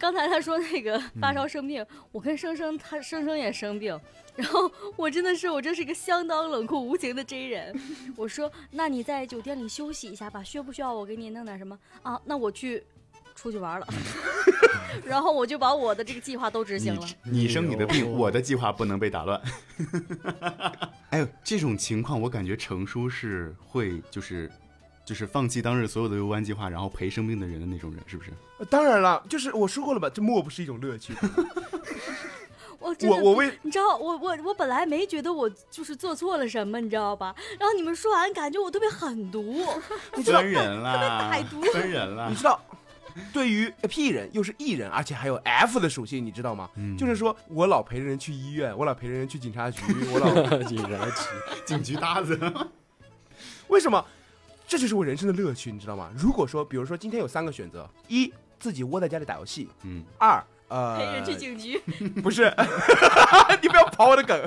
S3: 刚才他说那个发烧生病，
S1: 嗯
S3: 我跟生生他生生也生病，然后我真的是我真是一个相当冷酷无情的 J 人。我说那你在酒店里休息一下吧，需不需要我给你弄点什么啊？那我去。出去
S1: *laughs*
S3: 玩了，然后我就把我的这个计划都执行
S2: 你
S3: 了。
S2: 你生你的
S4: 哎
S2: 病，
S4: 呦
S2: 我的计划不能被打乱。 *laughs* 哎呦，这种情况我感觉程叔是会就是就是放弃当日所有的游玩计划，然后陪生病的人的那种人，是不是？
S1: 呃当然了，就是我说过了吧，这莫不是一种乐趣。
S3: 我真的
S1: 我我为
S3: 你知道我我我本来没觉得我就是做错了什么，你知道吧？然后你们说完，感觉我特别狠毒，
S1: 你知道
S2: 分，人
S3: *laughs*
S2: 啦
S3: 特别歹，毒
S2: 分人啦
S1: 你。知道，对于 P 人又是 E 人，而且还有 F 的属性，你知道吗？
S2: 嗯
S1: 就是说我老陪着人去医院，我老陪着人去警察局，我
S3: *laughs*
S1: 老
S4: *laughs* 引燃起。
S2: 警局搭子，
S1: 为什么？这就是我人生的乐趣，你知道吗？如果说，比如说今天有三个选择：一，自己窝在家里打游戏；
S2: *laughs* 嗯，
S1: 二，呃，
S3: 陪人去警局。
S1: *laughs* 不是，你不要跑 *laughs* 我的梗，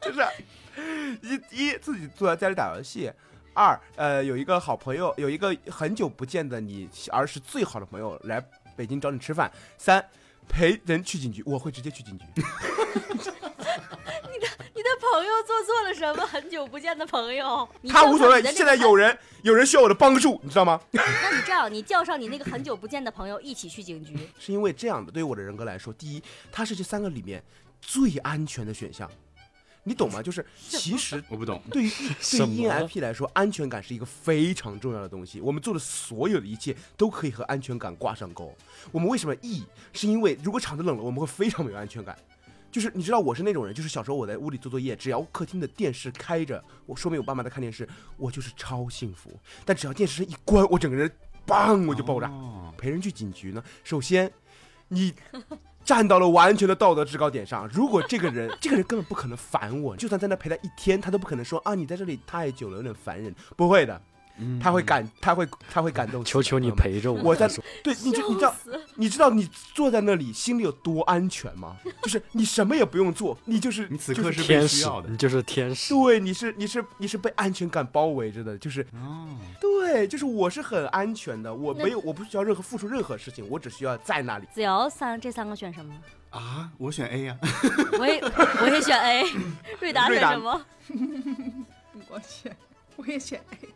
S1: 就是一一自己坐在家里打游戏，二，呃，有一个好朋友，有一个很久不见的你，而是最好的朋友来北京找你吃饭。三，陪人去警局，我会直接去警局。
S3: 你的朋友做错了什么？很久不见的
S1: *laughs*
S3: 朋友，你
S1: 他
S3: 叫
S1: 无所谓，
S3: 上你的那个
S1: 现在有人有人需要我的帮助，你知道吗？
S3: 那你这样，你叫上你那个很久不见的朋友一起去
S1: *laughs*
S3: 警局。
S1: 是因为这样的，对于我的人格来说，第一，它是这三个里面最安全的选项，你懂吗？就是其实
S2: 我不懂，
S1: 对
S4: *laughs*
S1: 于
S4: 什
S1: 对
S4: 么
S1: ENFP 来说，安全感是一个非常重要的东西。我们做的所有的一切都可以和安全感挂上钩。我们为什么 E？是因为如果场子冷了，我们会非常没有安全感。就是你知道我是那种人，就是小时候我在屋里做作业，只要客厅的电视开着，我说明我爸妈在看电视，我就是超幸福。但只要电视声一关，我整个人砰我就爆炸。
S2: 哦
S1: 陪人去警局呢？首先，你站到了完全的道德制高点上。如果这个人， *laughs* 这个人根本不可能烦我，就算在那陪他一天，他都不可能说啊，你在这里太久了，有点烦人。不会的，
S2: 嗯
S1: 他会感，他会，他会感动。
S4: 求求你。陪着我。
S1: 我
S4: *laughs*
S1: 在
S4: 说
S1: 对，你就你知
S3: 笑
S1: 道，
S3: 死！
S1: 你知道你坐在那里心里有多安全吗？就是你什么也不用做，你就是
S2: 你此
S1: 就
S2: 刻
S1: 是
S2: 是
S4: 天
S2: 被需
S4: 使
S2: 要，的
S4: 你就是天使。
S1: 对，你是你是你是被安全感包围着的，就是
S2: 哦，
S1: 对，就是我是很安全的，我
S3: 那
S1: 没有我不需要任何付出任何事情，我只需要在那里。
S3: 子瑶三这三个选什么？
S2: 啊，我选 A 呀、
S1: *laughs*
S3: 我也我也选 A，瑞达选
S1: 瑞达
S3: 什么？
S5: 我选，我也选 A。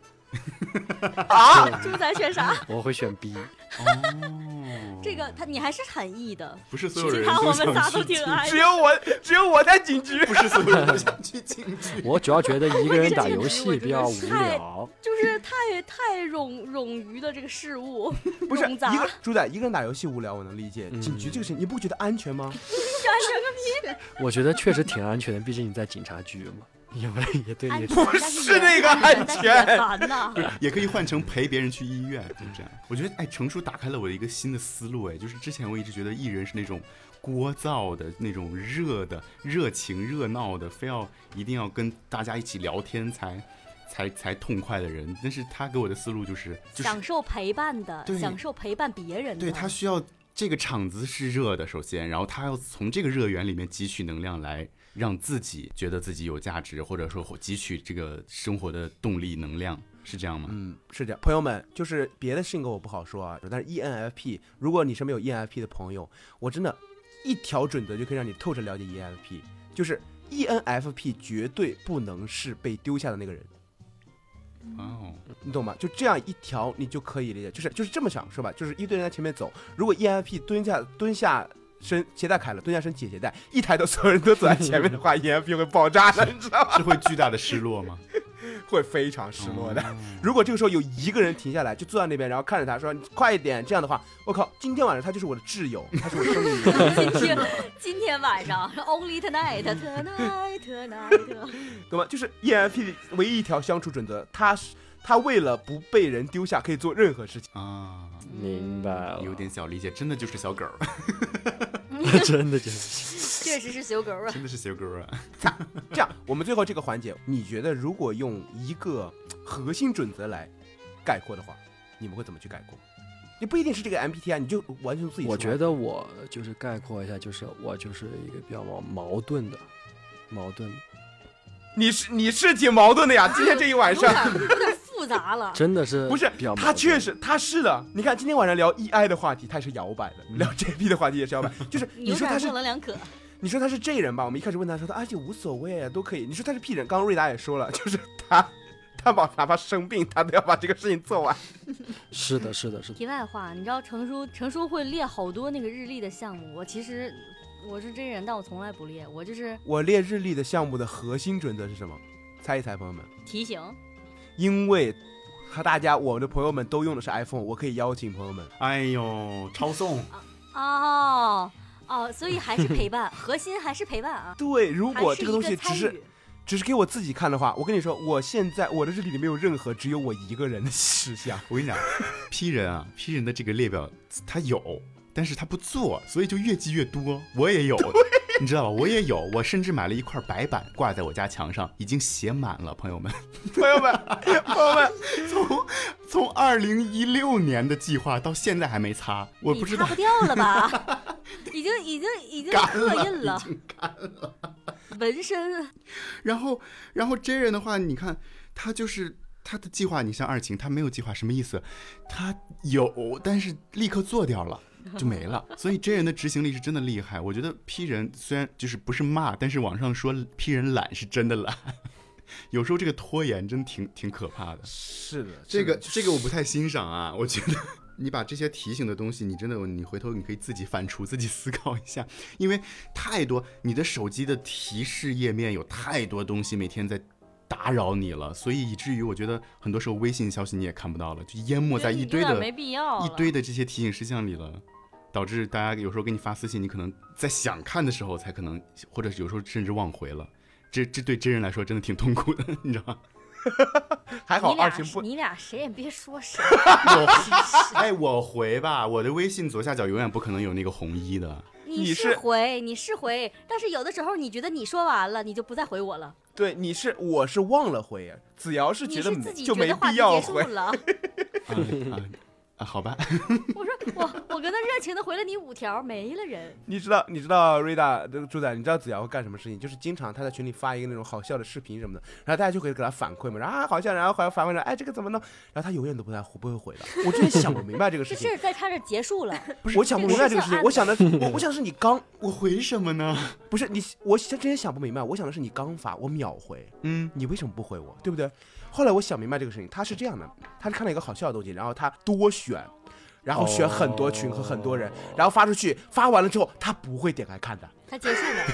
S2: 啊
S3: 朱仔选啥？
S4: 我会选 B，
S2: 哦
S3: 这个他你还是很 E 的，
S2: 不是所有
S3: 其
S2: 人
S3: 他
S2: 都
S3: 我
S2: 想
S3: 们仨都
S2: 去
S3: 挺 I
S1: 哎只
S3: 的。
S1: 有我， *laughs* 只有我在警局。
S2: 不是所有人都想去警局。
S4: 我主要觉得一个人打
S3: 这个
S4: 游
S3: 结局
S4: 戏
S3: 我
S4: 比较无
S3: 真的是
S4: 聊。
S3: 就是太太冗冗余的这个事物，
S1: 不是
S3: 冗
S1: 一
S3: 杂，
S1: 个猪仔一个人打游戏无聊，我能理解。
S4: 嗯
S1: 警局这个事情，你不觉得安全吗？
S4: 我觉得确实挺安全的，毕竟你在警察局嘛，也不也对
S3: 安
S4: 你
S3: 全
S1: 不
S3: 但
S1: 是
S3: 也
S1: 那个安
S3: 但是
S1: 全
S3: 也烦呐。
S2: 也可以换成陪别人去医院，就这样。我觉得，哎，程叔打开了我的一个新的思路，哎，就是之前我一直觉得艺人是那种聒噪的、那种热的、热情热闹的，非要一定要跟大家一起聊天才才才痛快的人。但是他给我的思路就是，就是
S3: *laughs* 享受陪伴的，
S2: 对
S3: 享受陪伴别人的。
S2: 对他需要这个场子是热的，首先，然后他要从这个热源里面汲取能量来。让自己觉得自己有价值，或者说汲取这个生活的动力能量，是这样吗？
S1: 嗯，是这样。朋友们，就是别的性格我不好说啊，但是 ENFP，如果你身边有 E ENFP 的朋友，我真的，一条准则就可以让你透彻了解 E ENFP，就是 E ENFP 绝对不能是被丢下的那个人。
S2: 哦，
S1: 你懂吗？就这样一条，你就可以理解，就是就是这么想说吧，就是一堆人在前面走，如果 E ENFP 蹲下蹲下身鞋带开了，蹲下身解鞋带，一抬头所有人都走在前面的话 E，ENFP 会爆炸的，你知道吗？
S2: *laughs* 是会巨大的失落 *laughs* 吗？
S1: 会非常失落的。如果这个时候有一个人停下来，就坐在那边，然后看着他说：“你快一点！”这样的话，我靠，今天晚上他就是我的挚友，他是我生命中的
S3: 今天今天晚上 Only tonight tonight tonight，
S1: 懂吗？就是 E ENFP 唯一一条相处准则，他是他为了不被人丢下，可以做任何事情。
S2: 啊，
S4: 明白了，
S2: *laughs* 有点小理解，真的就是小狗 *laughs* 儿，
S4: *laughs* 真的就是
S3: 确实是小狗啊。
S2: 真的是小狗儿啊。
S1: *laughs* 这样，我们最后这个环节，你觉得如果用一个核心准则来概括的话，你们会怎么去概括？你不一定是这个 MBTI，你就完全自己说。
S4: 我觉得我就是概括一下，就是我就是一个比较矛矛盾的，矛盾的
S1: 你是你是挺矛盾的呀，今天这一晚
S3: 有点
S4: *laughs*
S1: 上。
S3: 有点复杂了。
S4: 真的是
S1: 不是
S4: 比较，矛
S1: 他确
S4: 盾
S1: 实他是的。你看，今天晚上聊 EI 的话题，他也是摇摆的；聊 JP 的话题也是摇摆。就是你
S3: 有
S1: 说
S3: 点
S1: 他是
S3: 模棱两可，
S1: *laughs* 你说他是 J 人吧，我们一开始问他说他而且无所谓啊，都可以。你说他是 P 人，刚刚瑞达也说了，就是他 *laughs* 他把哪怕生病，他都要把这个事情做完。
S4: 是的，是的，是的，
S3: 题外话，你知道程叔程叔会列好多那个日历的项目，我其实我是真人，但我从来不列，我就是
S1: 我列日历的项目的核心准则是什么？猜一猜，朋友们。
S3: 提醒。
S1: 因为和大家我们的朋友们都用的是 iPhone，我可以邀请朋友们。
S2: 哎呦，抄送，
S3: 哦哦，所以还是陪伴，核心还是陪伴啊。
S1: 对，如
S3: 还
S1: 果
S3: 是
S1: 这个东
S3: 一
S1: 西只
S3: 参
S1: 是
S3: 与
S1: 只是给我自己看的话，我跟你说，我现在我的日历里没有任何只有我一个人的事项。
S2: 我跟你讲 *laughs* ，P 人啊，P 人的这个列表他有，但是他不做，所以就越积越多。我也有，你知道吧？我也有，我甚至买了一块白板挂在我家墙上，已经写满了，朋友们。
S1: 朋友们，朋友们，
S2: *laughs* 从从二零一六年的计划到现在还没擦，我不知道
S3: 你擦不掉了吧？已经已经已经
S2: 干
S3: 刻
S2: 了
S3: 印了，啊纹身
S2: 然后，然后 J 人的话，你看他就是他的计划，你像二琴，他没有计划，什么意思？他有，但是立刻做掉了。就没了，所以这人的执行力是真的厉害。我觉得批人虽然就是不是骂，但是网上说批人懒是真的懒， *laughs* 有时候这个拖延真挺挺可怕的。
S1: 是的，
S2: 这个
S1: 是的
S2: 这个我不太欣赏啊，我觉得 *laughs* 你把这些提醒的东西，你真的你回头你可以自己反刍，自己思考一下，因为太多你的手机的提示页面有太多东西每天在。打扰你了，所以以至于我觉得很多时候微信消息你也看不到了，就淹没
S3: 我
S2: 在一堆的
S3: 没必要了，
S2: 一堆的这些提醒事项里了，导致大家有时候给你发私信，你可能在想看的时候才可能，或者有时候甚至忘回了。这这对真人来说真的挺痛苦的， *laughs* 你知道吗？
S1: 还好
S3: 哎你俩
S1: 二琴不
S3: 你俩谁也别说
S1: *laughs*
S3: 谁，
S2: 我 *laughs* 哎，我回吧，我的微信左下角永远不可能有那个红一的。啊
S1: 你
S3: 你
S1: 是
S3: 是回你是回，但是有的时候你觉得你说完了，你就不再回我了，
S1: 对，你是我是忘了回，子瑶是
S3: 你
S1: 觉得
S3: 是
S1: 没
S3: 自己
S1: 就
S3: 觉
S1: 没
S3: 得话
S1: 必
S3: 题
S1: 要
S3: 结束
S1: 回，
S3: 了。 *laughs*
S2: 啊啊啊，好吧，
S3: 我说我我跟他热情的回了你五条，没了人。
S1: 你知道，你知道瑞达这个猪仔，你知道子瑶会干什么事情？就是经常他在群里发一个那种好笑的视频什么的，然后大家就会给他反馈嘛，然后啊好笑，然后还反馈着，哎这个怎么弄？然后他永远都不太不会回的。我之前想不明白这个
S3: 这
S1: 事情
S3: 事，儿在他这儿结束了，
S1: *laughs* 不是我想不明白这个事情，
S3: 这
S1: 我
S3: 个
S1: 想的我我想的是你刚
S2: 我回什么呢？
S1: 不是你，我之前想不明白，我想的是你刚发，我秒回，
S2: 嗯，
S1: 你为什么不回我，对不对？后来我想明白这个事情，他是这样的，他是看到一个好笑的东西，然后他多选，然后选很多群和很多人，然后发出去，发完了之后他不会点开看的，
S3: 他结束
S1: *laughs*
S3: 了。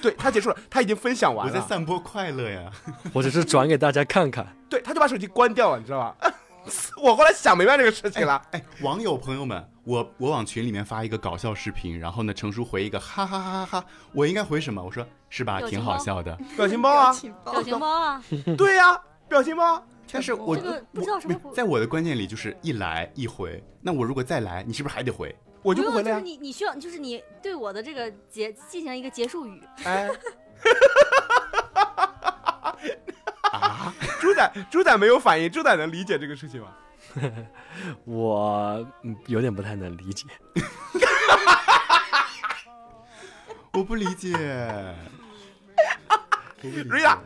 S1: 对他结束了，他已经分享完
S2: 我在
S1: 了，
S2: 散播快乐呀。
S4: 我只是转给大家看看。
S1: 对，他就把手机关掉了，你知道吧？ *laughs* 我后来想明白这个事情了，
S2: 哎，网友朋友们，我我往群里面发一个搞笑视频，然后呢，程叔回一个哈哈哈哈哈，我应该回什么？我说是吧，
S3: 表情
S2: 挺好
S3: 包
S2: 笑
S3: *laughs*
S2: 的。
S1: 表情包啊，
S3: 表情包啊，
S1: 对呀、表情包，
S2: 但是我
S3: 这个不知道什么
S2: 在我的观念里就是一来一回，那我如果再来，你是不是还得回？
S1: 我
S3: 不
S1: 就不
S3: 用，
S1: 回了
S3: 就
S1: 呀、
S3: 是你你需要就是你对我的这个结进行一个结束语，
S1: 哎，
S2: 啊，
S1: 猪仔，猪仔没有反应，猪仔能理解这个事情吗？
S4: 我嗯有点不太能理解，
S2: 我不理解。我不理解
S1: 瑞亚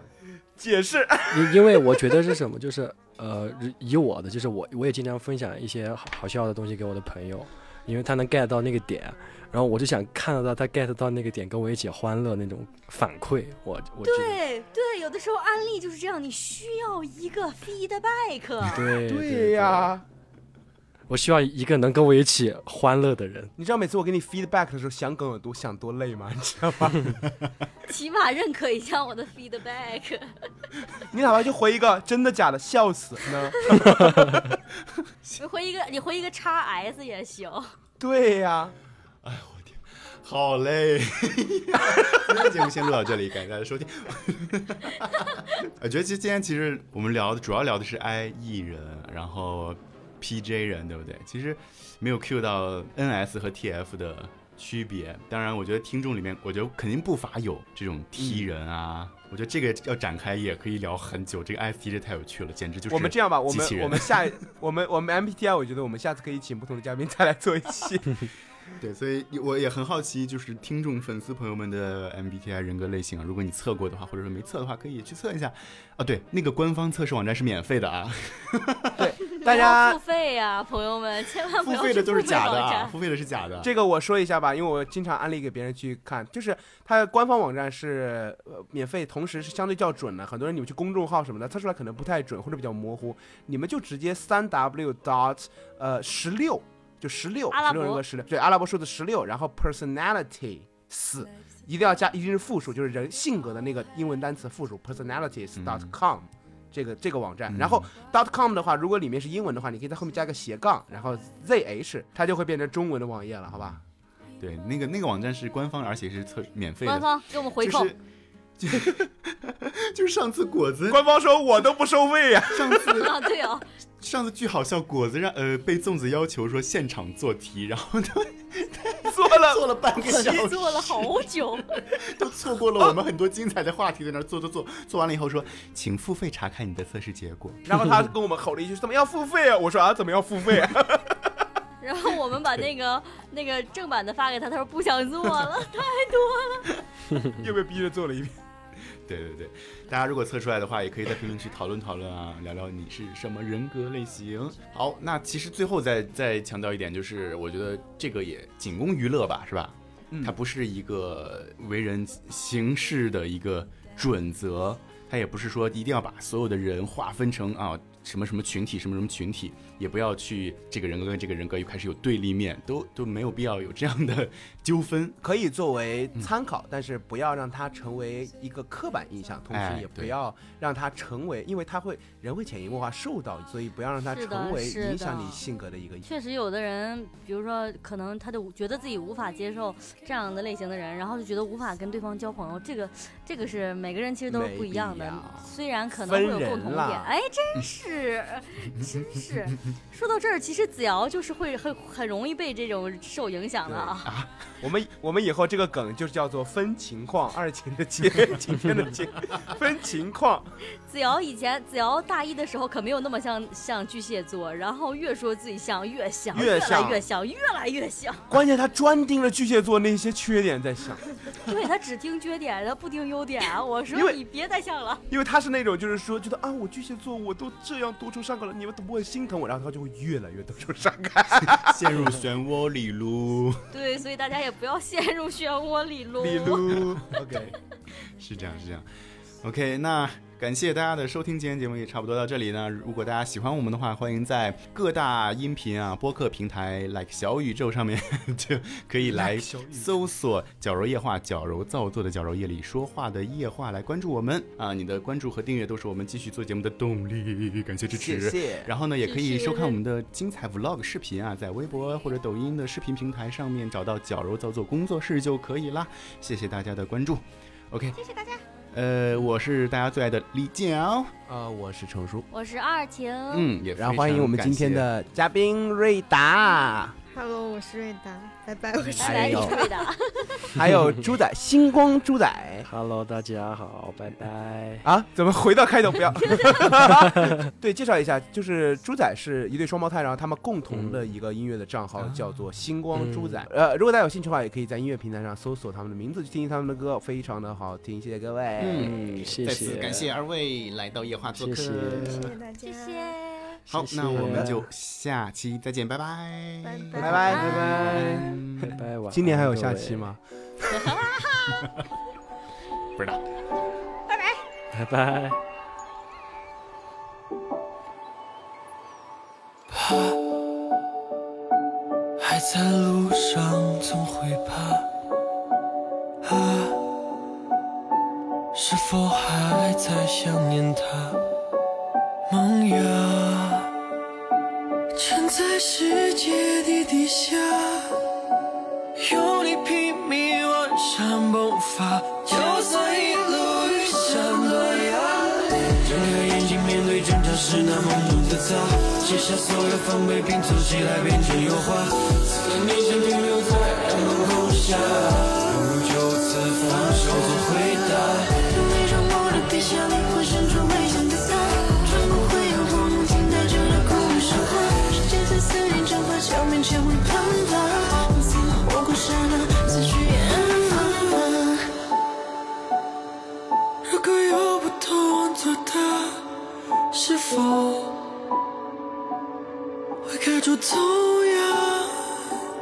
S1: 解释，哎
S4: 因因为我觉得是什么，就是呃，以我的就是我我也经常分享一些好好笑的东西给我的朋友，因为他能 get 到那个点，然后我就想看得到他 get 到那个点，跟我一起欢乐那种反馈，我我觉得
S3: 对对，有的时候安利就是这样，你需要一个 feedback。 *laughs*
S4: 对
S1: 对呀、
S4: 我需要一个能跟我一起欢乐的人。
S1: 你知道每次我给你 feedback 的时候，想梗有多想多累吗？ *laughs* 你知道吗？
S3: 起码认可一下我的 feedback。
S1: 你哪怕就回一个真的假的，笑死呢。
S3: 你回一个，你回一个叉 S
S2: *laughs*
S3: 也行。
S1: 对呀、
S2: 好嘞。今天节目先录到这里，感谢大家收听。我觉得其实今天其实我们聊的主要聊的是 I E 人，然后 P J 人，对不对？其实没有 Q 到 N S 和 T F 的区别。当然，我觉得听众里面，我觉得肯定不乏有这种 T 人啊。我觉得这个要展开也可以聊很久。这个 I F T 这太有趣了，简直就是
S1: 我们这样吧，我
S2: 机器
S1: 们
S2: 人
S1: 我们下一我们我们 MBTI，我觉得我们下次可以请不同的嘉宾再来做一
S2: *laughs*
S1: 期。
S2: 对，所以我也很好奇，就是听众粉丝朋友们的 MBTI 人格类型啊，如果你测过的话，或者说没测的话，可以去测一下。啊，对，那个官方测试网站是免费的啊，
S1: 大
S3: 不要付
S1: 家
S3: 费呀、朋友们，千万不
S2: 付
S3: 要
S2: 费的都是假的
S3: 去付费
S2: 啊，
S3: 网站
S2: 付费的是假的。
S1: 这个我说一下吧，因为我经常安利给别人去看，就是它的官方网站是呃免费，同时是相对较准的。很多人你们去公众号什么的测出来可能不太准或者比较模糊，你们就直接三 W dot 呃十六就十六
S3: 阿拉
S1: 十
S3: 伯
S1: 六人格十六对阿拉伯数字十六，然后 personality 四。一定要加，一定是复数，就是人性格的那个英文单词复数 personalities dot
S2: 嗯
S1: com、这个这个网站。然后 dot com 的话，如果里面是英文的话，你可以在后面加个斜杠，然后 zh，它就会变成中文的网页了，好吧？
S2: 对，那个那个网站是官方，而且是测免费
S3: 官
S2: 的，
S3: 方给我们回
S2: 就
S3: 扣，
S2: 是 *laughs* 就是上次果子，
S1: 官方说我都不收费 *laughs* 呀、
S2: 上次
S3: 啊， *laughs* 对哦，
S2: 上次巨好笑，果子让呃被粽子要求说现场做题，然后他
S1: 做了
S2: 做了半个小时，
S3: 做了好
S2: *laughs*
S3: 久，
S2: 都错过了我们很多精彩的话题，在那儿做做做，做完了以后说，请付费查看你的测试结果。
S1: *laughs* 然后他跟我们吼了一句：“怎么要付费啊？”我说：“啊，怎么要付费、 *laughs* 啊
S3: 然后我们把那个那个正版的发给他，他说不想做了，太多了。？”
S1: 又被逼着做了一遍。
S2: 对对对，大家如果测出来的话，也可以在评论区讨论讨论啊，聊聊你是什么人格类型。好，那其实最后再再强调一点，就是我觉得这个也仅供娱乐吧，是吧？
S1: 嗯
S2: 它不是一个为人行事的一个准则，它也不是说一定要把所有的人划分成啊什么什么群体，什么什么群体，也不要去这个人格跟这个人格又开始有对立面，都都没有必要有这样的纠纷。
S1: 可以作为参考，但是不要让它成为一个刻板印象，同
S2: 哎
S1: 时也不
S2: 对
S1: 要让它成为，因为它会人会潜移默化受到，所以不要让它
S3: 是的
S1: 成为
S3: 是的
S1: 影响你性格的一个因素。
S3: 确实，有的人，比如说，可能他就觉得自己无法接受这样的类型的人，然后就觉得无法跟对方交朋友。这个，这个是每个人其实都是不一样
S1: 没
S3: 的
S1: 必要，
S3: 虽然可能会有共同
S1: 分人
S3: 点
S1: 啦。
S3: 哎，真是，真是。说到这儿，其实子瑶就是会很很容易被这种受影响的啊。
S1: 我们我们以后这个梗就是叫做分情况，二情的情， *laughs* 今天的情，分情况。
S3: 子瑶以前，子瑶大一的时候可没有那么像像巨蟹座，然后越说自己像越像，
S1: 越
S3: 来
S1: 像
S3: 越像，越来越像。
S1: 关键他专盯着巨蟹座那些缺点在想，
S3: 对他只听缺点，他不听优点。啊我
S1: 因
S3: 说
S1: 为
S3: 你别再像了。
S1: 因为他是那种就是说觉得啊我巨蟹座我都这样多愁善感了，你们都不会心疼我，然后他就会越来越多愁善感。
S2: 陷入漩涡里喽，
S3: 对，所以大家也不要陷入漩涡里喽。
S1: 李 *laughs* 璐，OK，
S2: 是这样是这样。OK，那感谢大家的收听，今天节目也差不多到这里呢。如果大家喜欢我们的话，欢迎在各大音频啊播客平台，like 小宇宙上面 *laughs* 就可以来搜索“矫揉夜话”，矫揉造作的矫揉夜里说话的夜话来关注我们啊！你的关注和订阅都是我们继续做节目的动力，感谢支持。
S1: 谢。
S2: 然后呢，也可以
S3: 是
S2: 收看我们的精彩 vlog 视频啊，在微博或者抖音的视频平台上面找到“矫揉造作工作室”就可以啦。谢谢大家的关注，OK，谢谢大家。呃，我是大家最爱的李淼，
S1: 啊，我是程叔，
S3: 我是二晴，
S2: 嗯，也非
S1: 然后欢迎我们
S2: 常
S1: 今
S2: 感
S1: 天
S2: 谢
S1: 的嘉宾瑞 *laughs* 达，
S5: Hello，我是瑞达，拜拜，我是
S3: 拜拜，
S1: 哎
S3: 李
S1: 呦
S3: 瑞达。
S1: 还有猪仔星光猪仔。
S4: Hello，大家好，拜拜。
S1: 啊，怎么回到开头不要？ *laughs* 对，介绍一下，就是猪仔是一对双胞胎，然后他们共同的一个音乐的账号、叫做星光猪仔。呃，如果大家有兴趣的话，也可以在音乐平台上搜索他们的名字去听听他们的歌，非常的好听，谢谢各位。
S2: 嗯，
S4: 谢
S2: 再次
S4: 谢
S2: 感谢二位来到夜话做客。
S4: 谢谢
S5: 谢谢大家，
S3: 谢谢，
S2: 好，
S4: 谢谢
S2: 那我们就下期再见，拜拜，
S5: 拜
S1: 拜
S5: 拜
S1: 拜拜拜。
S4: 拜拜，晚安
S1: 今年还有下
S4: 各位
S1: 期？吗？
S2: 不知道。
S4: 拜拜。
S6: 还在路上，总会怕啊，是否还在想念他？萌芽，站在世界的底下，用力拼命往上迸发，就算一路遇上了崖。睁开眼睛，面对挣扎是那懵懂的他，卸下所有防备，拼凑起来变成油画。思念像停留在阳光下，不如就此放手做回答。
S7: 你让我的皮下灵魂深处微笑的他，穿过灰暗荒芜，静待着那枯木生花。时间在思念蒸发，桥面前会坍塌。你似乎活过刹那，思绪也安放。
S6: 如果有不同往左踏，是否会开出同样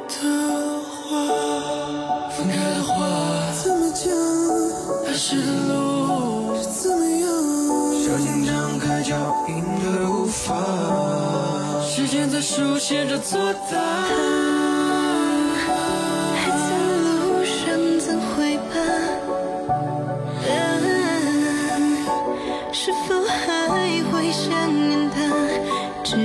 S6: 的花？分开的花怎么讲？还是的路是怎么样？手紧张开脚印对无法，时间在书写着作答。
S7: 还在路上，怎会怕？啊是否还会想念他？只